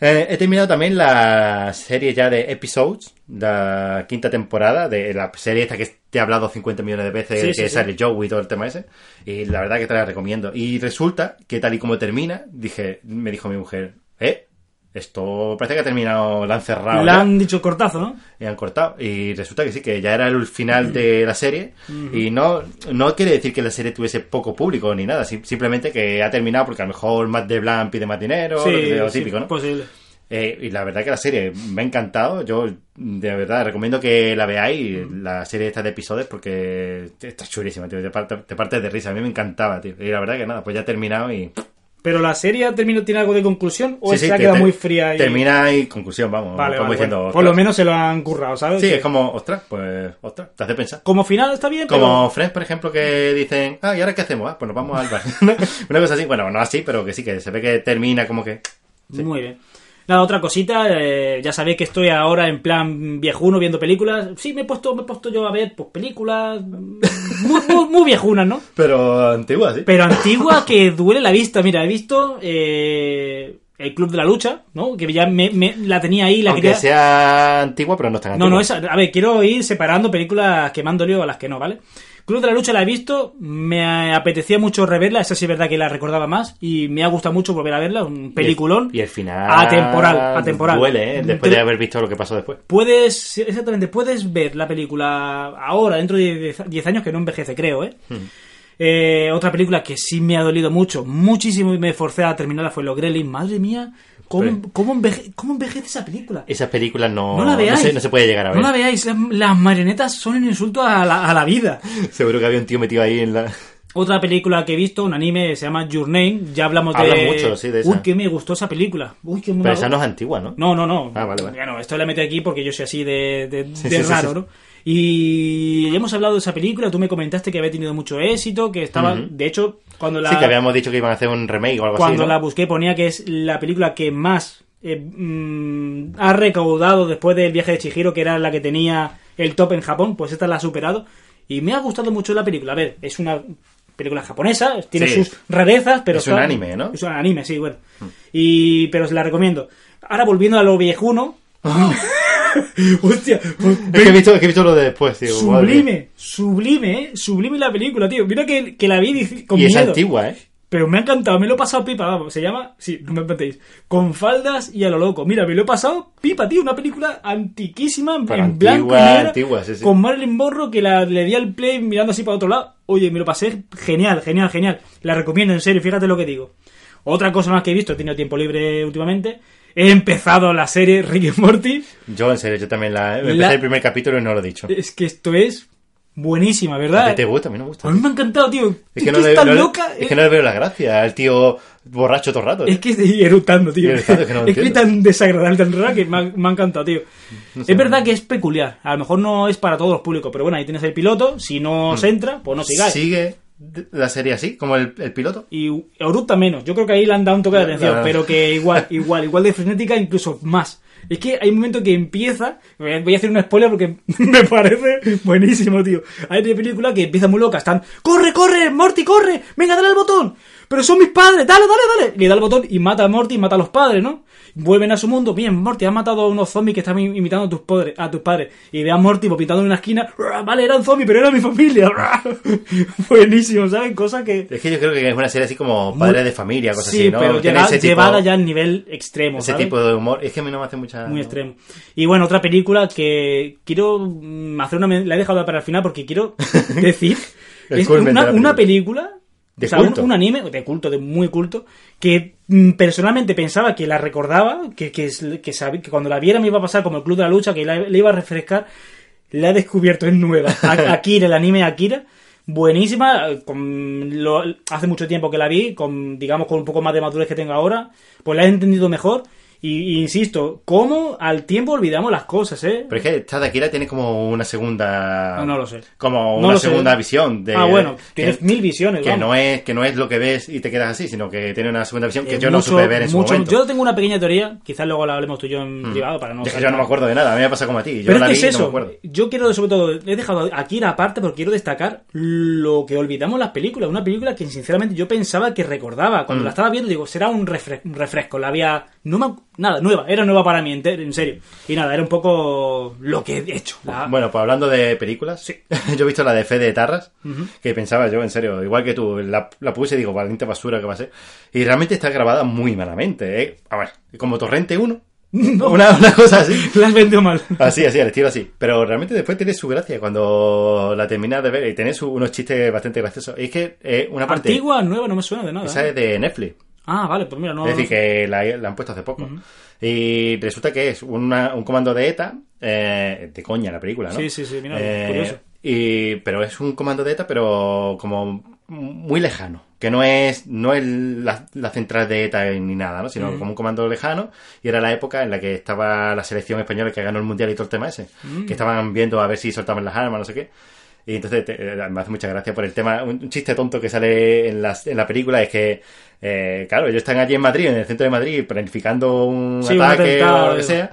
[SPEAKER 3] Eh, he terminado también la serie ya de Episodes, la quinta temporada de la serie esta que te he hablado 50 millones de veces,
[SPEAKER 4] Sí,
[SPEAKER 3] que
[SPEAKER 4] sí, sí.
[SPEAKER 3] sale Joey y todo el tema ese. Y la verdad que te la recomiendo. Y resulta que tal y como termina, dije, me dijo mi mujer, eh, esto parece que ha terminado, la han cerrado.
[SPEAKER 4] Le
[SPEAKER 3] ya".
[SPEAKER 4] han dicho cortazo, ¿no?
[SPEAKER 3] y han cortado. Y resulta que sí, que ya era el final de la serie. Y no, no quiere decir que la serie tuviese poco público ni nada, sim- simplemente que ha terminado porque a lo mejor Matt DeBlanc pide más dinero, lo, que- lo
[SPEAKER 4] sí, pues
[SPEAKER 3] típico, ¿no?
[SPEAKER 4] posible.
[SPEAKER 3] Eh, y la verdad que la serie me ha encantado. Yo, de verdad, recomiendo que la veáis,
[SPEAKER 4] Mm.
[SPEAKER 3] la serie esta de episodios, porque está chulísima, tío. Te parte- te partes de risa. A mí me encantaba, tío. Y la verdad que nada, pues ya ha terminado y...
[SPEAKER 4] Pero la serie ha terminado- tiene algo de conclusión o
[SPEAKER 3] Sí,
[SPEAKER 4] se
[SPEAKER 3] sí,
[SPEAKER 4] ha
[SPEAKER 3] te-
[SPEAKER 4] quedado
[SPEAKER 3] te-
[SPEAKER 4] muy fría y...
[SPEAKER 3] Termina y conclusión, vamos.
[SPEAKER 4] Vale,
[SPEAKER 3] como
[SPEAKER 4] vale,
[SPEAKER 3] diciendo,
[SPEAKER 4] bueno. Por lo
[SPEAKER 3] ostras.
[SPEAKER 4] menos se lo han currado, ¿sabes?
[SPEAKER 3] Sí,
[SPEAKER 4] Que
[SPEAKER 3] es como, ostras, pues, ostras, te hace pensar.
[SPEAKER 4] como final está bien, pero...
[SPEAKER 3] Como Friends, por ejemplo, que dicen, ah, ¿y ahora qué hacemos? Ah, pues nos vamos al bar. Una cosa así, bueno, no así, pero que sí, que se ve que termina como que...
[SPEAKER 4] Muy bien. Nada, otra cosita, eh, ya sabéis que estoy ahora en plan viejuno viendo películas. Sí, me he puesto, me he puesto yo a ver pues, películas mm, muy, muy, muy viejunas, ¿no?
[SPEAKER 3] Pero antigua, sí.
[SPEAKER 4] Pero antiguas que duele la vista. Mira, he visto eh, El Club de la Lucha, ¿no? Que ya me, me- la tenía ahí, la
[SPEAKER 3] Aunque
[SPEAKER 4] quería...
[SPEAKER 3] sea antigua, pero no es tan
[SPEAKER 4] No,
[SPEAKER 3] antigua.
[SPEAKER 4] no, esa, a ver, quiero ir separando películas que me han dolido a las que no, ¿vale? Club de la Lucha la he visto, me apetecía mucho reverla, esa sí es verdad que la recordaba más y me ha gustado mucho volver a verla, un peliculón.
[SPEAKER 3] Y el final.
[SPEAKER 4] Atemporal, atemporal.
[SPEAKER 3] Duele, ¿eh? Después
[SPEAKER 4] Te-
[SPEAKER 3] de haber visto lo que pasó después.
[SPEAKER 4] Puedes, exactamente, puedes ver la película ahora, dentro de 10 años, que no envejece, creo, ¿eh?
[SPEAKER 3] Hmm.
[SPEAKER 4] Eh, Otra película que sí me ha dolido mucho, muchísimo, y me forcé a terminarla fue Los Gremlins. Madre mía, ¿cómo,
[SPEAKER 3] Pero-
[SPEAKER 4] cómo, enveje- cómo envejece esa película?
[SPEAKER 3] Esas películas no.
[SPEAKER 4] No la veáis.
[SPEAKER 3] se, no se puede llegar a ver.
[SPEAKER 4] No la veáis, las, las marionetas son un insulto a la, a la vida.
[SPEAKER 3] Seguro que había un tío metido ahí en la.
[SPEAKER 4] Otra película que he visto, un anime, se llama Your Name. Ya hablamos de.
[SPEAKER 3] Hablan mucho, sí, de esa.
[SPEAKER 4] Uy, que me gustó esa película. Uy, que me
[SPEAKER 3] Pero esa no es antigua, ¿no?
[SPEAKER 4] No, no, no.
[SPEAKER 3] Ah, vale, vale.
[SPEAKER 4] Ya no, esto la metí aquí porque yo soy así de, de-
[SPEAKER 3] Sí,
[SPEAKER 4] de
[SPEAKER 3] sí, sí,
[SPEAKER 4] raro,
[SPEAKER 3] sí.
[SPEAKER 4] ¿no? Y hemos hablado de esa película, tú me comentaste que había tenido mucho éxito, que estaba...
[SPEAKER 3] Ujú.
[SPEAKER 4] De hecho, cuando la,
[SPEAKER 3] Sí, que habíamos dicho que iban a hacer un remake o algo
[SPEAKER 4] cuando
[SPEAKER 3] así. ¿no?
[SPEAKER 4] la busqué ponía que es la película que más eh, mm, ha recaudado después del viaje de Chihiro, que era la que tenía el top en Japón, pues esta la ha superado. Y me ha gustado mucho la película. A ver, es una película japonesa, tiene
[SPEAKER 3] Sí.
[SPEAKER 4] sus rarezas, pero...
[SPEAKER 3] Es un anime, ¿no? Mm.
[SPEAKER 4] Es un anime, sí, bueno. Y, pero os la recomiendo. Ahora volviendo a lo viejuno... Hostia, pues,
[SPEAKER 3] Es que he visto, es que he visto lo de después, tío. madre mía.
[SPEAKER 4] sublime, sublime, eh, sublime la película, tío. Mira que, que la vi dic- con
[SPEAKER 3] Y es
[SPEAKER 4] miedo.
[SPEAKER 3] antigua, ¿eh?
[SPEAKER 4] Pero me ha encantado, me lo he pasado pipa, vamos. Se llama, sí, no me planteéis, con faldas y a lo loco. Mira, me lo he pasado pipa, tío. Una película antiquísima, en
[SPEAKER 3] Pero
[SPEAKER 4] en blanco
[SPEAKER 3] antigua,
[SPEAKER 4] y negro,
[SPEAKER 3] antigua, sí, sí.
[SPEAKER 4] con Marilyn Monroe que la, le di al play mirando así para otro lado. Oye, me lo pasé genial, genial, genial. La recomiendo, en serio, fíjate lo que digo. Otra cosa más que he visto, he tenido tiempo libre últimamente. He empezado la serie Ricky Morty.
[SPEAKER 3] Yo, en serio, yo también la. Empecé
[SPEAKER 4] La- Eh,
[SPEAKER 3] el primer capítulo y no lo he dicho.
[SPEAKER 4] Es que esto es buenísima, ¿verdad?
[SPEAKER 3] ¿A ti te gusta? A mí no me gusta.
[SPEAKER 4] A mí me ha encantado, tío.
[SPEAKER 3] Es que no
[SPEAKER 4] es
[SPEAKER 3] le,
[SPEAKER 4] tan
[SPEAKER 3] no le-
[SPEAKER 4] loca. eh.
[SPEAKER 3] es que no le veo la gracia. El tío borracho todo el rato. ¿eh?
[SPEAKER 4] Es que estoy eructando, tío.
[SPEAKER 3] Y eructando, que no lo
[SPEAKER 4] es que es
[SPEAKER 3] entiendo.
[SPEAKER 4] tan desagradable, tan rara que me ha, me ha encantado, tío.
[SPEAKER 3] sé,
[SPEAKER 4] es verdad que es peculiar. A lo mejor no es para todos los públicos, pero bueno, ahí tienes el piloto. Si no
[SPEAKER 3] Hmm.
[SPEAKER 4] os entra, pues no sigáis.
[SPEAKER 3] ¿Sigue la serie así? ¿Como el, el piloto?
[SPEAKER 4] Y eructa menos. Yo creo que ahí le han dado un toque de atención,
[SPEAKER 3] Claro.
[SPEAKER 4] pero que igual, igual, igual de frenética, incluso más. Es que hay un momento que empieza. Voy a hacer un spoiler porque me parece buenísimo, tío. Hay una película que empieza muy loca. Están. ¡Corre, corre! ¡Morty, corre! ¡Venga, dale al botón! ¡Pero son mis padres! ¡Dale, dale, dale! Le da el botón y mata a Morty y mata a los padres, ¿no? Vuelven a su mundo. Bien, Morty, has matado a unos zombies que están im- imitando a tus, padres, a tus padres. Y ve a Morty vomitando en una esquina. ¡Ruah! Vale, eran zombies, pero era mi familia. ¡Ruah! Buenísimo, ¿saben? Cosa que.
[SPEAKER 3] Es que yo creo que es una serie así como padres de familia, cosas
[SPEAKER 4] Sí,
[SPEAKER 3] así, ¿no?
[SPEAKER 4] pero
[SPEAKER 3] Tiene
[SPEAKER 4] llega-
[SPEAKER 3] ese tipo-
[SPEAKER 4] llevada ya al nivel extremo,
[SPEAKER 3] Ese
[SPEAKER 4] ¿sabes?
[SPEAKER 3] tipo de humor. Es que a mí no me hace mucha.
[SPEAKER 4] Muy
[SPEAKER 3] no.
[SPEAKER 4] extremo. Y bueno, otra película que quiero mm, hacer una... men- La he dejado para el final porque quiero decir...
[SPEAKER 3] El
[SPEAKER 4] es
[SPEAKER 3] culmen de
[SPEAKER 4] una,
[SPEAKER 3] la
[SPEAKER 4] una película...
[SPEAKER 3] De
[SPEAKER 4] o sea, un-
[SPEAKER 3] culto.
[SPEAKER 4] Un, anime de culto, de muy culto, que mm, personalmente pensaba que la recordaba, que, que, es- que, sabe- que cuando la viera me iba a pasar como el Club de la Lucha, que la- le iba a refrescar. La he descubierto, es nueva. A- Akira, el anime Akira. Buenísima. eh, Con lo- hace mucho tiempo que la vi. Con, digamos, con un poco más de madurez que tengo ahora. Pues la he entendido mejor. Y, y insisto, cómo al tiempo olvidamos las cosas, ¿eh?
[SPEAKER 3] Pero es que esta de Akira tiene como una segunda.
[SPEAKER 4] No, no lo sé.
[SPEAKER 3] Como
[SPEAKER 4] No
[SPEAKER 3] una
[SPEAKER 4] lo sé.
[SPEAKER 3] segunda visión. De,
[SPEAKER 4] ah, bueno,
[SPEAKER 3] que,
[SPEAKER 4] tienes mil visiones.
[SPEAKER 3] que
[SPEAKER 4] vamos.
[SPEAKER 3] no es que no es lo que ves y te quedas así, sino que tiene una segunda visión que
[SPEAKER 4] Eh,
[SPEAKER 3] yo no
[SPEAKER 4] mucho-
[SPEAKER 3] supe ver en su
[SPEAKER 4] mucho-
[SPEAKER 3] momento. Mm.
[SPEAKER 4] Yo tengo una pequeña teoría, quizás luego la hablemos tú y yo en privado para no.
[SPEAKER 3] Es que yo no me acuerdo de nada, a mí me pasa como a ti. Yo
[SPEAKER 4] Pero
[SPEAKER 3] la
[SPEAKER 4] es que
[SPEAKER 3] vi
[SPEAKER 4] es
[SPEAKER 3] y no me
[SPEAKER 4] eso.
[SPEAKER 3] acuerdo.
[SPEAKER 4] yo quiero, sobre todo, he dejado aquí la parte porque quiero destacar lo que olvidamos las películas. Una película que, sinceramente, yo pensaba que recordaba.
[SPEAKER 3] Mm.
[SPEAKER 4] Cuando la estaba viendo, digo, será un, refre- un refresco. La había. No me ac- Nada, nueva. Era nueva para mí, ente- en serio. Y nada, era un poco lo que he hecho. La-
[SPEAKER 3] Bueno, pues hablando de películas, yo he visto la de Fede de Tarras, que pensaba yo, en serio, igual que tú, la, la puse y digo, valiente basura que va a ser. Y realmente está grabada muy malamente, ¿eh? A ver, como Torrente 1, una, una cosa así.
[SPEAKER 4] La has vendido mal.
[SPEAKER 3] Así, así, al estilo así. Pero realmente después tiene su gracia cuando la terminas de ver y tiene su- unos chistes bastante graciosos. Y es que eh, una parte...
[SPEAKER 4] Antigua, nueva, no me suena de nada.
[SPEAKER 3] Esa
[SPEAKER 4] ¿eh?
[SPEAKER 3] es de Netflix.
[SPEAKER 4] Ah, vale, pues mira, no.
[SPEAKER 3] Es decir, que la, la han puesto hace poco. Y resulta que es una- un comando de ETA, eh, de coña la película, ¿no? Eh,
[SPEAKER 4] Sí, sí, sí, mira, curioso.
[SPEAKER 3] Y, pero es un comando de ETA, pero como muy lejano. Que no es, no es la, la central de ETA ni nada, ¿no?
[SPEAKER 4] Mm.
[SPEAKER 3] Sino como un comando lejano. Y era la época en la que estaba la selección española que ganó el mundial y todo el tema ese.
[SPEAKER 4] Mm.
[SPEAKER 3] Que estaban viendo a ver si soltaban las armas, no sé qué. Y entonces te- eh, me hace mucha gracia por el tema. Un, un chiste tonto que sale en, las- en la película es que, eh, claro, ellos están allí en Madrid, en el centro de Madrid, planificando un
[SPEAKER 4] Sí, un
[SPEAKER 3] ataque
[SPEAKER 4] atentado,
[SPEAKER 3] o lo que
[SPEAKER 4] digo.
[SPEAKER 3] sea.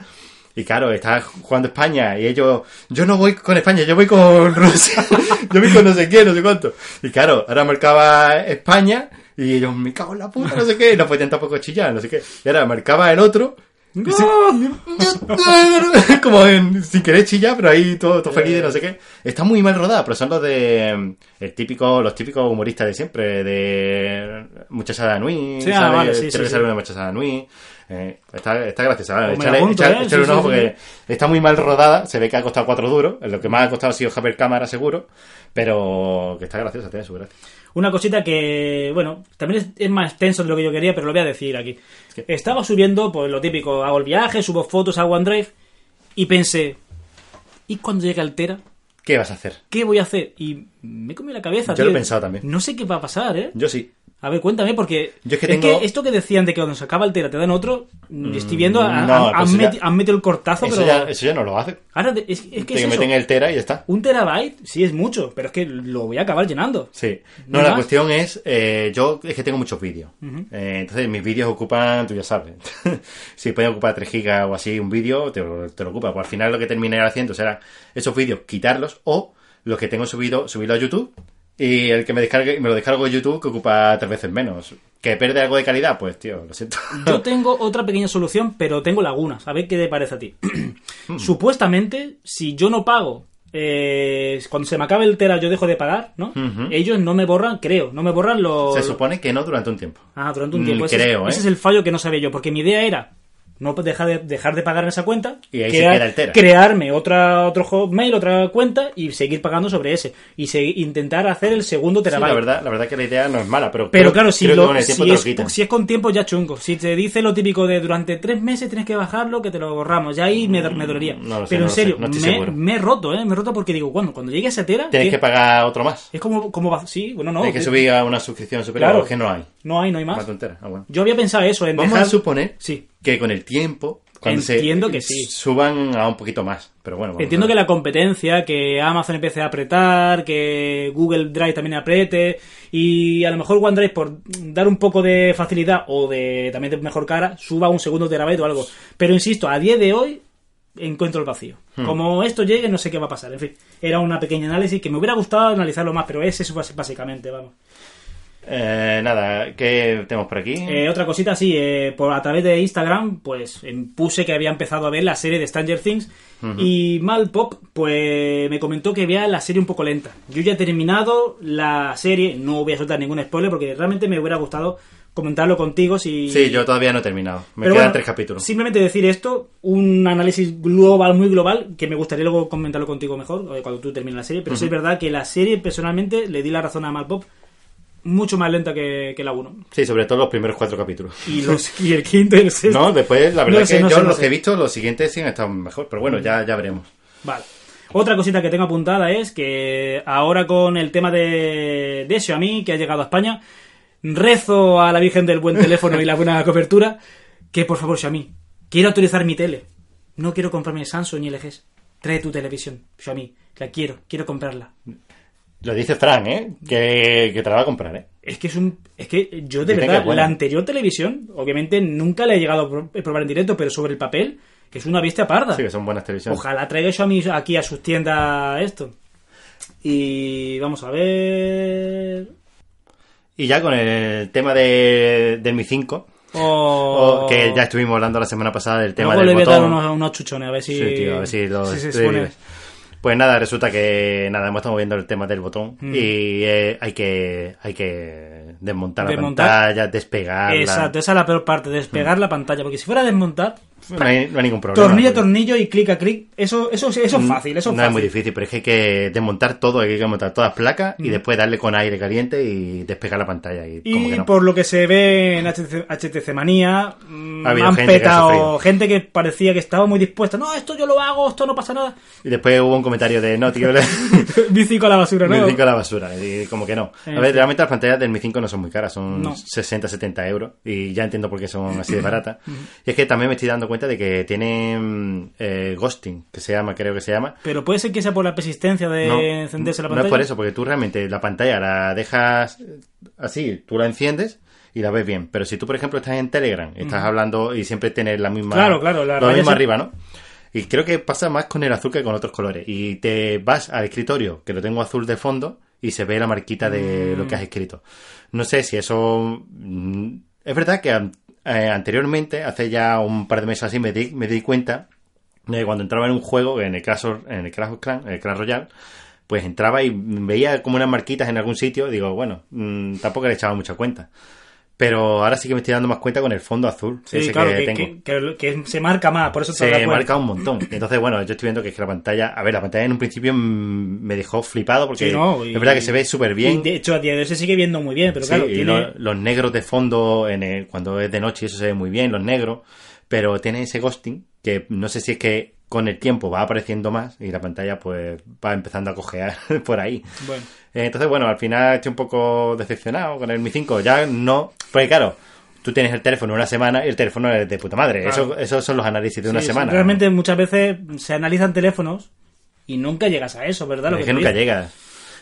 [SPEAKER 3] Y claro, está jugando España y ellos, yo no voy con España, yo voy con Rusia, yo voy con no sé quién, no sé cuánto. Y claro, ahora marcaba España y ellos, me cago en la puta, no sé qué, y no podían tampoco chillar, no sé qué. Y ahora marcaba el otro. y se- como en- sin querer chillar, pero ahí todo, todo feliz de
[SPEAKER 4] Eh.
[SPEAKER 3] no sé qué. Está muy mal rodada, pero son los de mm, el típico, los típicos humoristas de siempre, de Muchacha de Anui,
[SPEAKER 4] Sí, ah,
[SPEAKER 3] sale-
[SPEAKER 4] vale, sí,
[SPEAKER 3] creo
[SPEAKER 4] sí,
[SPEAKER 3] que
[SPEAKER 4] sí.
[SPEAKER 3] sale una Muchacha de Anui. Eh, está, está graciosa,
[SPEAKER 4] Pues me la
[SPEAKER 3] Échale,
[SPEAKER 4] apunto,
[SPEAKER 3] échale-
[SPEAKER 4] ¿eh?
[SPEAKER 3] échale
[SPEAKER 4] Sí,
[SPEAKER 3] un ojo
[SPEAKER 4] sí, sí.
[SPEAKER 3] porque está muy mal rodada. Se ve que ha costado cuatro duros. Lo que más ha costado ha sido Haber Cámara, seguro. Pero que está graciosa, tiene su gracia.
[SPEAKER 4] Una cosita que, bueno, también es, es más extenso de lo que yo quería, pero lo voy a decir aquí. Estaba subiendo, pues lo típico, hago el viaje, subo fotos a OneDrive y pensé, ¿y cuando llegue Altera?
[SPEAKER 3] ¿Qué vas a hacer?
[SPEAKER 4] ¿Qué voy a hacer? Y me he comido la cabeza.
[SPEAKER 3] Yo
[SPEAKER 4] tío.
[SPEAKER 3] lo he pensado también.
[SPEAKER 4] No sé qué va a pasar, ¿eh?
[SPEAKER 3] Yo sí.
[SPEAKER 4] A ver, cuéntame, porque
[SPEAKER 3] Yo es que tengo- Mm,
[SPEAKER 4] esto que decían de que cuando se acaba Altera te dan otro, yo estoy viendo, a- a-
[SPEAKER 3] no,
[SPEAKER 4] han,
[SPEAKER 3] pero eso ya-
[SPEAKER 4] meti- han metido el cortazo,
[SPEAKER 3] Eso
[SPEAKER 4] pero...
[SPEAKER 3] ya, eso ya no lo hace.
[SPEAKER 4] Ahora, de- es, es
[SPEAKER 3] Te
[SPEAKER 4] que es eso.
[SPEAKER 3] meten el Tera y ya está.
[SPEAKER 4] Un terabyte, sí, es mucho, pero es que lo voy a acabar llenando.
[SPEAKER 3] Sí.
[SPEAKER 4] ¿No
[SPEAKER 3] No, la
[SPEAKER 4] más?
[SPEAKER 3] cuestión es, eh, yo es que tengo muchos vídeos. Eh, entonces mis vídeos ocupan, tú ya sabes, si pueden ocupar 3 gigas o así un vídeo, te, lo- te lo ocupa. Pues al final lo que terminé haciendo será esos vídeos, quitarlos o los que tengo subido, subirlo a YouTube. Y el que me descargue, me lo descargo de YouTube que ocupa tres veces menos. ¿Que pierde algo de calidad? Pues tío, lo siento.
[SPEAKER 4] Yo tengo otra pequeña solución, pero tengo lagunas. A ver qué te parece a ti. Supuestamente, si yo no pago, eh, cuando se me acabe el tera, yo dejo de pagar, ¿no? Ellos no me borran, creo, no me borran los.
[SPEAKER 3] Se supone que no durante un tiempo.
[SPEAKER 4] Ah, durante un
[SPEAKER 3] Mm,
[SPEAKER 4] tiempo. Ese es-
[SPEAKER 3] Creo,
[SPEAKER 4] ese,
[SPEAKER 3] ¿eh?
[SPEAKER 4] es el fallo que no sabía yo, porque mi idea era no dejar de, dejar de pagar en esa cuenta,
[SPEAKER 3] Y ahí se queda el tera.
[SPEAKER 4] crearme otra, otro Hotmail, otra cuenta y seguir pagando sobre ese. Y segui- intentar hacer el segundo
[SPEAKER 3] Sí,
[SPEAKER 4] terabyte.
[SPEAKER 3] la verdad, la verdad que la idea no es mala, pero,
[SPEAKER 4] Pero
[SPEAKER 3] creo-
[SPEAKER 4] claro, si,
[SPEAKER 3] creo que
[SPEAKER 4] lo-
[SPEAKER 3] con el tiempo
[SPEAKER 4] si
[SPEAKER 3] te lo
[SPEAKER 4] es,
[SPEAKER 3] quitan.
[SPEAKER 4] si es con tiempo ya chungo. Si te dice lo típico de durante tres meses tienes que bajarlo, que te lo borramos. Ya ahí me, me dolería.
[SPEAKER 3] Mm, no lo sé,
[SPEAKER 4] Pero
[SPEAKER 3] no lo
[SPEAKER 4] en
[SPEAKER 3] sé,
[SPEAKER 4] serio,
[SPEAKER 3] no estoy
[SPEAKER 4] me,
[SPEAKER 3] seguro.
[SPEAKER 4] me he roto, ¿eh? Me he roto porque digo, bueno, cuando llegue a esa tera...
[SPEAKER 3] Tienes
[SPEAKER 4] ¿qué?
[SPEAKER 3] que pagar otro más.
[SPEAKER 4] Es como, como... va- Sí, bueno, eh, no.
[SPEAKER 3] Tienes que
[SPEAKER 4] que-
[SPEAKER 3] subir a una suscripción superior
[SPEAKER 4] Claro.
[SPEAKER 3] que no hay.
[SPEAKER 4] No hay, no hay
[SPEAKER 3] Una
[SPEAKER 4] más.
[SPEAKER 3] tontera. Ah, bueno.
[SPEAKER 4] Yo había pensado eso, en
[SPEAKER 3] Vamos
[SPEAKER 4] dejar...
[SPEAKER 3] a suponer
[SPEAKER 4] Sí.
[SPEAKER 3] que con el tiempo cuando se-
[SPEAKER 4] Entiendo que sí.
[SPEAKER 3] suban a un poquito más. Pero bueno, vamos
[SPEAKER 4] Entiendo
[SPEAKER 3] a
[SPEAKER 4] que
[SPEAKER 3] ver.
[SPEAKER 4] la competencia, que Amazon empiece a apretar, que Google Drive también apriete, y a lo mejor OneDrive, por dar un poco de facilidad o de también de mejor cara, suba un segundo terabyte o algo. Pero insisto, a día de hoy encuentro el vacío. Como esto llegue, no sé qué va a pasar. En fin, era una pequeña análisis que me hubiera gustado analizarlo más, pero ese es bas- básicamente, vamos.
[SPEAKER 3] Eh, nada, ¿qué tenemos por aquí?
[SPEAKER 4] Eh, otra cosita, sí, eh, por, a través de Instagram, pues em, puse que había empezado a ver la serie de Stranger Things y Malpop, pues me comentó que vea la serie un poco lenta. Yo ya he terminado la serie, no voy a soltar ningún spoiler porque realmente me hubiera gustado comentarlo contigo si...
[SPEAKER 3] sí, yo todavía no he terminado. Me
[SPEAKER 4] Pero
[SPEAKER 3] quedan
[SPEAKER 4] bueno,
[SPEAKER 3] tres capítulos.
[SPEAKER 4] Simplemente decir esto, un análisis global, muy global, que me gustaría luego comentarlo contigo mejor eh, cuando tú termines la serie, pero sí es verdad que la serie personalmente le di la razón a Malpop mucho más lenta que, que la 1.
[SPEAKER 3] Sí, sobre todo los primeros cuatro capítulos.
[SPEAKER 4] Y, los, y el quinto y el sexto.
[SPEAKER 3] No, después, la
[SPEAKER 4] No
[SPEAKER 3] verdad
[SPEAKER 4] lo sé,
[SPEAKER 3] que
[SPEAKER 4] no
[SPEAKER 3] yo
[SPEAKER 4] sé, no
[SPEAKER 3] los
[SPEAKER 4] sé.
[SPEAKER 3] que he visto, los siguientes sí han estado mejor. Pero bueno, ya, ya veremos.
[SPEAKER 4] Vale. Otra cosita que tengo apuntada es que ahora con el tema de, de Xiaomi que ha llegado a España, rezo a la Virgen del buen teléfono y la buena cobertura que por favor Xiaomi, quiero actualizar mi tele. No quiero comprarme Samsung ni LG. Trae tu televisión, Xiaomi. La quiero, quiero comprarla.
[SPEAKER 3] Lo dice Fran, ¿eh? Que, que te la va a comprar, ¿eh?
[SPEAKER 4] Es que es un. Es que yo de
[SPEAKER 3] Dicen que
[SPEAKER 4] verdad,
[SPEAKER 3] es buena.
[SPEAKER 4] la anterior televisión, obviamente nunca la he llegado a pro- a probar en directo, pero sobre el papel, que es una bestia parda.
[SPEAKER 3] Sí, que son buenas televisiones.
[SPEAKER 4] Ojalá traiga eso a mí, aquí a sus tiendas esto. Y vamos a ver.
[SPEAKER 3] Y ya con el tema de, del Mi 5,
[SPEAKER 4] O...
[SPEAKER 3] o- que ya estuvimos hablando la semana pasada del tema
[SPEAKER 4] Luego le
[SPEAKER 3] del
[SPEAKER 4] voy a
[SPEAKER 3] botón.
[SPEAKER 4] dar unos, unos chuchones, a ver si.
[SPEAKER 3] Sí, tío, a ver si lo
[SPEAKER 4] si se
[SPEAKER 3] describes.
[SPEAKER 4] expone.
[SPEAKER 3] Pues nada, resulta que nada, hemos estado viendo el tema del botón
[SPEAKER 4] Mm.
[SPEAKER 3] y eh, hay que hay que desmontar,
[SPEAKER 4] Desmontar.
[SPEAKER 3] la pantalla, despegarla.
[SPEAKER 4] Exacto, esa es la peor parte, despegar la pantalla, porque si fuera a desmontar,
[SPEAKER 3] No hay, no hay ningún Mm. problema.
[SPEAKER 4] tornillo a
[SPEAKER 3] porque-
[SPEAKER 4] tornillo y clic a clic, eso, eso, eso es fácil, eso es
[SPEAKER 3] no
[SPEAKER 4] fácil. Mm.
[SPEAKER 3] es muy difícil, pero es que hay que desmontar todo, hay que desmontar todas las placas y después darle con aire caliente y despegar la pantalla. Y, como
[SPEAKER 4] Y
[SPEAKER 3] que no.
[SPEAKER 4] por lo que se ve en HTC, HTC Manía, mm,
[SPEAKER 3] Ha habido
[SPEAKER 4] han
[SPEAKER 3] gente que ha
[SPEAKER 4] petado
[SPEAKER 3] sufrido.
[SPEAKER 4] gente que parecía que estaba muy dispuesta. No, esto yo lo hago, esto no pasa nada.
[SPEAKER 3] Y después hubo un comentario de no, tío, le-
[SPEAKER 4] Bicico a la basura, ¿no?
[SPEAKER 3] Mi 5 a la basura, y como que no.
[SPEAKER 4] En
[SPEAKER 3] A ver,
[SPEAKER 4] fin.
[SPEAKER 3] realmente las pantallas del Mi 5 no son muy caras, son
[SPEAKER 4] No.
[SPEAKER 3] 60, 70 euros, y ya entiendo por qué son así de baratas. y es que también me estoy dando cuenta de que tienen eh, ghosting, que se llama, creo que se llama.
[SPEAKER 4] Pero puede ser que sea por la persistencia de
[SPEAKER 3] No,
[SPEAKER 4] encenderse la
[SPEAKER 3] no
[SPEAKER 4] pantalla.
[SPEAKER 3] es por eso, porque tú realmente la pantalla la dejas así, tú la enciendes y la ves bien. Pero si tú, por ejemplo, estás en Telegram, estás hablando y siempre tienes la misma.
[SPEAKER 4] Claro, claro, la
[SPEAKER 3] lo
[SPEAKER 4] raya
[SPEAKER 3] mismo
[SPEAKER 4] se-
[SPEAKER 3] arriba, ¿no? Y creo que pasa más con el azul que con otros colores. Y te vas al escritorio, que lo tengo azul de fondo, y se ve la marquita de lo que
[SPEAKER 4] Mm.
[SPEAKER 3] has escrito. No sé si eso. mm, Es verdad que an- eh, anteriormente, hace ya un par de meses así, me di, me di cuenta de que Eh, cuando entraba en un juego, en el Clash, of- en el Clash of Clans, en el Clash Royale, pues entraba y veía como unas marquitas en algún sitio. Digo, bueno, mm, tampoco le echaba mucha cuenta. Pero ahora sí que me estoy dando más cuenta con el fondo azul.
[SPEAKER 4] Sí,
[SPEAKER 3] ese
[SPEAKER 4] claro, que,
[SPEAKER 3] tengo
[SPEAKER 4] que- que- que se marca más, por eso te
[SPEAKER 3] se marca un montón. Entonces, bueno, yo estoy viendo que es que la pantalla. A ver, la pantalla en un principio mm, me dejó flipado porque
[SPEAKER 4] Sí, no, y-
[SPEAKER 3] es verdad que se ve súper bien.
[SPEAKER 4] De hecho, a día de hoy se sigue viendo muy bien, pero
[SPEAKER 3] Sí,
[SPEAKER 4] claro,
[SPEAKER 3] y
[SPEAKER 4] tiene...
[SPEAKER 3] lo- los negros de fondo, en el- cuando es de noche, eso se ve muy bien, los negros. Pero tiene ese ghosting que no sé si es que con el tiempo va apareciendo más y la pantalla pues va empezando a cojear por ahí.
[SPEAKER 4] Bueno.
[SPEAKER 3] Eh, Entonces, bueno, al final estoy un poco decepcionado con el Mi 5. Ya no. Porque claro. Tú tienes el teléfono una semana y el teléfono es de puta madre.
[SPEAKER 4] Claro.
[SPEAKER 3] Eso, esos son los análisis de
[SPEAKER 4] Sí,
[SPEAKER 3] una
[SPEAKER 4] sí,
[SPEAKER 3] semana.
[SPEAKER 4] Realmente muchas veces se analizan teléfonos y nunca llegas a eso, ¿verdad? Lo
[SPEAKER 3] es
[SPEAKER 4] te
[SPEAKER 3] que nunca
[SPEAKER 4] digo.
[SPEAKER 3] llega.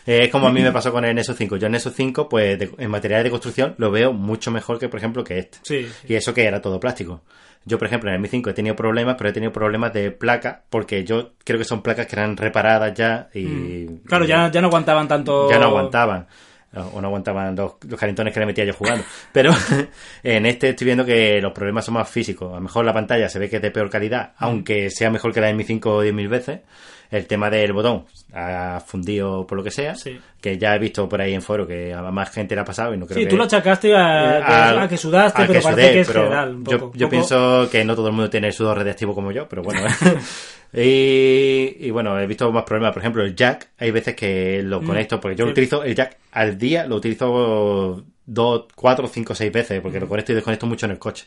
[SPEAKER 3] Eh, es como a mí me pasó con el Nexus 5. Yo el Nexus 5, pues de- en materiales de construcción, lo veo mucho mejor que, por ejemplo, que este.
[SPEAKER 4] Sí.
[SPEAKER 3] Y eso que era todo plástico. Yo, por ejemplo, en el Mi 5 he tenido problemas, pero he tenido problemas de placa, porque yo creo que son placas que eran reparadas ya y...
[SPEAKER 4] Mm. Claro,
[SPEAKER 3] y-
[SPEAKER 4] ya, ya no aguantaban tanto...
[SPEAKER 3] ya no aguantaban. O no aguantaban los, los calentones que le metía yo jugando. Pero en este estoy viendo que los problemas son más físicos. A lo mejor la pantalla se ve que es de peor calidad,
[SPEAKER 4] Mm.
[SPEAKER 3] aunque sea mejor que la de Mi 5 o 10.000 veces. El tema del botón ha fundido por lo que sea.
[SPEAKER 4] Sí.
[SPEAKER 3] Que ya he visto por ahí en foro que a más gente le ha pasado y no creo
[SPEAKER 4] Sí,
[SPEAKER 3] que... Eh,
[SPEAKER 4] tú lo achacaste a,
[SPEAKER 3] al-
[SPEAKER 4] a Ah, que sudaste,
[SPEAKER 3] a
[SPEAKER 4] pero
[SPEAKER 3] que
[SPEAKER 4] parece
[SPEAKER 3] sudé,
[SPEAKER 4] que es
[SPEAKER 3] pero
[SPEAKER 4] general. un
[SPEAKER 3] yo,
[SPEAKER 4] poco.
[SPEAKER 3] yo
[SPEAKER 4] Poco-
[SPEAKER 3] pienso que no todo el mundo tiene el sudor radiactivo como yo, pero bueno. y, y bueno, he visto más problemas. Por ejemplo, el jack, hay veces que lo conecto, porque yo
[SPEAKER 4] Mm. Sí.
[SPEAKER 3] utilizo el jack al día, lo utilizo dos, cuatro, cinco, seis veces, porque
[SPEAKER 4] Mm.
[SPEAKER 3] lo conecto y desconecto mucho en el coche.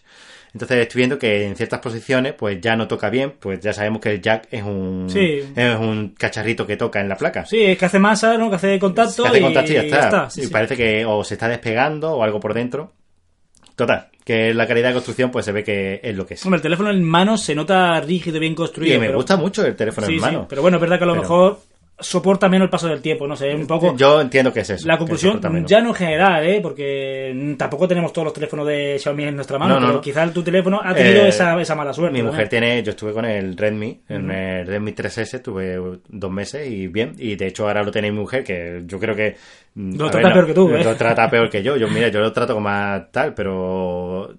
[SPEAKER 3] Entonces estoy viendo que en ciertas posiciones pues ya no toca bien, pues ya sabemos que el jack es un,
[SPEAKER 4] Sí.
[SPEAKER 3] es un cacharrito que toca en la placa.
[SPEAKER 4] Sí, es que hace masa, ¿no? Que hace contacto.
[SPEAKER 3] Que hace
[SPEAKER 4] y,
[SPEAKER 3] contacto y ya está.
[SPEAKER 4] sí,
[SPEAKER 3] y
[SPEAKER 4] sí.
[SPEAKER 3] parece que o se está despegando o algo por dentro. Total, que la calidad de construcción pues se ve que es lo que es.
[SPEAKER 4] Hombre, el teléfono en mano se nota rígido, bien construido.
[SPEAKER 3] y me
[SPEAKER 4] pero-
[SPEAKER 3] gusta mucho el teléfono
[SPEAKER 4] Sí,
[SPEAKER 3] en
[SPEAKER 4] sí,
[SPEAKER 3] mano.
[SPEAKER 4] pero bueno, es verdad que a lo
[SPEAKER 3] Pero- Eh,
[SPEAKER 4] mejor soporta menos el paso del tiempo, no sé, un poco...
[SPEAKER 3] Yo entiendo que es eso.
[SPEAKER 4] la
[SPEAKER 3] que
[SPEAKER 4] conclusión,
[SPEAKER 3] soporta menos.
[SPEAKER 4] ya no en general, ¿eh? porque tampoco tenemos todos los teléfonos de Xiaomi en nuestra mano,
[SPEAKER 3] No, no,
[SPEAKER 4] pero
[SPEAKER 3] no.
[SPEAKER 4] quizás tu teléfono ha tenido
[SPEAKER 3] Eh,
[SPEAKER 4] esa, esa mala suerte.
[SPEAKER 3] Mi
[SPEAKER 4] ¿no?
[SPEAKER 3] mujer tiene, yo estuve con el Redmi, en el Redmi 3S, estuve dos meses y bien, y de hecho ahora lo tiene mi mujer, que yo creo que... mm,
[SPEAKER 4] Lo
[SPEAKER 3] a
[SPEAKER 4] trata peor que tú, ¿eh?
[SPEAKER 3] Lo trata peor que yo, yo mira, yo lo trato como a tal, pero...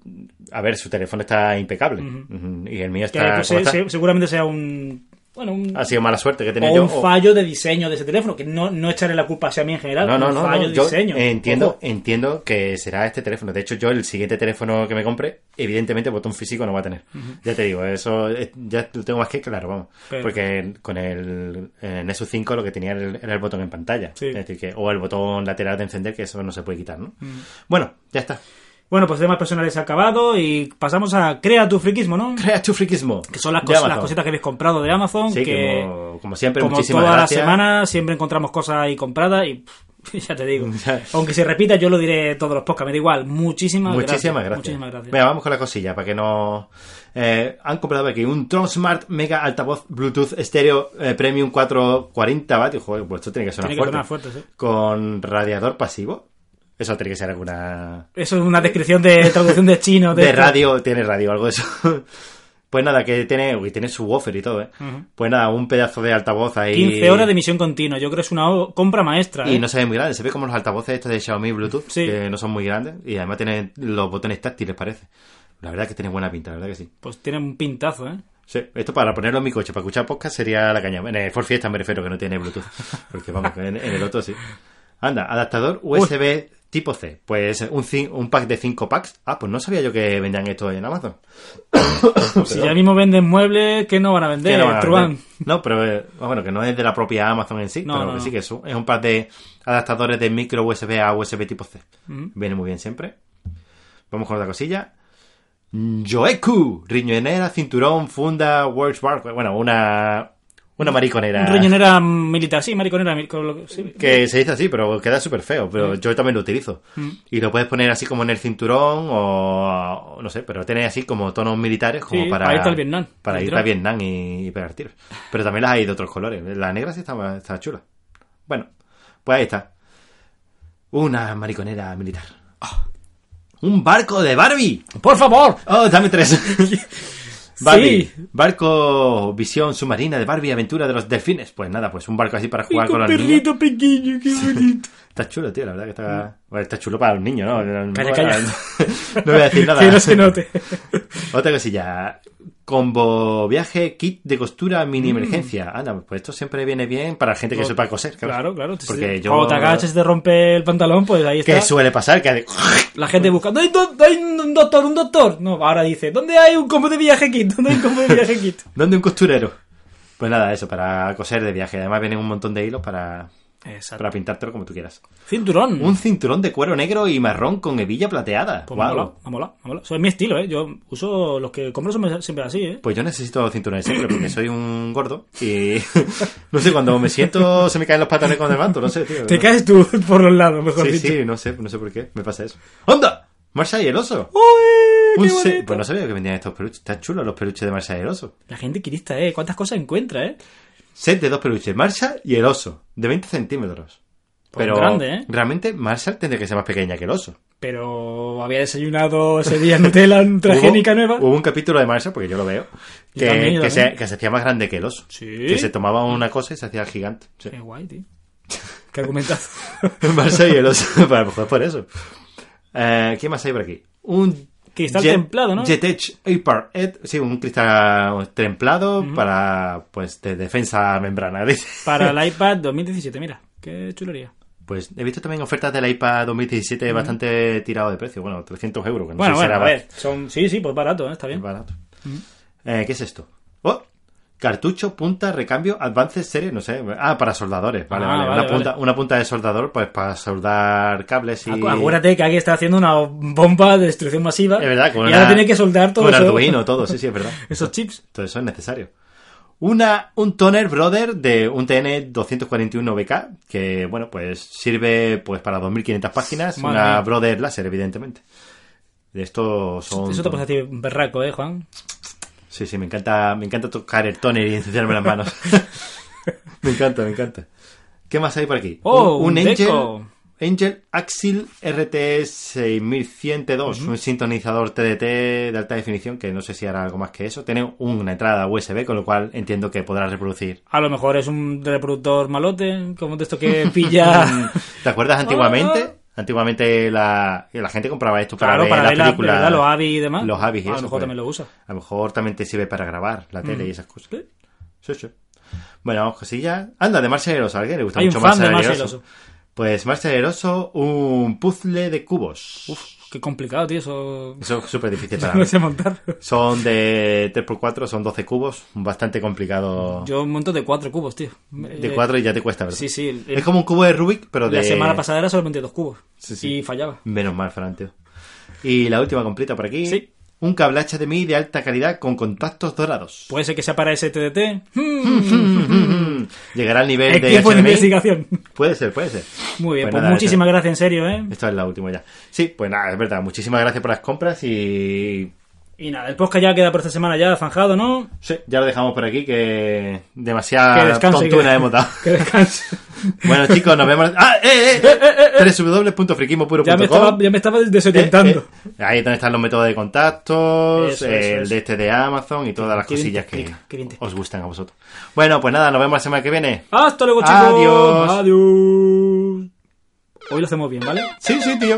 [SPEAKER 3] A ver, su teléfono está impecable, Ujú, y el mío
[SPEAKER 4] Que,
[SPEAKER 3] está...
[SPEAKER 4] pues,
[SPEAKER 3] como
[SPEAKER 4] se-
[SPEAKER 3] está.
[SPEAKER 4] se- seguramente sea un... Bueno, un,
[SPEAKER 3] Ha sido mala suerte que tenía
[SPEAKER 4] o
[SPEAKER 3] yo.
[SPEAKER 4] un
[SPEAKER 3] o-
[SPEAKER 4] fallo de diseño de ese teléfono, que no, no echarle la culpa a Xiaomi en general,
[SPEAKER 3] No, no,
[SPEAKER 4] un
[SPEAKER 3] no,
[SPEAKER 4] fallo
[SPEAKER 3] no,
[SPEAKER 4] Ah, de
[SPEAKER 3] yo
[SPEAKER 4] diseño.
[SPEAKER 3] entiendo,
[SPEAKER 4] Ojo.
[SPEAKER 3] entiendo que será este teléfono. De hecho, yo el siguiente teléfono que me compre, evidentemente botón físico no va a tener. Ya te digo, eso eh, ya lo tengo más que claro, vamos.
[SPEAKER 4] Pero-
[SPEAKER 3] Porque con el, el Nexus 5 lo que tenía era el, era el botón en pantalla.
[SPEAKER 4] Sí.
[SPEAKER 3] Es decir, que, o el botón lateral de encender, que eso no se puede quitar, ¿no? Bueno, ya está.
[SPEAKER 4] Bueno, pues temas personales acabado y pasamos a Crea tu friquismo, ¿no?
[SPEAKER 3] Crea tu friquismo.
[SPEAKER 4] Que son las,
[SPEAKER 3] De
[SPEAKER 4] cosas- las
[SPEAKER 3] Amazon.
[SPEAKER 4] cositas que habéis comprado de Amazon.
[SPEAKER 3] Sí,
[SPEAKER 4] que
[SPEAKER 3] como, como siempre,
[SPEAKER 4] como
[SPEAKER 3] muchísimas
[SPEAKER 4] toda
[SPEAKER 3] gracias.
[SPEAKER 4] la semana siempre encontramos cosas ahí compradas y pff, ya te digo. Aunque se repita, yo lo diré todos los podcasts, me da igual. Muchísimas,
[SPEAKER 3] Muchísimas gracias.
[SPEAKER 4] Muchísimas gracias.
[SPEAKER 3] Venga, vamos con la cosilla para que no. eh, han comprado aquí un Tron Smart Mega altavoz Bluetooth estéreo eh, Premium 440 vatios. Joder, pues esto tiene que sonar
[SPEAKER 4] Tiene que
[SPEAKER 3] fuerte.
[SPEAKER 4] sonar fuerte, sí.
[SPEAKER 3] Con radiador pasivo. Eso tiene que ser alguna.
[SPEAKER 4] Eso es una descripción de traducción de chino.
[SPEAKER 3] De
[SPEAKER 4] esto.
[SPEAKER 3] radio, tiene radio, algo de eso. Pues nada, que tiene, uy, tiene su woofer y todo, ¿eh? Pues nada, un pedazo de altavoz ahí.
[SPEAKER 4] 15 horas de emisión continua. Yo creo que es una o- compra maestra. ¿eh?
[SPEAKER 3] Y no se ve muy grande, se ve como los altavoces estos de Xiaomi Bluetooth,
[SPEAKER 4] Sí.
[SPEAKER 3] que no son muy grandes, y además tienen los botones táctiles, parece. La verdad que tiene buena pinta, la verdad que sí.
[SPEAKER 4] Pues tiene un pintazo, ¿eh?
[SPEAKER 3] Sí, esto para ponerlo en mi coche, para escuchar podcast sería la caña. En el Ford Fiesta me refiero, que no tiene Bluetooth. Porque vamos, que en, en el otro sí. Anda, adaptador USB tipo C. Pues un, cin- un pack de 5 packs. Ah, pues no sabía yo que vendían esto en Amazon.
[SPEAKER 4] Si ya mismo venden muebles, ¿qué no van a vender,
[SPEAKER 3] Que no van a
[SPEAKER 4] Truán?
[SPEAKER 3] vender. No, pero eh, bueno, que no es de la propia Amazon en sí,
[SPEAKER 4] No,
[SPEAKER 3] pero
[SPEAKER 4] no,
[SPEAKER 3] que
[SPEAKER 4] no.
[SPEAKER 3] sí que es un, es un par de adaptadores de micro USB a USB tipo C.
[SPEAKER 4] Mm.
[SPEAKER 3] Viene muy bien siempre. Vamos con otra cosilla. Joeku, riñonera, cinturón, funda, works bar, bueno, una una mariconera.
[SPEAKER 4] Riñonera militar, sí, mariconera mil- con lo que- sí.
[SPEAKER 3] Que se dice así, pero queda súper feo. Pero yo también lo utilizo. Y lo puedes poner así como en el cinturón o o no sé, pero tiene así como tonos militares como
[SPEAKER 4] Sí,
[SPEAKER 3] para,
[SPEAKER 4] para irte al Vietnam.
[SPEAKER 3] Para irte
[SPEAKER 4] Literal.
[SPEAKER 3] a Vietnam y, y pegar tiros. Pero también las hay de otros colores. La negra sí está, más- está chula. Bueno, pues ahí está. Una mariconera militar. ¡Ah! un barco de Barbie.
[SPEAKER 4] ¡Por favor!
[SPEAKER 3] Oh, dame tres. Barbie,
[SPEAKER 4] Sí.
[SPEAKER 3] barco, visión submarina de Barbie, aventura de los delfines. Pues nada, pues un barco así para jugar con los niños.
[SPEAKER 4] pequeño, qué bonito.
[SPEAKER 3] Está chulo, tío, la verdad que está. Bueno, está chulo para los niños, ¿no? No,
[SPEAKER 4] Mm. Calla,
[SPEAKER 3] no-
[SPEAKER 4] calla.
[SPEAKER 3] no voy a decir nada.
[SPEAKER 4] Que no se note.
[SPEAKER 3] Otra cosilla. Combo viaje, kit de costura, mini emergencia. Anda, pues esto siempre viene bien para gente que
[SPEAKER 4] Mm. Pues,
[SPEAKER 3] sepa coser,
[SPEAKER 4] Claro,
[SPEAKER 3] claro.
[SPEAKER 4] claro. sí,
[SPEAKER 3] Porque
[SPEAKER 4] sí.
[SPEAKER 3] yo.
[SPEAKER 4] Cuando te agachas y te rompe el pantalón, pues ahí está.
[SPEAKER 3] ¿Qué suele pasar? Que
[SPEAKER 4] La gente busca, ¿dónde hay, do- hay un doctor, un doctor? No, ahora dice, ¿dónde hay un combo de viaje kit? ¿Dónde hay un combo de viaje kit?
[SPEAKER 3] ¿Dónde un costurero? Pues nada, eso, para coser de viaje. Además vienen un montón de hilos para,
[SPEAKER 4] Exacto.
[SPEAKER 3] para pintártelo como tú quieras.
[SPEAKER 4] Cinturón.
[SPEAKER 3] Un cinturón de cuero negro y marrón con hebilla plateada.
[SPEAKER 4] Pues
[SPEAKER 3] Guau.
[SPEAKER 4] me mola, me mola, me mola. Eso es mi estilo, ¿eh? Yo uso los que compro son siempre así, ¿eh?
[SPEAKER 3] Pues yo necesito cinturones siempre porque soy un gordo y no sé, cuando me siento se me caen los patanes con el manto, no sé, tío.
[SPEAKER 4] Te
[SPEAKER 3] No-
[SPEAKER 4] caes tú por los lados, mejor
[SPEAKER 3] Sí,
[SPEAKER 4] dicho.
[SPEAKER 3] sí, no sé, no sé por qué, me pasa eso. ¡Onda! Marsha y el oso.
[SPEAKER 4] ¡Uy,
[SPEAKER 3] Un
[SPEAKER 4] qué
[SPEAKER 3] se-
[SPEAKER 4] bonito!
[SPEAKER 3] Pues no sabía que vendían estos peluches. Están chulos los peluches de Marsha y el oso.
[SPEAKER 4] La gente quirista, ¿eh? ¿Cuántas cosas encuentra, eh?
[SPEAKER 3] Set de dos peluches, Marsha y el oso, de 20 centímetros.
[SPEAKER 4] Pues
[SPEAKER 3] Pero
[SPEAKER 4] grande, ¿eh?
[SPEAKER 3] realmente Marsha tendría que ser más pequeña que el oso.
[SPEAKER 4] Pero había desayunado ese día Nutella transgénica
[SPEAKER 3] hubo,
[SPEAKER 4] nueva.
[SPEAKER 3] Hubo un capítulo de Marsha, porque yo lo veo,
[SPEAKER 4] Yo
[SPEAKER 3] que,
[SPEAKER 4] también, yo
[SPEAKER 3] que se,
[SPEAKER 4] también.
[SPEAKER 3] que se hacía más grande que el oso.
[SPEAKER 4] Sí.
[SPEAKER 3] Que se tomaba una cosa y se hacía gigante. Sí.
[SPEAKER 4] Qué guay, tío. Qué argumentazo.
[SPEAKER 3] Marsa y el oso. Para, pues, por eso. Eh, ¿Qué más hay por aquí? Un
[SPEAKER 4] Cristal templado, ¿no?
[SPEAKER 3] Jetech Airport Ed- sí, un cristal templado para, pues, de defensa membrana. dice.
[SPEAKER 4] Para el iPad 2017, mira. Qué chulería.
[SPEAKER 3] Pues he visto también ofertas del iPad 2017 bastante tirado de precio. Bueno, 300 euros. Que no
[SPEAKER 4] Bueno,
[SPEAKER 3] sé si
[SPEAKER 4] bueno,
[SPEAKER 3] era
[SPEAKER 4] a ver. Son... Sí, sí, pues barato, ¿eh? Está
[SPEAKER 3] bar-
[SPEAKER 4] bien.
[SPEAKER 3] barato. Eh, ¿Qué es esto? Oh, cartucho, punta, recambio, advances, serie, no sé. Ah, para soldadores. Vale,
[SPEAKER 4] Ah,
[SPEAKER 3] vale.
[SPEAKER 4] vale,
[SPEAKER 3] una, punta,
[SPEAKER 4] vale.
[SPEAKER 3] una punta de soldador, pues, para soldar cables y...
[SPEAKER 4] Acu- Acuérdate que aquí está haciendo una bomba de destrucción masiva.
[SPEAKER 3] Es verdad, con
[SPEAKER 4] y
[SPEAKER 3] una-
[SPEAKER 4] ahora tiene que soldar todo
[SPEAKER 3] Con
[SPEAKER 4] eso-
[SPEAKER 3] Arduino, todo, sí, sí, es verdad.
[SPEAKER 4] esos chips.
[SPEAKER 3] Todo eso es necesario. Una, un toner brother de un TN241BK, que bueno, pues sirve pues para 2500 páginas,
[SPEAKER 4] Madre
[SPEAKER 3] una
[SPEAKER 4] mía.
[SPEAKER 3] brother láser, evidentemente. De esto son.
[SPEAKER 4] Eso te pasa a ti berraco, ¿eh, Juan?
[SPEAKER 3] Sí, sí, me encanta, me encanta tocar el toner y ensuciarme las manos. me encanta, me encanta. ¿Qué más hay por aquí?
[SPEAKER 4] Oh, un
[SPEAKER 3] Angel,
[SPEAKER 4] Deco.
[SPEAKER 3] Angel Axil RT6102,
[SPEAKER 4] Mm.
[SPEAKER 3] un sintonizador TDT de alta definición que no sé si hará algo más que eso. Tiene una entrada USB, con lo cual entiendo que podrá reproducir.
[SPEAKER 4] A lo mejor es un reproductor malote, como de esto que pilla.
[SPEAKER 3] ¿Te
[SPEAKER 4] Oh.
[SPEAKER 3] acuerdas antiguamente? Antiguamente la, la gente compraba esto para
[SPEAKER 4] claro,
[SPEAKER 3] ver
[SPEAKER 4] para
[SPEAKER 3] las
[SPEAKER 4] ver la-
[SPEAKER 3] películas.
[SPEAKER 4] ¿verdad? los AVI y demás.
[SPEAKER 3] Los AVIs y
[SPEAKER 4] A lo
[SPEAKER 3] eso,
[SPEAKER 4] mejor
[SPEAKER 3] pues.
[SPEAKER 4] también lo usa.
[SPEAKER 3] A lo mejor también te sirve para grabar la tele y esas cosas.
[SPEAKER 4] Mm. Sí.
[SPEAKER 3] Sí, sí. Bueno, vamos, cosillas. Anda, de Marcel Eroso. ¿A alguien le gusta
[SPEAKER 4] Hay un
[SPEAKER 3] mucho
[SPEAKER 4] fan de
[SPEAKER 3] Marcel
[SPEAKER 4] Marcel
[SPEAKER 3] Eroso?
[SPEAKER 4] Eroso.
[SPEAKER 3] Pues Marcel Eroso, un puzzle de cubos.
[SPEAKER 4] Qué complicado, tío, eso.
[SPEAKER 3] Eso es súper difícil para mí.
[SPEAKER 4] No sé montar.
[SPEAKER 3] Son de 3x4, son 12 cubos, bastante complicado.
[SPEAKER 4] Yo monto de cuatro cubos, tío.
[SPEAKER 3] de
[SPEAKER 4] Eh,
[SPEAKER 3] 4 y ya te cuesta, ¿verdad?
[SPEAKER 4] Sí, sí. el-
[SPEAKER 3] Es como un cubo de Rubik, pero de...
[SPEAKER 4] La semana pasada era solamente dos cubos.
[SPEAKER 3] Sí, sí.
[SPEAKER 4] Y fallaba.
[SPEAKER 3] Menos mal, Fran, tío. Y la última completa por aquí.
[SPEAKER 4] Sí.
[SPEAKER 3] Un cable HDMI de alta calidad con contactos dorados.
[SPEAKER 4] Puede ser que sea para STDT. Hmm,
[SPEAKER 3] Mm, Llegará al nivel
[SPEAKER 4] es
[SPEAKER 3] de
[SPEAKER 4] tiempo de
[SPEAKER 3] HDMI.
[SPEAKER 4] investigación.
[SPEAKER 3] Puede ser, puede ser.
[SPEAKER 4] Muy bien, pues,
[SPEAKER 3] nada,
[SPEAKER 4] muchísimas gracias, en serio, ¿eh?
[SPEAKER 3] esta- Esta es la última ya. Sí, pues nada, es verdad. Muchísimas gracias por las compras y...
[SPEAKER 4] Y nada, el podcast ya queda por esta semana ya zanjado, ¿no?
[SPEAKER 3] Sí, ya lo dejamos por aquí, que
[SPEAKER 4] Que
[SPEAKER 3] demasiada
[SPEAKER 4] descanse. y
[SPEAKER 3] tontuna
[SPEAKER 4] que-
[SPEAKER 3] hemos dado.
[SPEAKER 4] Que descanse.
[SPEAKER 3] Bueno, chicos, nos vemos. ¡Ah, eh, eh! www.friquismopuro.com.
[SPEAKER 4] Ya me estaba, ya me estaba desorientando.
[SPEAKER 3] Eh, eh, Ahí es donde están los métodos de contactos,
[SPEAKER 4] Eso,
[SPEAKER 3] eh,
[SPEAKER 4] eso,
[SPEAKER 3] el
[SPEAKER 4] eso.
[SPEAKER 3] de este de Amazon y todas las
[SPEAKER 4] Qué bien te
[SPEAKER 3] cosillas que
[SPEAKER 4] explica, qué bien te
[SPEAKER 3] os gustan a vosotros. Bueno, pues nada, nos vemos la semana que viene.
[SPEAKER 4] Hasta luego, chicos.
[SPEAKER 3] Adiós.
[SPEAKER 4] Adiós. Hoy lo hacemos bien, ¿vale?
[SPEAKER 3] Sí, sí, tío.